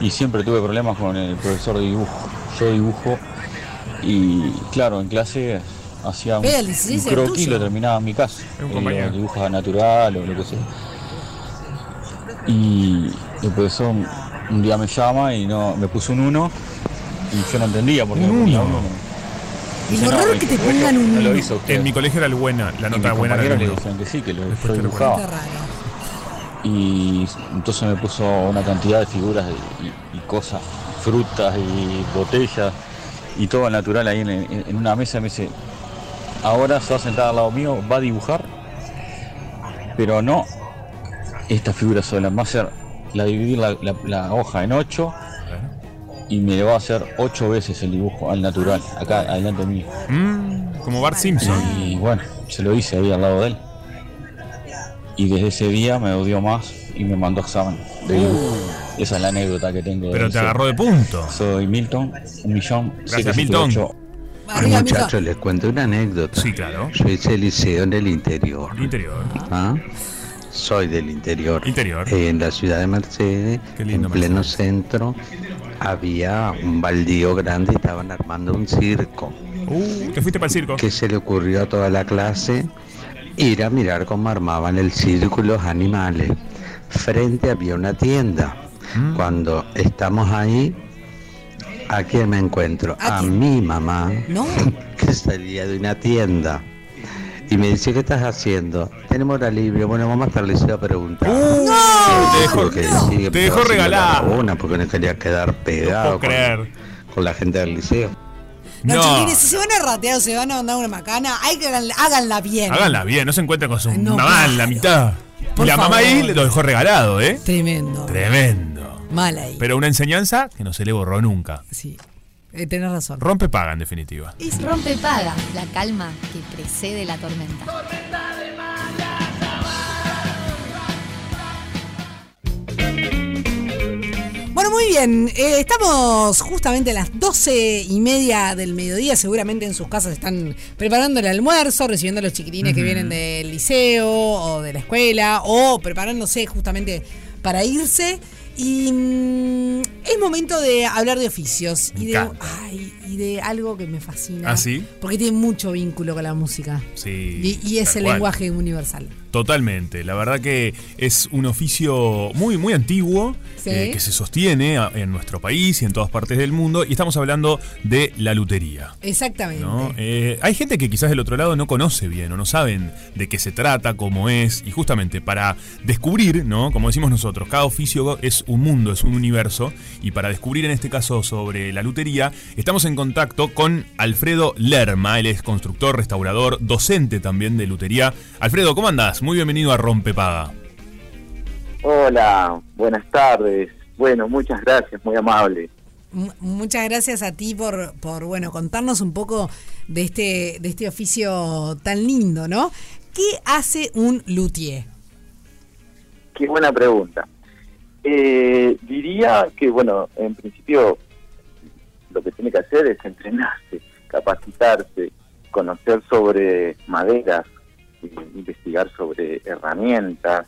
Speaker 12: y siempre tuve problemas con el profesor de dibujo. Yo dibujo y claro, en clase hacía un,
Speaker 2: Ve, el 16
Speaker 12: un
Speaker 2: es
Speaker 12: croquis y
Speaker 2: tuyo.
Speaker 12: lo terminaba en mi casa.
Speaker 3: Es un
Speaker 12: Eh,
Speaker 3: compañero.
Speaker 12: los dibujos a natural o lo que sea. Y el profesor un día me llama y no me puso un 1 y yo no entendía por qué
Speaker 3: Un
Speaker 12: me ponía
Speaker 3: uno.
Speaker 12: uno.
Speaker 2: El
Speaker 12: Dice,
Speaker 2: horror
Speaker 12: el
Speaker 2: que te
Speaker 12: colegio
Speaker 2: pongan un
Speaker 12: no lo
Speaker 2: uno.
Speaker 12: hizo usted.
Speaker 3: En mi colegio era el buena, la
Speaker 12: Y
Speaker 3: nota
Speaker 12: mis
Speaker 3: buena era
Speaker 12: compañeros
Speaker 3: el
Speaker 12: le
Speaker 3: uno.
Speaker 12: decían que sí, que lo
Speaker 3: Después
Speaker 12: yo
Speaker 3: te lo
Speaker 2: Qué
Speaker 12: dibujaba.
Speaker 2: raro.
Speaker 12: Y entonces me puso una cantidad de figuras y, y- y cosas, frutas y botellas y todo al natural ahí en, en- en una mesa. Y Me dice, ahora se va a sentar al lado mío, va a dibujar, pero no esta figura sola, va a ser la dividir la, la- la hoja en ocho y me le va a hacer ocho veces el dibujo al natural, acá adelante mío.
Speaker 3: Mm, como Bart Simpson.
Speaker 12: Y bueno, se lo hice ahí al lado de él. Y desde ese día me odió más y me mandó examen. de dibujo. Esa es la anécdota que tengo.
Speaker 3: Uh. Pero
Speaker 12: del
Speaker 3: te
Speaker 12: liceo.
Speaker 3: agarró de punto.
Speaker 12: Soy Milton, un millón.
Speaker 3: Gracias,
Speaker 12: 778.
Speaker 3: Milton.
Speaker 2: Arriba, amiga.
Speaker 13: les cuento una anécdota.
Speaker 3: Sí, claro.
Speaker 13: Yo hice liceo en el interior.
Speaker 3: Interior.
Speaker 13: ¿ah? Soy del interior. Eh,
Speaker 3: Interior.
Speaker 13: En la ciudad de Mercedes,
Speaker 3: Qué lindo,
Speaker 13: en pleno
Speaker 3: Mercedes.
Speaker 13: centro, había un baldío grande y estaban armando un circo.
Speaker 3: Uh, te fuiste para el circo.
Speaker 13: que se le ocurrió a toda la clase? Ir a mirar cómo armaban el circo y los animales. Frente había una tienda.
Speaker 3: Mm.
Speaker 13: Cuando estamos ahí, ¿a quién me encuentro?
Speaker 2: ¿A
Speaker 13: A,
Speaker 2: quién?
Speaker 13: mi mamá,
Speaker 2: No.
Speaker 13: [LAUGHS] que salía de una tienda. Y me dice, ¿qué estás haciendo? Tenemos hora libre. Bueno, mamá hasta le iba a preguntar.
Speaker 3: Te
Speaker 13: Creo
Speaker 3: dejó,
Speaker 13: que sí,
Speaker 3: ¡Uh! te
Speaker 13: pero haciendo
Speaker 3: dejó
Speaker 13: la
Speaker 3: regalar.
Speaker 13: rabona, porque no quería quedar
Speaker 3: No
Speaker 13: pegado
Speaker 3: puedo
Speaker 13: con,
Speaker 3: creer.
Speaker 13: con la gente del liceo.
Speaker 2: Los
Speaker 3: No.
Speaker 2: chiquilines, si se van a ratear o se van a mandar una macana, hay que hagan- háganla bien.
Speaker 3: Háganla bien, no se encuentren con su
Speaker 2: No,
Speaker 3: mamá en la mitad.
Speaker 2: Por
Speaker 3: y la mamá ahí
Speaker 2: favor.
Speaker 3: lo dejó regalado, ¿eh?
Speaker 2: Tremendo.
Speaker 3: Tremendo.
Speaker 2: Mal ahí.
Speaker 3: Pero una enseñanza que no se le borró nunca.
Speaker 2: Sí. Eh, tenés razón.
Speaker 3: Rompe paga, en definitiva.
Speaker 6: Y rompe paga, la calma que precede la tormenta.
Speaker 2: Bueno, muy bien. Eh, estamos justamente a las doce y media del mediodía. Seguramente en sus casas están preparando el almuerzo, recibiendo a los chiquitines que
Speaker 14: Ujú.
Speaker 2: vienen del liceo o de la escuela o preparándose justamente para irse. Y mm, es momento de hablar de oficios
Speaker 3: Me
Speaker 2: y de,
Speaker 3: encanta.
Speaker 2: ay, y de algo que me fascina.
Speaker 3: ¿Ah, sí?
Speaker 2: Porque tiene mucho vínculo con la música.
Speaker 3: Sí.
Speaker 2: Y, y es
Speaker 3: tal
Speaker 2: el
Speaker 3: cual.
Speaker 2: lenguaje universal.
Speaker 3: Totalmente. La verdad que es un oficio muy, muy antiguo
Speaker 2: Sí.
Speaker 3: eh, que se sostiene a- en nuestro país y en todas partes del mundo. Y estamos hablando de la lutería.
Speaker 2: Exactamente.
Speaker 3: Ah. ¿no? Eh, hay gente que quizás del otro lado no conoce bien o no saben de qué se trata, cómo es, y justamente para descubrir, ¿no? Como decimos nosotros, cada oficio es un mundo, es un universo, y para descubrir en este caso sobre la lutería, estamos en contacto con Alfredo Lerma, él es constructor, restaurador, docente también de lutería. Alfredo, ¿cómo andás? Muy bienvenido a Rompepaga.
Speaker 15: Hola, buenas tardes. Bueno, muchas gracias, muy amable.
Speaker 2: Mu- Muchas gracias a ti por, por bueno, contarnos un poco de este, de este oficio tan lindo, ¿no? ¿Qué hace un luthier?
Speaker 15: Qué buena pregunta. Eh, diría que, bueno, en principio lo que tiene que hacer es entrenarse, capacitarse, conocer sobre maderas, eh, investigar sobre herramientas,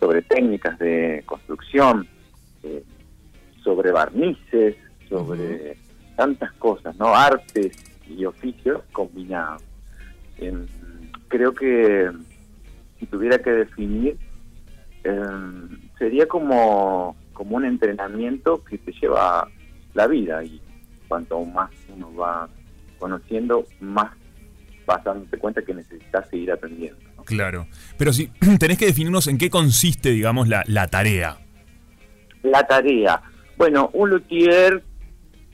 Speaker 15: sobre técnicas de construcción, eh, sobre barnices, sobre tantas cosas, ¿no? Artes y oficios combinados. Em, creo que si tuviera que definir, em, sería como, como un entrenamiento que te lleva la vida y cuanto más uno va conociendo, más vas dándote cuenta que necesitas seguir aprendiendo.
Speaker 3: Claro. Pero si [CLEARS THROAT] tenés que definirnos en qué consiste, digamos, la, la tarea.
Speaker 15: La tarea. Bueno, un luthier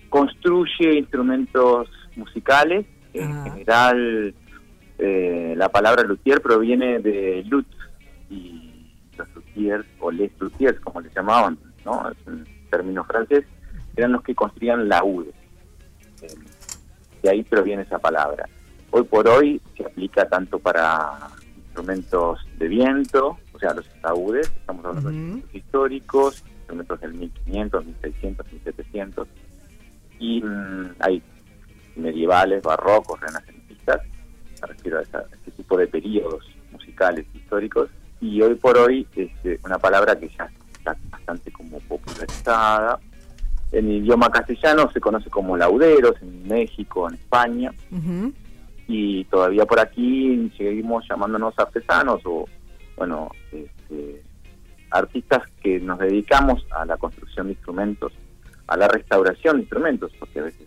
Speaker 15: construye instrumentos musicales. En general, eh, la palabra luthier proviene de lut y los luthiers o les luthiers, como le llamaban, ¿no? Es un término francés, eran los que construían laúdes. Eh, De ahí proviene esa palabra. Hoy por hoy se aplica tanto para instrumentos de viento, o sea, los laúdes, estamos hablando de históricos, instrumentos del 1500, 1600, 1700, y mm, hay medievales, barrocos, renacentistas, me refiero a, esa- a ese tipo de periodos musicales históricos, y hoy por hoy es eh, una palabra que ya está bastante como popularizada. En idioma castellano se conoce como lauderos en México, en España, y todavía por aquí seguimos llamándonos artesanos o, bueno, este, artistas que nos dedicamos a la construcción de instrumentos, a la restauración de instrumentos, porque a veces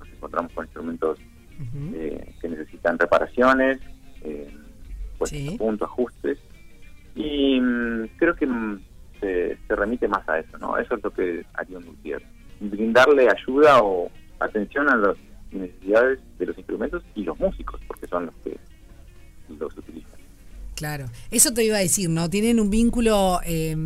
Speaker 15: nos encontramos con instrumentos eh, que necesitan reparaciones, eh, pues puntos, ajustes, y mm, creo que mm, se, se remite más a eso, ¿no? Eso es lo que haría un luthier, brindarle ayuda o atención a las necesidades de los instrumentos y los músicos, porque son los que los utilizan.
Speaker 2: Claro. Eso te iba a decir, ¿no? Tienen un vínculo, eh,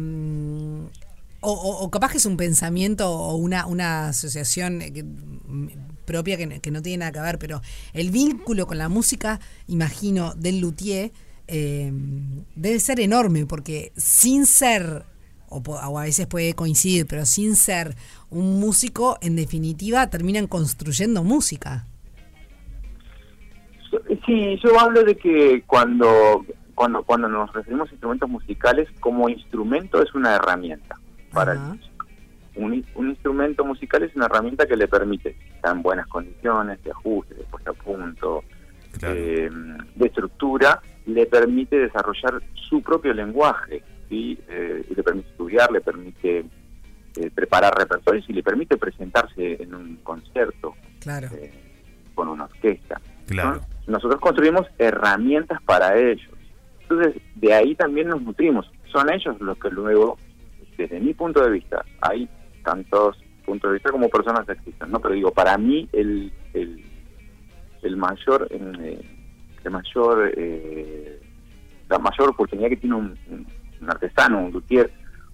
Speaker 2: o, o- o capaz que es un pensamiento o una, una asociación eh, que- mm, propia que, que no tiene nada que ver, pero el vínculo con la música, imagino, del luthier, eh, debe ser enorme, porque sin ser, o, po- o a veces puede coincidir, pero sin ser un músico, en definitiva, terminan construyendo música.
Speaker 15: Sí, yo hablo de que cuando, cuando, cuando nos referimos a instrumentos musicales, como instrumento es una herramienta para el músico. Un, in- un instrumento musical es una herramienta que le permite estar en buenas condiciones, de ajuste, de puesta a punto, eh, de estructura, le permite desarrollar su propio lenguaje, ¿sí? Eh, y le permite estudiar, le permite eh, preparar repertorios y le permite presentarse en un concierto
Speaker 2: Claro.
Speaker 15: con una orquesta.
Speaker 3: Claro.
Speaker 2: Ah,
Speaker 15: Nosotros construimos herramientas para ellos. Entonces, de ahí también nos nutrimos. Son ellos los que luego, desde mi punto de vista, hay tantos punto de vista como personas existen, ¿no? Pero digo, para mí el, el, el mayor, eh, el mayor, eh, la mayor oportunidad que tiene un, un- un artesano, un luthier,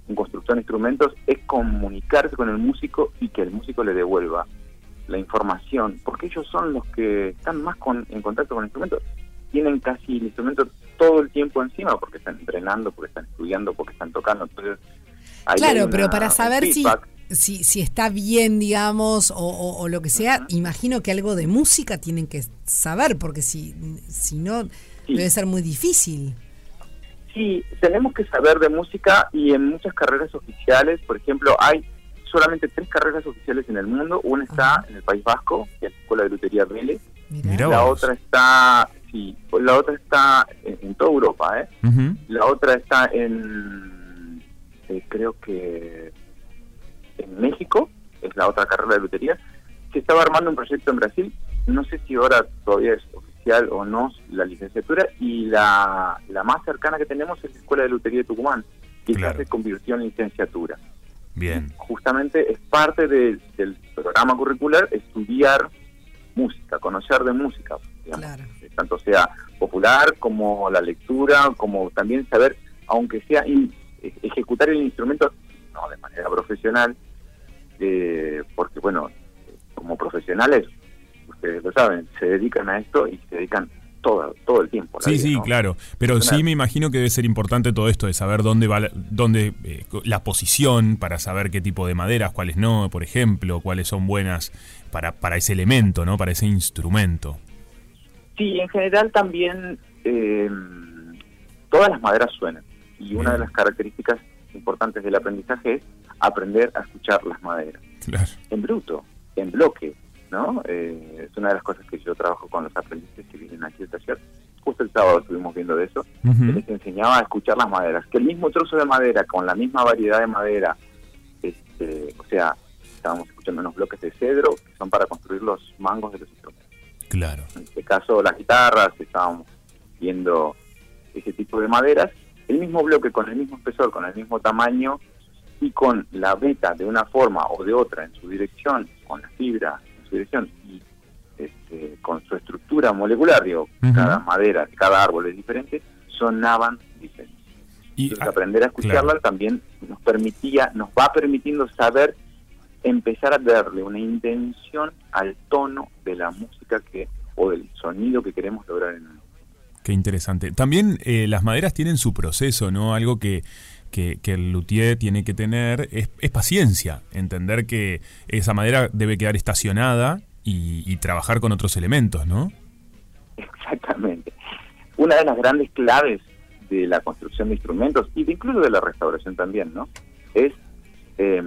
Speaker 15: un constructor de instrumentos es comunicarse con el músico y que el músico le devuelva la información, porque ellos son los que están más con- en contacto con el instrumento. Tienen casi el instrumento todo el tiempo encima porque están entrenando, porque están estudiando, porque están tocando. Entonces, ahí hay
Speaker 2: Claro,
Speaker 15: una-
Speaker 2: pero para
Speaker 15: un
Speaker 2: saber si,
Speaker 15: feedback.
Speaker 2: si, si está bien, digamos, o, o- o lo que sea, imagino que algo de música tienen que saber, porque si, si no, debe ser muy difícil.
Speaker 15: Sí, tenemos que saber de música y en muchas carreras oficiales, por ejemplo, hay solamente tres carreras oficiales en el mundo. Una está en el País Vasco, que es la Escuela de Lutería Vélez.
Speaker 3: Mirá
Speaker 15: la
Speaker 3: vos.
Speaker 15: otra está, sí, la otra está en, en toda Europa, ¿eh?
Speaker 3: Ujú.
Speaker 15: La otra está en, eh, creo que en México, es la otra carrera de lutería. Se estaba armando un proyecto en Brasil, no sé si ahora todavía es oficial o no la licenciatura, y la, la más cercana que tenemos es la Escuela de Lutería de Tucumán, que ya
Speaker 3: Claro.
Speaker 15: se convirtió en licenciatura.
Speaker 3: Bien.
Speaker 15: Justamente es parte de- del programa curricular estudiar música, conocer de música, digamos
Speaker 2: Claro.
Speaker 15: tanto sea popular como la lectura, como también saber, aunque sea in- e- ejecutar el instrumento, no de manera profesional, eh, porque bueno, eh, como profesionales, ustedes lo saben, se dedican a esto y se dedican todo, todo el tiempo. la
Speaker 3: Sí,
Speaker 15: vida,
Speaker 3: sí,
Speaker 15: ¿no?
Speaker 3: claro. Pero sí me imagino que debe ser importante todo esto de saber dónde va la, dónde, eh, co- la posición para saber qué tipo de maderas, cuáles no, por ejemplo, cuáles son buenas para, para ese elemento, ¿no? Para ese instrumento.
Speaker 15: Sí, en general también eh, todas las maderas suenan y una de las características importantes del aprendizaje es aprender a escuchar las maderas.
Speaker 3: Claro.
Speaker 15: en bruto, en bloque, ¿no? Eh, es una de las cosas que yo trabajo con los aprendices que vienen aquí al taller. Justo el sábado estuvimos viendo de eso.
Speaker 1: Ujú.
Speaker 15: que Les enseñaba a escuchar las maderas. Que el mismo trozo de madera, con la misma variedad de madera, este, o sea, estábamos escuchando unos bloques de cedro que son para construir los mangos de los instrumentos.
Speaker 3: Claro.
Speaker 15: En este caso, las guitarras, estábamos viendo ese tipo de maderas. El mismo bloque, con el mismo espesor, con el mismo tamaño, y con la beta de una forma o de otra en su dirección, con la fibra en su dirección y este, con su estructura molecular, digo,
Speaker 3: Ujú.
Speaker 15: cada madera, cada árbol es diferente, sonaban diferentes.
Speaker 3: Y
Speaker 15: Entonces, aprender a escucharla también nos permitía, nos va permitiendo saber empezar a darle una intención al tono de la música que o del sonido que queremos lograr en
Speaker 3: Qué interesante. También eh, las maderas tienen su proceso, ¿no? Algo que, que- que el luthier tiene que tener es, es paciencia, entender que esa madera debe quedar estacionada y, y trabajar con otros elementos, ¿no?
Speaker 15: Exactamente. Una de las grandes claves de la construcción de instrumentos y de incluso de la restauración también, ¿no? Es, eh,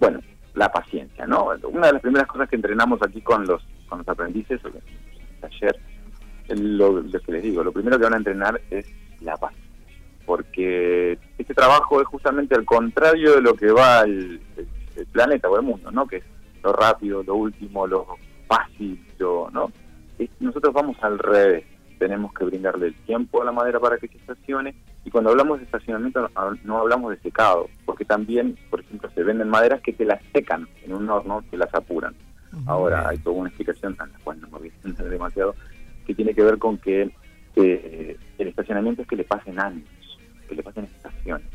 Speaker 15: bueno, la paciencia, ¿no? Una de las primeras cosas que entrenamos aquí con los, con los aprendices, o en el taller, lo, lo que les digo, lo primero que van a entrenar es la paciencia. Porque este trabajo es justamente al contrario de lo que va el, el- el planeta o el mundo, ¿no? Que es lo rápido, lo último, lo fácil, lo, ¿no? es- nosotros vamos al revés. Tenemos que brindarle el tiempo a la madera para que se estacione. Y cuando hablamos de estacionamiento, no- hab- no hablamos de secado, porque también, por ejemplo, se venden maderas que te las secan en un horno, te las apuran. Ahora, hay toda una explicación, a la cual no me voy a extender demasiado, que tiene que ver con que eh, el estacionamiento es que le pasen años, que le pasen estaciones,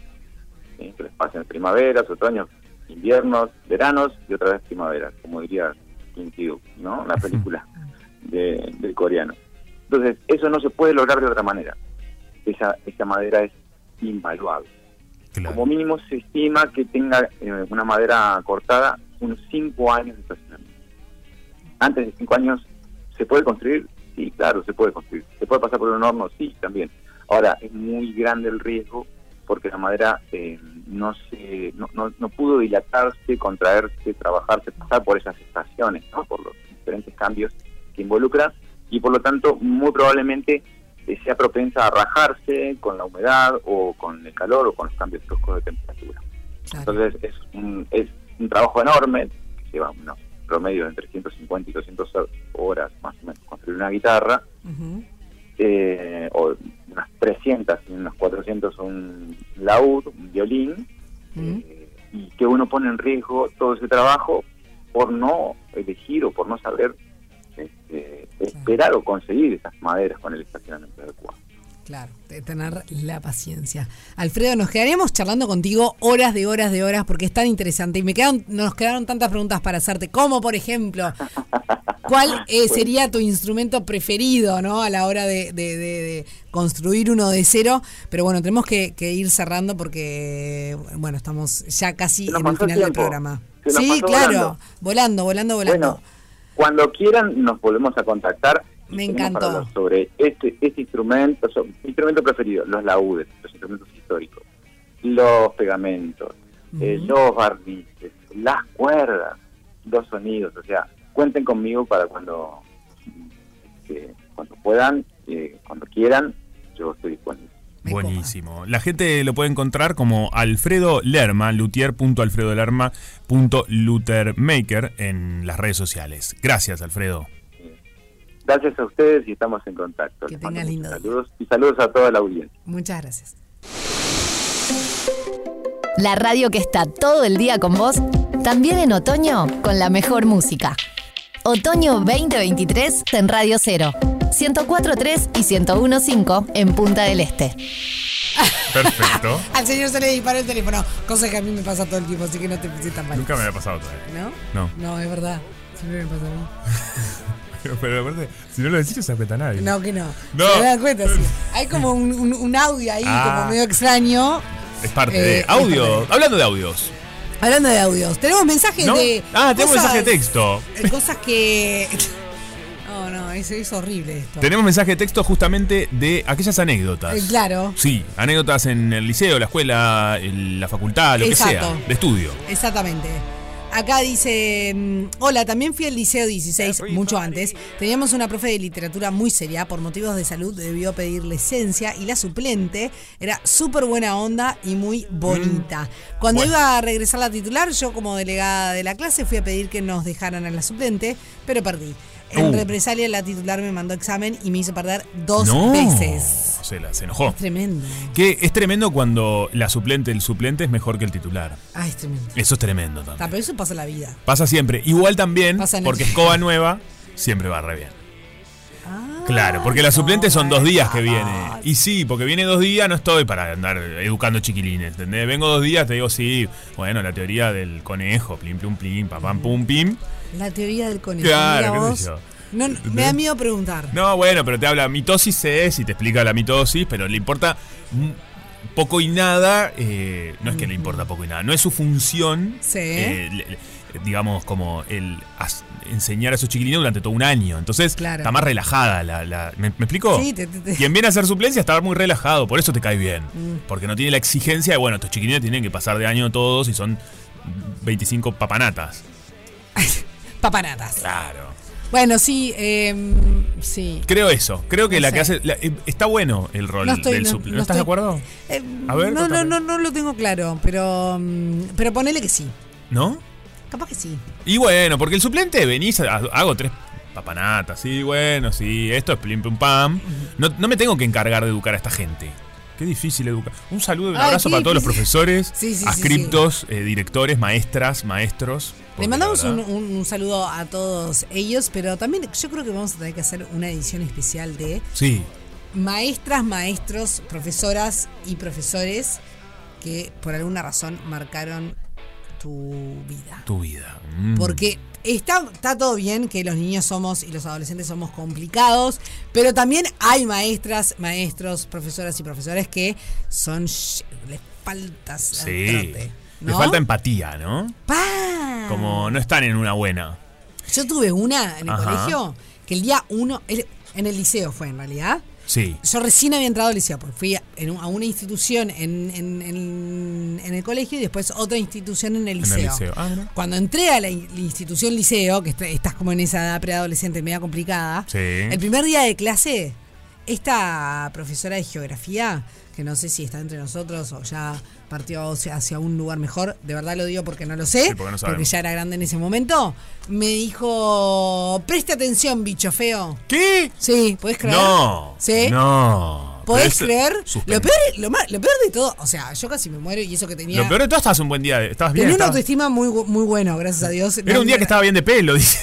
Speaker 15: ¿sí? que les pasen primaveras, otoños, inviernos, veranos y otra vez primaveras, como diría Kim Ki-duk, ¿no? La película de- del coreano. Entonces, eso no se puede lograr de otra manera. Esa, esa madera es invaluable. Como mínimo se estima que tenga eh, una madera cortada unos 5 años de estacionamiento. Antes de 5 años, ¿se puede construir? Sí, claro, se puede construir. ¿Se puede pasar por un horno? Sí, también. Ahora, es muy grande el riesgo porque la madera eh, no, se, no, no, no pudo dilatarse, contraerse, trabajarse, pasar por esas estaciones, ¿no? por los diferentes cambios que involucra y por lo tanto muy probablemente eh, sea propensa a rajarse con la humedad o con el calor o con los cambios bruscos de temperatura. Entonces es un, es un trabajo enorme que lleva unos promedios entre 150 y 200 horas más o menos construir una guitarra eh, o unas 300 y unos 400 un laúd, un violín, eh, y que uno pone en riesgo todo ese trabajo por no elegir o por no saber este, esperar o conseguir esas maderas con el estacionamiento adecuado.
Speaker 2: Claro, de tener la paciencia. Alfredo, nos quedaremos charlando contigo horas de horas de horas porque es tan interesante y me quedaron, nos quedaron tantas preguntas para hacerte, como por ejemplo, ¿cuál eh, sería tu instrumento preferido ¿no? a la hora de, de- de- de construir uno de cero? Pero bueno, tenemos que, que ir cerrando porque, bueno, estamos ya casi en
Speaker 15: nos
Speaker 2: el
Speaker 15: pasó
Speaker 2: final
Speaker 15: el
Speaker 2: del
Speaker 15: tiempo.
Speaker 2: programa.
Speaker 15: Se nos
Speaker 2: Sí,
Speaker 15: pasó
Speaker 2: claro, volando, volando, volando.
Speaker 15: Bueno, cuando quieran nos volvemos a contactar. y
Speaker 2: Me
Speaker 15: tenemos para
Speaker 2: encantó.
Speaker 15: hablar sobre este, este instrumento, so- mi instrumento preferido, los laúdes, los instrumentos históricos, los pegamentos, eh, los barnices, las cuerdas, los sonidos, o sea, cuenten conmigo para cuando, este, cuando puedan, eh, cuando quieran, yo estoy disponible.
Speaker 3: Buenísimo. La gente lo puede encontrar como Alfredo Lerma, luthier.alfredolerma.luthermaker en las redes sociales. Gracias, Alfredo.
Speaker 15: Gracias a ustedes y estamos en contacto.
Speaker 2: Que
Speaker 15: Les mando
Speaker 2: tengas
Speaker 15: muchos
Speaker 2: lindo
Speaker 15: saludos y saludos a toda la audiencia.
Speaker 2: Muchas gracias.
Speaker 6: La radio que está todo el día con vos, también en otoño con la mejor música. Otoño 2023 en Radio 0, 104.3 y 101.5 en Punta del Este.
Speaker 3: Perfecto.
Speaker 2: [LAUGHS] Al señor se le disparó el teléfono, cosa que a mí me pasa todo el tiempo, así que no te pises tan mal.
Speaker 3: Nunca me había pasado todavía.
Speaker 2: ¿No?
Speaker 3: No.
Speaker 2: No, es verdad. Siempre me pasa a mí.
Speaker 3: [LAUGHS] Pero aparte, si no lo decís, no se apeta a nadie.
Speaker 2: No, que no.
Speaker 3: No.
Speaker 2: Se dan
Speaker 3: [LAUGHS]
Speaker 2: cuenta, sí. Hay como un, un- un audio ahí,
Speaker 3: Ah.
Speaker 2: como medio extraño.
Speaker 3: Es parte
Speaker 2: Eh,
Speaker 3: de audio. Hablando de audios.
Speaker 2: Hablando de audios, tenemos mensajes
Speaker 3: ¿No?
Speaker 2: de.
Speaker 3: Ah, tengo
Speaker 2: cosas-
Speaker 3: mensaje de texto.
Speaker 2: eh, Cosas que. [LAUGHS] No, no, es, es horrible esto.
Speaker 3: Tenemos mensaje de texto justamente de aquellas anécdotas.
Speaker 2: Eh, claro.
Speaker 3: Sí, anécdotas en el liceo, la escuela, el- la facultad, lo
Speaker 2: Exacto.
Speaker 3: que sea, de estudio.
Speaker 2: Exactamente. Acá dice, mm, hola, también fui al Liceo 16, mucho antes. Teníamos una profe de literatura muy seria, por motivos de salud debió pedir licencia y la suplente era súper buena onda y muy
Speaker 3: Mm.
Speaker 2: bonita. Cuando
Speaker 14: Bueno.
Speaker 2: iba a regresar la titular, yo como delegada de la clase fui a pedir que nos dejaran a la suplente, pero perdí. En
Speaker 3: Uh.
Speaker 2: represalia la titular me mandó examen y me hizo perder dos
Speaker 3: No. Oh.
Speaker 2: veces.
Speaker 3: Se, la- se enojó.
Speaker 2: Tremendo.
Speaker 3: Que es tremendo cuando la suplente, el suplente es mejor que el titular.
Speaker 2: Ay, es tremendo.
Speaker 3: Eso es tremendo también.
Speaker 2: Ta, pero eso pasa en la vida.
Speaker 3: Pasa siempre. Igual también,
Speaker 2: Pasa en el- [LAUGHS]
Speaker 3: porque escoba nueva siempre va re bien.
Speaker 2: Ah,
Speaker 3: claro, porque la suplente son dos días que viene. Y sí, porque viene dos días, no estoy para andar educando chiquilines, ¿entendés? Vengo dos días, te digo, sí, bueno, la teoría del conejo, plim, plum, plim, papam, pum, pim.
Speaker 2: La teoría del conejo.
Speaker 3: Claro,
Speaker 2: Mira
Speaker 3: qué
Speaker 2: vos.
Speaker 3: sé yo.
Speaker 2: No, no, me da miedo preguntar.
Speaker 3: No, bueno, pero te habla mitosis es y te explica la mitosis, pero le importa mm, poco y nada. eh, no es que le importa poco y nada, no es su función.
Speaker 2: Sí.
Speaker 3: eh, le- le- digamos, como el as- enseñar a esos chiquilines durante todo un año. Entonces,
Speaker 2: Claro.
Speaker 3: está más relajada. la, la- ¿me, me explico?
Speaker 2: Sí, te- te- te-
Speaker 3: Quien viene a hacer suplencia está muy relajado, por eso te cae bien.
Speaker 2: Mm.
Speaker 3: Porque no tiene la exigencia de, bueno, estos chiquilines tienen que pasar de año todos y son 25 papanatas.
Speaker 2: Papanatas.
Speaker 3: Claro.
Speaker 2: Bueno, sí, eh, sí.
Speaker 3: Creo eso. Creo que
Speaker 2: No
Speaker 3: la
Speaker 2: sé.
Speaker 3: que hace. la- eh, está bueno el rol
Speaker 2: No estoy-
Speaker 3: del
Speaker 2: no-
Speaker 3: suple- ¿No,
Speaker 2: no
Speaker 3: estás de
Speaker 2: estoy-
Speaker 3: acuerdo?
Speaker 2: Eh,
Speaker 3: A ver,
Speaker 2: no, no,
Speaker 3: contame.
Speaker 2: no, no lo tengo claro, pero, mm, pero ponele que sí.
Speaker 3: ¿No?
Speaker 2: Capaz que sí.
Speaker 3: Y bueno, porque el suplente venís, a- hago tres papanatas. Sí, bueno, sí, esto es plim pum pam. No, no me tengo que encargar de educar a esta gente. Qué difícil educar. Un saludo y un
Speaker 2: Ay,
Speaker 3: abrazo
Speaker 2: qué
Speaker 3: para todos los
Speaker 2: difícil.
Speaker 3: profesores,
Speaker 2: Sí, sí, sí,
Speaker 3: ascriptos, eh, directores, maestras, maestros.
Speaker 2: Le
Speaker 3: porque
Speaker 2: mandamos
Speaker 3: la
Speaker 2: un,
Speaker 3: verdad-
Speaker 2: un- un saludo a todos ellos, pero también yo creo que vamos a tener que hacer una edición especial de
Speaker 3: Sí,
Speaker 2: maestras, maestros, profesoras y profesores que por alguna razón marcaron tu vida.
Speaker 3: tu vida. Mm.
Speaker 2: Porque está, está todo bien que los niños somos y los adolescentes somos complicados, pero también hay maestras, maestros, profesoras y profesores que son. sh- les faltas.
Speaker 3: Sí. Le
Speaker 2: ¿no? Ah.
Speaker 3: falta empatía, ¿no?
Speaker 2: ¡Pa!
Speaker 3: Como no están en una buena.
Speaker 2: Yo tuve una en el
Speaker 3: Ajá.
Speaker 2: colegio que el día uno. el- en el liceo fue en realidad.
Speaker 3: Sí.
Speaker 2: Yo recién había entrado al liceo, porque fui a, en un- a una institución en, en- en- en el colegio y después otra institución en el
Speaker 3: En el
Speaker 2: liceo.
Speaker 3: liceo. Ah, mira.
Speaker 2: Cuando entré a la, in- la institución liceo, que est- estás como en esa edad preadolescente media complicada,
Speaker 3: Sí.
Speaker 2: el primer día de clase, esta profesora de geografía, que no sé si está entre nosotros o ya partió hacia hacia un lugar mejor, de verdad lo digo porque no lo sé,
Speaker 3: Sí, porque no sabemos.
Speaker 2: ya era grande en ese momento, me dijo, preste atención, bicho feo.
Speaker 3: ¿Qué?
Speaker 2: Sí, ¿puedes creer?
Speaker 3: No.
Speaker 2: Sí.
Speaker 3: No.
Speaker 2: ¿Eh? ¿Podés
Speaker 3: eso-
Speaker 2: creer?
Speaker 3: suspenso.
Speaker 2: Lo peor, es- lo, ma- lo peor de todo, o sea, yo casi me muero y eso que tenía.
Speaker 3: Lo peor de todo, estabas un buen día. Estabas bien.
Speaker 2: tenía una
Speaker 3: estabas-
Speaker 2: autoestima muy, gu- muy bueno, gracias a Dios.
Speaker 3: Era un día que estaba bien de pelo, [LAUGHS] dice.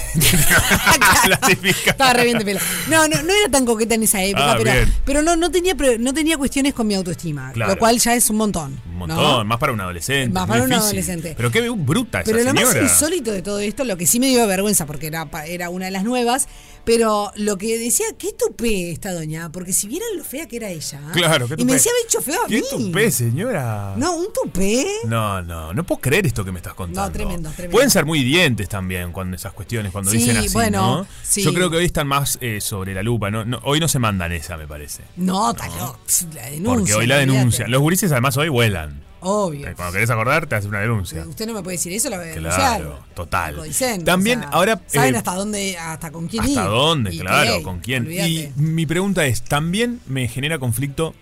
Speaker 3: La típica.
Speaker 2: Estaba re bien de pelo. No, no, no era tan coqueta en esa época,
Speaker 3: Ah,
Speaker 2: pero,
Speaker 3: bien.
Speaker 2: pero no, no, tenía, pre- no tenía cuestiones con mi autoestima,
Speaker 3: Claro.
Speaker 2: lo cual ya es un montón.
Speaker 3: Un
Speaker 2: ¿no?
Speaker 3: montón, más para un adolescente.
Speaker 2: Más
Speaker 3: es
Speaker 2: para un
Speaker 3: difícil.
Speaker 2: adolescente.
Speaker 3: Pero qué bruta esa
Speaker 2: Pero lo
Speaker 3: señora.
Speaker 2: más insólito de todo esto, lo que sí me dio vergüenza porque era, pa- era una de las nuevas, pero lo que decía, qué tupé esta doña, porque si vieran lo fea que era ella. ¿eh?
Speaker 3: Claro, qué
Speaker 2: Y
Speaker 3: tupé.
Speaker 2: me decía bicho feo a
Speaker 3: ¿Qué
Speaker 2: mí.
Speaker 3: tupé, señora?
Speaker 2: No, un tupé.
Speaker 3: No, no, no puedo creer esto que me estás contando.
Speaker 2: No, tremendo, tremendo.
Speaker 3: Pueden ser muy dientes también cuando esas cuestiones, cuando
Speaker 2: Sí,
Speaker 3: dicen así,
Speaker 2: bueno,
Speaker 3: ¿no?
Speaker 2: sí.
Speaker 3: Yo creo que hoy están más eh, sobre la lupa, ¿no? No, Hoy no se mandan esa, me parece.
Speaker 2: No, tal- no, pf, la denuncia.
Speaker 3: Porque hoy la
Speaker 2: Uh, olvídate.
Speaker 3: denuncian. Los gurises además hoy vuelan.
Speaker 2: Obvio.
Speaker 3: Eh, Cuando querés acordar, te hacen una denuncia.
Speaker 2: Usted no me puede decir eso, la voy a denunciar.
Speaker 3: Claro, total.
Speaker 2: Lo dicen,
Speaker 3: También
Speaker 2: o sea,
Speaker 3: ahora...
Speaker 2: ¿Saben
Speaker 3: eh,
Speaker 2: hasta dónde, hasta con quién ir?
Speaker 3: ¿Hasta dónde?
Speaker 2: Y
Speaker 3: claro,
Speaker 2: qué,
Speaker 3: ¿con quién?
Speaker 2: olvídate.
Speaker 3: Y mi pregunta es, también me genera conflicto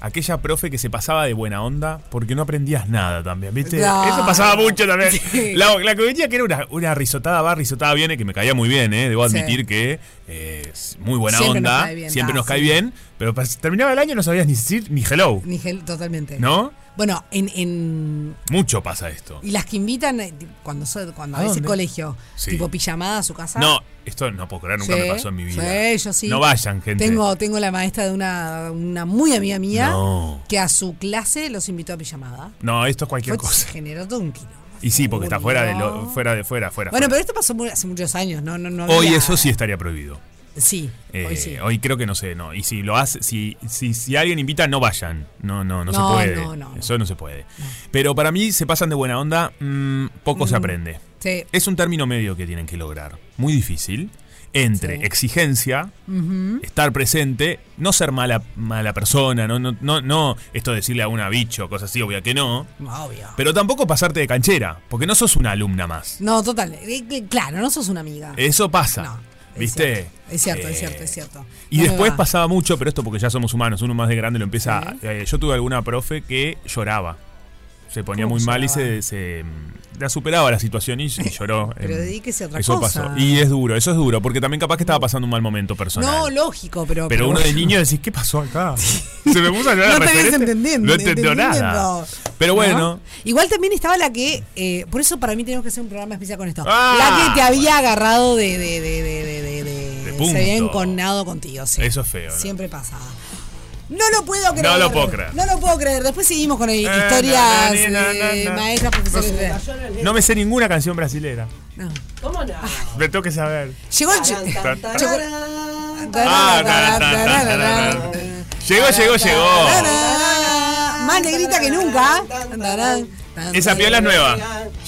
Speaker 3: aquella profe que se pasaba de buena onda porque no aprendías nada también, ¿viste?
Speaker 4: Claro.
Speaker 3: Eso pasaba mucho también.
Speaker 2: [LAUGHS]
Speaker 4: Sí.
Speaker 3: La, la que venía que era una, una risotada va, risotada viene, que me caía muy bien, ¿eh? Debo
Speaker 4: Sí.
Speaker 3: admitir que eh, es muy buena
Speaker 2: Siempre
Speaker 3: onda,
Speaker 2: nos cae bien,
Speaker 3: siempre
Speaker 2: ah,
Speaker 3: nos cae
Speaker 2: sí.
Speaker 3: bien, pero pas- terminaba el año y no sabías ni decir ni hello,
Speaker 2: Nigel, totalmente.
Speaker 3: ¿no?
Speaker 2: Bueno, en, en-
Speaker 3: Mucho pasa esto.
Speaker 2: y las que invitan eh, ti- cuando so- cuando
Speaker 3: ¿A
Speaker 2: a veces
Speaker 3: dónde?
Speaker 2: colegio,
Speaker 3: Sí.
Speaker 2: tipo pijamada a su casa.
Speaker 3: No, esto no puedo creer, nunca
Speaker 2: Sí,
Speaker 3: me pasó en mi vida.
Speaker 2: sí, yo sí.
Speaker 3: No vayan, gente.
Speaker 2: Tengo, tengo la maestra de una, una muy amiga mía
Speaker 3: No.
Speaker 2: que a su clase los invitó a pijamada.
Speaker 3: No, esto es cualquier
Speaker 2: Fue-
Speaker 3: cosa.
Speaker 2: Generó todo un kilo.
Speaker 3: Y sí, porque está fuera de lo-
Speaker 2: No.
Speaker 3: fuera de fuera, fuera.
Speaker 2: Bueno,
Speaker 3: fuera.
Speaker 2: pero esto pasó muy- hace muchos años, no, no, no.
Speaker 3: Hoy
Speaker 2: había-
Speaker 3: eso sí estaría prohibido.
Speaker 2: Sí,
Speaker 3: Eh,
Speaker 2: hoy sí.
Speaker 3: creo que no sé, no. Y si lo hace, si, si, si alguien invita, no vayan. No, no, no,
Speaker 2: No,
Speaker 3: se puede.
Speaker 2: no, no,
Speaker 3: Eso no se puede. Pero para mí se pasan de buena onda, mm, poco se
Speaker 2: Mm.
Speaker 3: aprende.
Speaker 2: Sí.
Speaker 3: Es un término medio que tienen que lograr. Muy difícil. Entre exigencia,
Speaker 2: Ujú.
Speaker 3: estar presente, no ser mala, mala persona, no, no, no, no esto de decirle a una bicho, cosas así, obvia que no.
Speaker 2: Obvio.
Speaker 3: Pero tampoco pasarte de canchera, porque no sos una alumna más.
Speaker 2: No, total. eh, eh, claro, no sos una amiga.
Speaker 3: Eso pasa. ¿Viste?
Speaker 2: Es cierto,
Speaker 3: Eh,
Speaker 2: es cierto, es cierto.
Speaker 3: Y
Speaker 2: No me
Speaker 3: después
Speaker 2: va.
Speaker 3: pasaba mucho, pero esto porque ya somos humanos, uno más de grande lo empieza. a- eh, yo tuve alguna profe que lloraba. Se ponía
Speaker 2: ¿Cómo
Speaker 3: muy mal y
Speaker 2: lloraba?
Speaker 3: se, se, mm, la superaba la situación y,
Speaker 2: [LAUGHS]
Speaker 3: y lloró.
Speaker 2: Pero
Speaker 3: em,
Speaker 2: dedíquese a otra
Speaker 3: eso
Speaker 2: cosa.
Speaker 3: pasó. Y es duro, eso es duro, porque también capaz que estaba pasando un mal momento personal.
Speaker 2: No, lógico, pero.
Speaker 3: pero, uno de niño decís, ¿qué pasó
Speaker 2: [LAUGHS]
Speaker 3: acá? Se me puso a llorar
Speaker 2: No
Speaker 3: al
Speaker 2: te
Speaker 3: referente.
Speaker 2: ves entendiendo,
Speaker 3: No entendió
Speaker 2: entendiendo.
Speaker 3: nada. Pero bueno,
Speaker 2: Igual también estaba la que. eh, por eso para mí tenemos que hacer un programa especial con esto.
Speaker 3: Ah.
Speaker 2: La que te había agarrado de. de, de, de, de, de- de-
Speaker 3: de
Speaker 2: se había
Speaker 3: punto.
Speaker 2: encornado contigo, sí.
Speaker 3: Eso es feo. ¿no?
Speaker 2: Siempre pasaba. No lo puedo creer.
Speaker 3: lo puedo creer.
Speaker 2: No lo puedo creer. Después seguimos con eh,
Speaker 3: na, na,
Speaker 2: historias
Speaker 3: na, na,
Speaker 2: eh,
Speaker 3: na, na.
Speaker 2: maestras, profesores.
Speaker 3: No me sé ninguna canción brasilera.
Speaker 2: ¿Cómo no?
Speaker 3: Me tengo que saber.
Speaker 2: Llegó el.
Speaker 3: Tarán, tarán,
Speaker 2: Llegó-
Speaker 3: Ah, tarán, tarán, tarán, tarán. Llegó, llegó, llegó.
Speaker 2: Más negrita que nunca.
Speaker 3: Esa piola es nueva.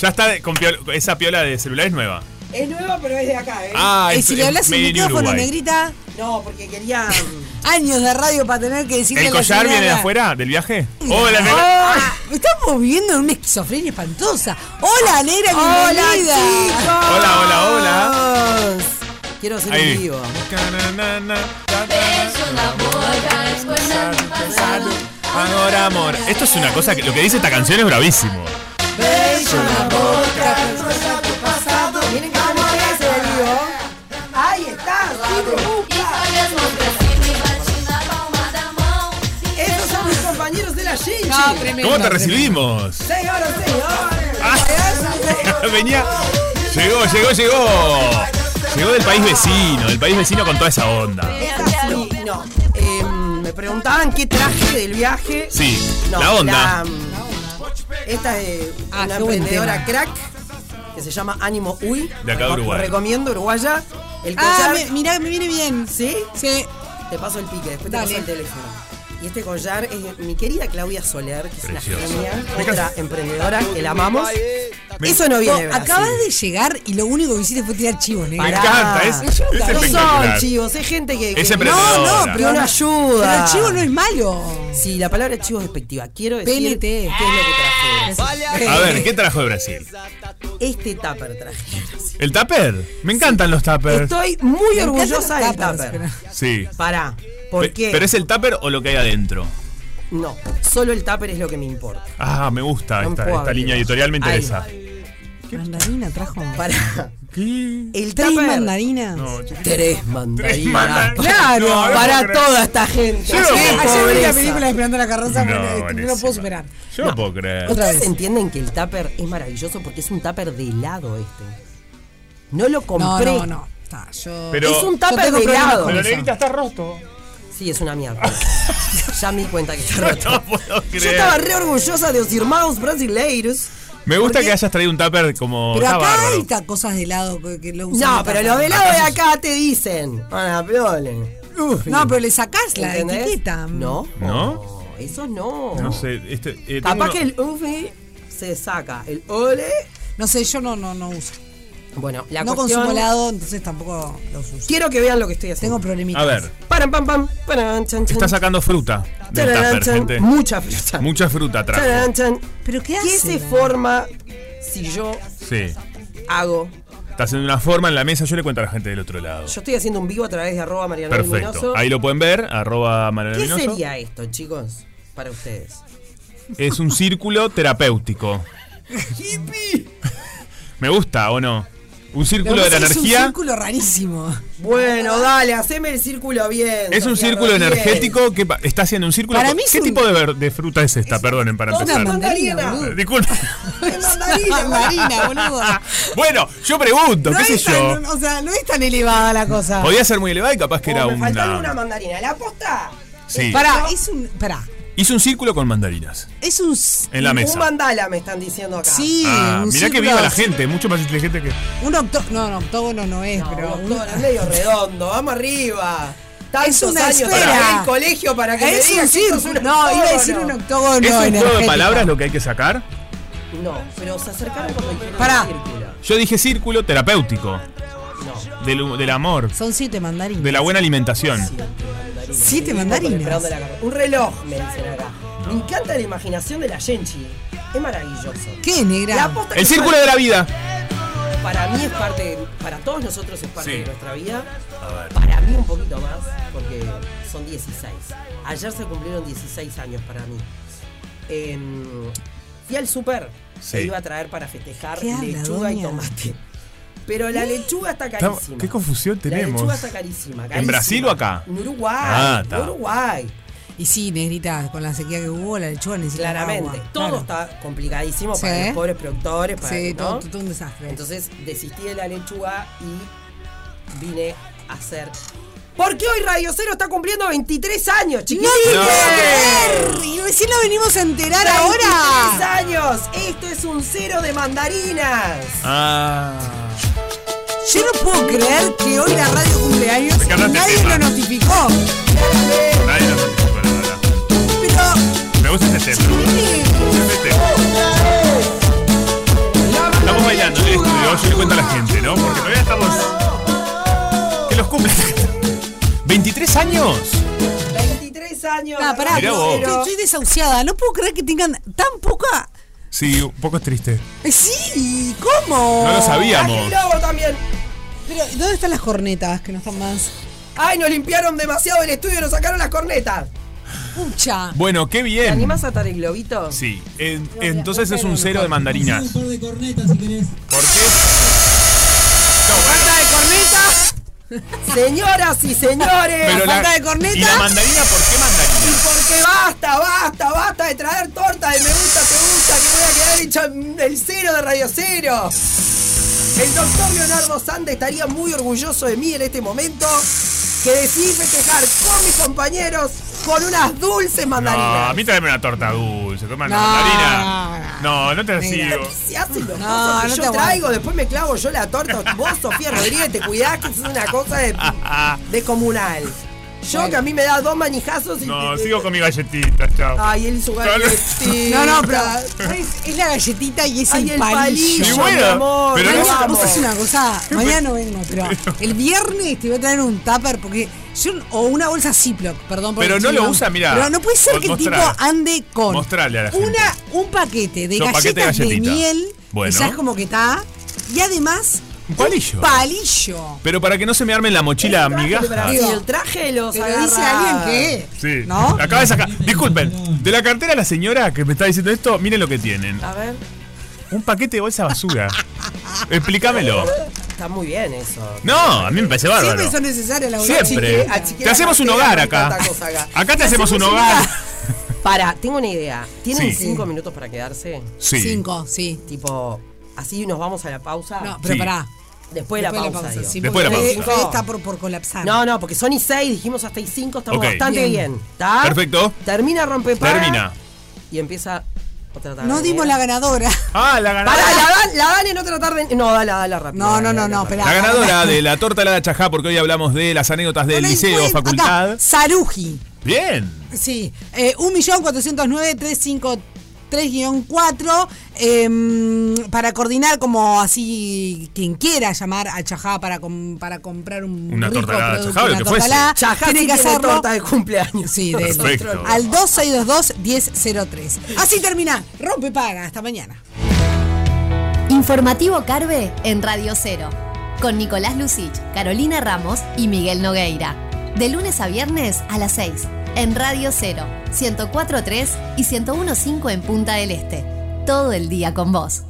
Speaker 3: Ya está con piola- esa piola de celular es nueva.
Speaker 14: Es nueva, pero es de acá, ¿eh?
Speaker 3: Ah,
Speaker 2: y
Speaker 3: es-
Speaker 2: si le
Speaker 3: es
Speaker 2: hablas sin
Speaker 3: made in
Speaker 2: micrófono,
Speaker 3: Uruguay.
Speaker 2: negrita.
Speaker 14: No, porque quería. um,
Speaker 2: [LAUGHS] Años de radio para tener que decirle
Speaker 3: ¿El
Speaker 2: a la
Speaker 3: collar
Speaker 2: señora-
Speaker 3: viene de afuera, del viaje? Oh,
Speaker 2: Ah,
Speaker 3: Hola, negra.
Speaker 2: Estamos viviendo en una esquizofrenia espantosa. Hola, negra,
Speaker 14: Hola,
Speaker 2: bienvenida.
Speaker 14: chicos.
Speaker 3: Hola, hola, hola.
Speaker 14: Quiero hacer
Speaker 3: Ahí.
Speaker 14: un vivo.
Speaker 3: Amor, amor. Esto es una cosa que lo que dice esta canción es bravísimo.
Speaker 14: Ahí está. Esos son mis compañeros de la Shinchi.
Speaker 3: ¿Cómo te recibimos?
Speaker 14: Señoras, señores.
Speaker 3: [LAUGHS] Venía. Llegó, llegó, llegó. Llegó del país vecino, del país vecino con toda esa onda.
Speaker 14: Esa sí, no. Eh, me preguntaban qué traje del viaje.
Speaker 3: Sí,
Speaker 14: No,
Speaker 3: la onda.
Speaker 14: la, mm, esta es
Speaker 2: Ah,
Speaker 14: una
Speaker 2: qué buen
Speaker 14: emprendedora
Speaker 2: tema.
Speaker 14: crack que se llama Ánimo Uy.
Speaker 3: De acá de
Speaker 14: Reco-
Speaker 3: Uruguay.
Speaker 14: Recomiendo Uruguaya. El
Speaker 2: Ah,
Speaker 14: collar.
Speaker 2: me- mirá, me viene bien.
Speaker 14: ¿Sí?
Speaker 2: Sí.
Speaker 14: Te paso el pique, después
Speaker 2: Dale.
Speaker 14: te paso el teléfono. Y este collar es de mi querida Claudia Soler, que es
Speaker 3: Precioso.
Speaker 14: una genia, otra em- emprendedora que la amamos. Eso no viene de
Speaker 2: Vos
Speaker 14: Brasil.
Speaker 2: Acabas de llegar y lo único que hiciste fue tirar chivos, negra.
Speaker 14: Pará. No son chivos, es gente que.
Speaker 2: Es
Speaker 14: que-
Speaker 2: emprendedora.
Speaker 14: No, no, pero una ayuda.
Speaker 2: Pero el chivo no es malo.
Speaker 14: Sí, la palabra chivo es despectiva. Quiero decir.
Speaker 2: PNT.
Speaker 14: ¿Qué es lo que trajeron?
Speaker 3: A ver, ¿qué trajo de Brasil?
Speaker 14: Este tupper traje.
Speaker 3: ¿El tupper? Me encantan los tuppers.
Speaker 14: Estoy muy
Speaker 2: Me
Speaker 14: orgullosa del
Speaker 2: encantan los
Speaker 14: tupper.
Speaker 3: Sí.
Speaker 14: Pará, ¿por
Speaker 3: Pe-
Speaker 14: qué?
Speaker 3: ¿Pero es el tupper o lo que hay adentro?
Speaker 14: No, solo el tupper es lo que me importa.
Speaker 3: Ah, me gusta
Speaker 14: No
Speaker 3: esta,
Speaker 14: puedo
Speaker 3: esta
Speaker 14: abrir.
Speaker 3: línea editorial, me
Speaker 14: Ahí.
Speaker 3: interesa.
Speaker 2: Mandarina trajo.
Speaker 14: [LAUGHS] Pará.
Speaker 2: El ¿Tres
Speaker 14: tupper.
Speaker 2: mandarinas?
Speaker 14: Tres mandarinas.
Speaker 2: mandarinas. Claro,
Speaker 14: No, no
Speaker 2: para
Speaker 14: puedo creer.
Speaker 2: toda esta gente.
Speaker 14: Yo no
Speaker 2: Sí,
Speaker 14: puedo
Speaker 2: ayer vi
Speaker 14: creer.
Speaker 2: la película de Esperando la carroza,
Speaker 3: No,
Speaker 2: pero, eh, no,
Speaker 3: buenísima.
Speaker 2: lo puedo superar.
Speaker 3: Yo no puedo creer.
Speaker 14: Ustedes entienden que el tupper es maravilloso porque es un tupper de helado este. No lo compré.
Speaker 2: No, no, no. Está, yo...
Speaker 14: Pero- Es un tupper
Speaker 2: yo tengo
Speaker 14: de
Speaker 2: problemas
Speaker 14: helado.
Speaker 2: con
Speaker 14: Pero
Speaker 2: eso.
Speaker 14: negrita,
Speaker 16: está roto.
Speaker 14: Sí, es una mierda. ya me di cuenta que está roto. Yo
Speaker 3: creer.
Speaker 14: estaba re orgullosa de los hermanos brasileiros.
Speaker 3: [LAUGHS] Me gusta que hayas traído un tupper como.
Speaker 14: Pero
Speaker 3: está
Speaker 14: acá
Speaker 3: bárbaro.
Speaker 2: Hay ca- cosas de helado que, que lo usan.
Speaker 14: No, pero los de helado de acá te dicen. Ana
Speaker 2: No, pero le sacás la
Speaker 14: ¿Entendés?
Speaker 2: etiqueta.
Speaker 14: No.
Speaker 3: ¿No?
Speaker 14: Eso no.
Speaker 3: No sé. Este, eh, tengo
Speaker 14: Capaz
Speaker 3: uno-
Speaker 14: que el UFI se saca. El ole.
Speaker 2: No sé, yo no, no, no uso.
Speaker 14: Bueno, la
Speaker 2: no
Speaker 14: cuestión-
Speaker 2: consumo helado, entonces tampoco los uso.
Speaker 14: Quiero que vean lo que estoy haciendo.
Speaker 2: Tengo problemitas.
Speaker 3: A ver.
Speaker 14: Paran, pam, pam. Paran, chan, chan.
Speaker 3: Está sacando fruta. Del
Speaker 14: Tararán,
Speaker 3: tupper,
Speaker 14: chan.
Speaker 3: gente.
Speaker 14: Mucha fruta.
Speaker 3: Mucha fruta trajo.
Speaker 14: Tararán, chan.
Speaker 2: ¿Pero qué
Speaker 14: ¿Qué se forma si yo
Speaker 3: Sí.
Speaker 14: hago?
Speaker 3: Está haciendo una forma en la mesa. Yo le cuento a la gente del otro lado.
Speaker 14: Yo estoy haciendo un vivo a través de arroba Mariano
Speaker 3: Perfecto.
Speaker 14: Luminoso.
Speaker 3: Ahí lo pueden ver. Arroba Mariano
Speaker 14: ¿Qué
Speaker 3: Luminoso.
Speaker 14: sería esto, chicos? Para ustedes.
Speaker 3: Es un círculo terapéutico. Me gusta, ¿o no? Un círculo de la
Speaker 2: Es un
Speaker 3: energía.
Speaker 2: círculo rarísimo.
Speaker 14: Bueno, dale, haceme el círculo bien.
Speaker 3: Es un
Speaker 14: Sofía
Speaker 3: círculo
Speaker 14: Rodríguez.
Speaker 3: energético que pa- está haciendo un círculo.
Speaker 14: Para
Speaker 3: con-
Speaker 14: mí es
Speaker 3: ¿Qué
Speaker 14: un-
Speaker 3: tipo de, ver- de fruta es esta? Perdonen para
Speaker 14: una
Speaker 3: empezar. Eh,
Speaker 14: mandarina, boludo.
Speaker 3: Disculpa.
Speaker 14: [LAUGHS]
Speaker 2: mandarina, mandarina, boludo.
Speaker 3: Bueno, yo pregunto,
Speaker 2: No
Speaker 3: qué sé
Speaker 2: es tan-
Speaker 3: yo.
Speaker 2: o sea, no es tan elevada la cosa.
Speaker 3: Podía ser muy elevada y capaz que era
Speaker 2: me faltaba
Speaker 3: una.
Speaker 14: mandarina, la posta.
Speaker 3: Sí.
Speaker 2: Pará, es un. Pará.
Speaker 3: Hizo un círculo con mandarinas.
Speaker 2: Es un.
Speaker 3: En la mesa.
Speaker 14: Un mandala me están diciendo acá.
Speaker 2: Sí,
Speaker 3: Ah,
Speaker 2: un
Speaker 3: mirá que
Speaker 2: círculo
Speaker 3: viva la
Speaker 2: así.
Speaker 3: gente, mucho más inteligente que.
Speaker 2: Un octógono. No, no, octógono no es, pero. Un
Speaker 14: Es medio redondo, vamos arriba. Tantos
Speaker 2: Es una
Speaker 14: años
Speaker 2: esfera.
Speaker 14: trabajé en el colegio para que
Speaker 2: Es
Speaker 14: me digan
Speaker 2: un
Speaker 14: que esto es
Speaker 2: círculo.
Speaker 14: un
Speaker 2: No, iba a decir un
Speaker 14: octógono.
Speaker 2: octógono.
Speaker 3: ¿Es un juego de
Speaker 2: energético.
Speaker 3: palabras lo que hay que sacar?
Speaker 14: No, pero se acercaron cuando dijeron
Speaker 2: Pará.
Speaker 14: círculo.
Speaker 3: Yo dije círculo terapéutico. Del, del amor,
Speaker 2: Son siete mandarinas.
Speaker 3: de la buena alimentación.
Speaker 2: Siete
Speaker 14: Esperando
Speaker 2: mandarinas.
Speaker 14: la carrera. Un reloj, me dicen acá. Me encanta la imaginación de la Genchi. Es maravilloso.
Speaker 2: ¿Qué, negra?
Speaker 14: La posta
Speaker 3: El
Speaker 14: que
Speaker 3: círculo
Speaker 14: para-
Speaker 3: de la vida.
Speaker 14: Para mí es parte, para todos nosotros es parte
Speaker 3: Sí.
Speaker 14: de nuestra vida.
Speaker 3: A ver.
Speaker 14: Para mí un poquito más, porque son 16. Ayer se cumplieron 16 años para mí. Em, fui al súper,
Speaker 3: Sí.
Speaker 14: se iba a traer para festejar
Speaker 2: ¿Qué habla,
Speaker 14: lechuga y
Speaker 2: doña? ¿Eh?
Speaker 14: tomate. Pero la lechuga está
Speaker 3: Está-
Speaker 14: carísima.
Speaker 3: ¿Qué confusión
Speaker 14: La
Speaker 3: tenemos?
Speaker 14: lechuga está carísima.
Speaker 3: ¿En
Speaker 14: carísima.
Speaker 3: Brasil o acá?
Speaker 14: En Uruguay.
Speaker 3: Ah, está.
Speaker 14: en Uruguay.
Speaker 2: Y sí, negrita, con la sequía que hubo, la lechuga necesita
Speaker 14: Claramente.
Speaker 2: agua.
Speaker 14: Todo
Speaker 2: Ah, Claro.
Speaker 14: está complicadísimo para
Speaker 2: Sí.
Speaker 14: los pobres productores. Para,
Speaker 2: Sí, todo,
Speaker 14: ¿no?
Speaker 2: todo un desastre.
Speaker 14: Entonces desistí de la lechuga y vine a hacer. Porque hoy Radio Cero está cumpliendo 23 años,
Speaker 2: ¡No
Speaker 14: chiquitos.
Speaker 2: te puedo creer! Y recién lo venimos a enterar ahora.
Speaker 14: años! Esto es un cero de mandarinas.
Speaker 3: Ah.
Speaker 2: Yo no puedo creer que hoy la radio cumpleaños
Speaker 3: Me encanta
Speaker 2: y
Speaker 3: este
Speaker 2: nadie
Speaker 3: tema.
Speaker 2: lo notificó.
Speaker 3: Nadie lo sabe, bueno, la verdad.
Speaker 2: Pero
Speaker 3: Me gusta este tema. Este tema. Estamos bailando en el estudio, yo le cuento a la gente, ¿no? Porque todavía estamos. Que los [LAUGHS] cumple. ¿23 años?
Speaker 14: 23 años.
Speaker 2: Ah, pará,
Speaker 3: Mirá
Speaker 2: no,
Speaker 3: vos.
Speaker 2: estoy- estoy desahuciada. No puedo creer que tengan tan poca.
Speaker 3: Sí, un poco es triste.
Speaker 2: Eh, Sí, ¿cómo?
Speaker 3: No lo sabíamos.
Speaker 14: Traje lobo también.
Speaker 2: Pero, ¿dónde están las cornetas que no están más?
Speaker 14: ¡Ay, nos limpiaron demasiado el estudio! ¡Nos sacaron las cornetas!
Speaker 2: Pucha.
Speaker 3: Bueno, qué
Speaker 14: ¿Te
Speaker 3: bien.
Speaker 14: animás a atar el globito?
Speaker 3: Sí, en- entonces es un cero de mandarinas.
Speaker 14: par de cornetas si querés.
Speaker 3: ¿Por qué?
Speaker 14: ¡Falta de cornetas! [LAUGHS] Señoras y señores,
Speaker 3: Pero la-
Speaker 14: falta de cornetas.
Speaker 3: ¿Y la mandarina por qué mandarina?
Speaker 14: Porque basta, basta, basta de traer torta de me gusta, te gusta, que voy a quedar hecha en el cero de Radio Cero. El doctor Leonardo Sande estaría muy orgulloso de mí en este momento que decidí festejar con mis compañeros con unas dulces
Speaker 3: No,
Speaker 14: mandarinas.
Speaker 3: a mí tráeme una torta dulce, toma una mandarina. No, no te
Speaker 14: Mira,
Speaker 3: recibo.
Speaker 14: ¿qué se hacen los
Speaker 2: No,
Speaker 14: cosos
Speaker 2: no
Speaker 14: que
Speaker 2: te
Speaker 14: yo
Speaker 2: aguanto.
Speaker 14: traigo? Después me clavo yo la torta. Vos, Sofía Rodríguez, te cuidás que es una cosa
Speaker 3: [LAUGHS]
Speaker 14: de, comunal. Yo que a mí me da dos manijazos y
Speaker 3: No, sigo con mi galletita, chao.
Speaker 14: Ay, él su galletita.
Speaker 2: [LAUGHS] No, no, pero es, es la galletita y es
Speaker 14: Ay,
Speaker 2: el,
Speaker 14: el
Speaker 2: palillo.
Speaker 14: palillo, Sí, bueno, mi amor, pero
Speaker 2: Mañana
Speaker 14: no-
Speaker 2: vos es una
Speaker 3: [LAUGHS]
Speaker 2: cosa. Mañana no vengo, pero el viernes te voy a traer un tupper porque yo o una bolsa Ziploc, perdón. por
Speaker 3: Pero
Speaker 2: el
Speaker 3: no lo
Speaker 2: chino.
Speaker 3: usa, mirá.
Speaker 2: Pero no puede ser que el tipo
Speaker 3: Mostrar.
Speaker 2: ande con
Speaker 3: Mostrarle a la gente.
Speaker 2: una un paquete de
Speaker 3: Yo, paquete de
Speaker 2: galletas de,
Speaker 3: galletita.
Speaker 2: miel,
Speaker 3: Bueno.
Speaker 2: que ya es como que está y además
Speaker 3: Un palillo.
Speaker 2: palillo.
Speaker 3: Pero para que no se me armen la mochila migaja.
Speaker 14: Y el traje los
Speaker 2: Pero
Speaker 14: agarra.
Speaker 2: dice alguien que
Speaker 3: Sí.
Speaker 2: ¿No?
Speaker 3: Acaba de sacar. Disculpen. De la cartera de la señora que me está diciendo esto, miren lo que tienen.
Speaker 14: A ver.
Speaker 3: Un paquete de bolsa basura. Explícamelo.
Speaker 14: Está muy bien eso.
Speaker 3: No, a mí me parece bárbaro.
Speaker 2: Siempre son necesarias las
Speaker 3: Siempre.
Speaker 14: Achique- achique
Speaker 3: Te
Speaker 14: la
Speaker 3: hacemos un
Speaker 14: cartera,
Speaker 3: hogar
Speaker 14: no hay
Speaker 3: acá.
Speaker 14: tanta cosa acá.
Speaker 3: Acá te
Speaker 14: Te
Speaker 3: hacemos un
Speaker 14: hacemos un [LAUGHS]
Speaker 3: hogar.
Speaker 14: Para, tengo una idea. ¿Tienen
Speaker 3: Sí.
Speaker 14: cinco minutos para quedarse?
Speaker 3: Sí.
Speaker 2: Cinco, sí.
Speaker 14: Tipo, así nos vamos a la pausa. No,
Speaker 2: pero Sí. pará.
Speaker 14: Después de la pausa. digo.
Speaker 2: sí, porque Fede- Fede está por, por colapsar.
Speaker 14: No, no, porque son y seis, dijimos hasta y cinco, estamos
Speaker 3: Ok.
Speaker 14: bastante
Speaker 3: Bien.
Speaker 14: bien. ¿Está?
Speaker 3: Perfecto.
Speaker 14: Termina rompepaga.
Speaker 3: Termina.
Speaker 14: Y empieza otra tarde.
Speaker 2: No dimos la ganadora.
Speaker 3: Ah, la ganadora.
Speaker 14: Pará, la, dan- la dan en otra tarde. No, dala, dala rápido.
Speaker 2: No, no, no, no, espera.
Speaker 3: La ganadora
Speaker 2: [LAUGHS]
Speaker 3: de la torta helada chajá, porque hoy hablamos de las anécdotas del liceo, facultad.
Speaker 2: Saruji.
Speaker 3: Bien.
Speaker 2: Sí, eh, 1.409.353-4 eh, para coordinar como así quien quiera llamar a Chajá para, com- para comprar un
Speaker 3: Una
Speaker 2: rico
Speaker 3: torta helada de
Speaker 2: producto,
Speaker 3: Chajá, lo
Speaker 2: una
Speaker 3: que
Speaker 2: torta
Speaker 3: fuese.
Speaker 2: helada,
Speaker 14: Chajá
Speaker 2: tiene
Speaker 14: sí
Speaker 2: que
Speaker 14: tiene
Speaker 2: hacerlo
Speaker 14: torta de cumpleaños.
Speaker 2: Sí, de-
Speaker 3: Perfecto.
Speaker 2: al 2622-1003. Así termina, rompe paga, hasta mañana.
Speaker 6: Informativo Carve en Radio Cero. Con Nicolás Lucich, Carolina Ramos y Miguel Nogueira. De lunes a viernes a las 6. En Radio Cero, 104.3 y 101.5 en Punta del Este. Todo el día con vos.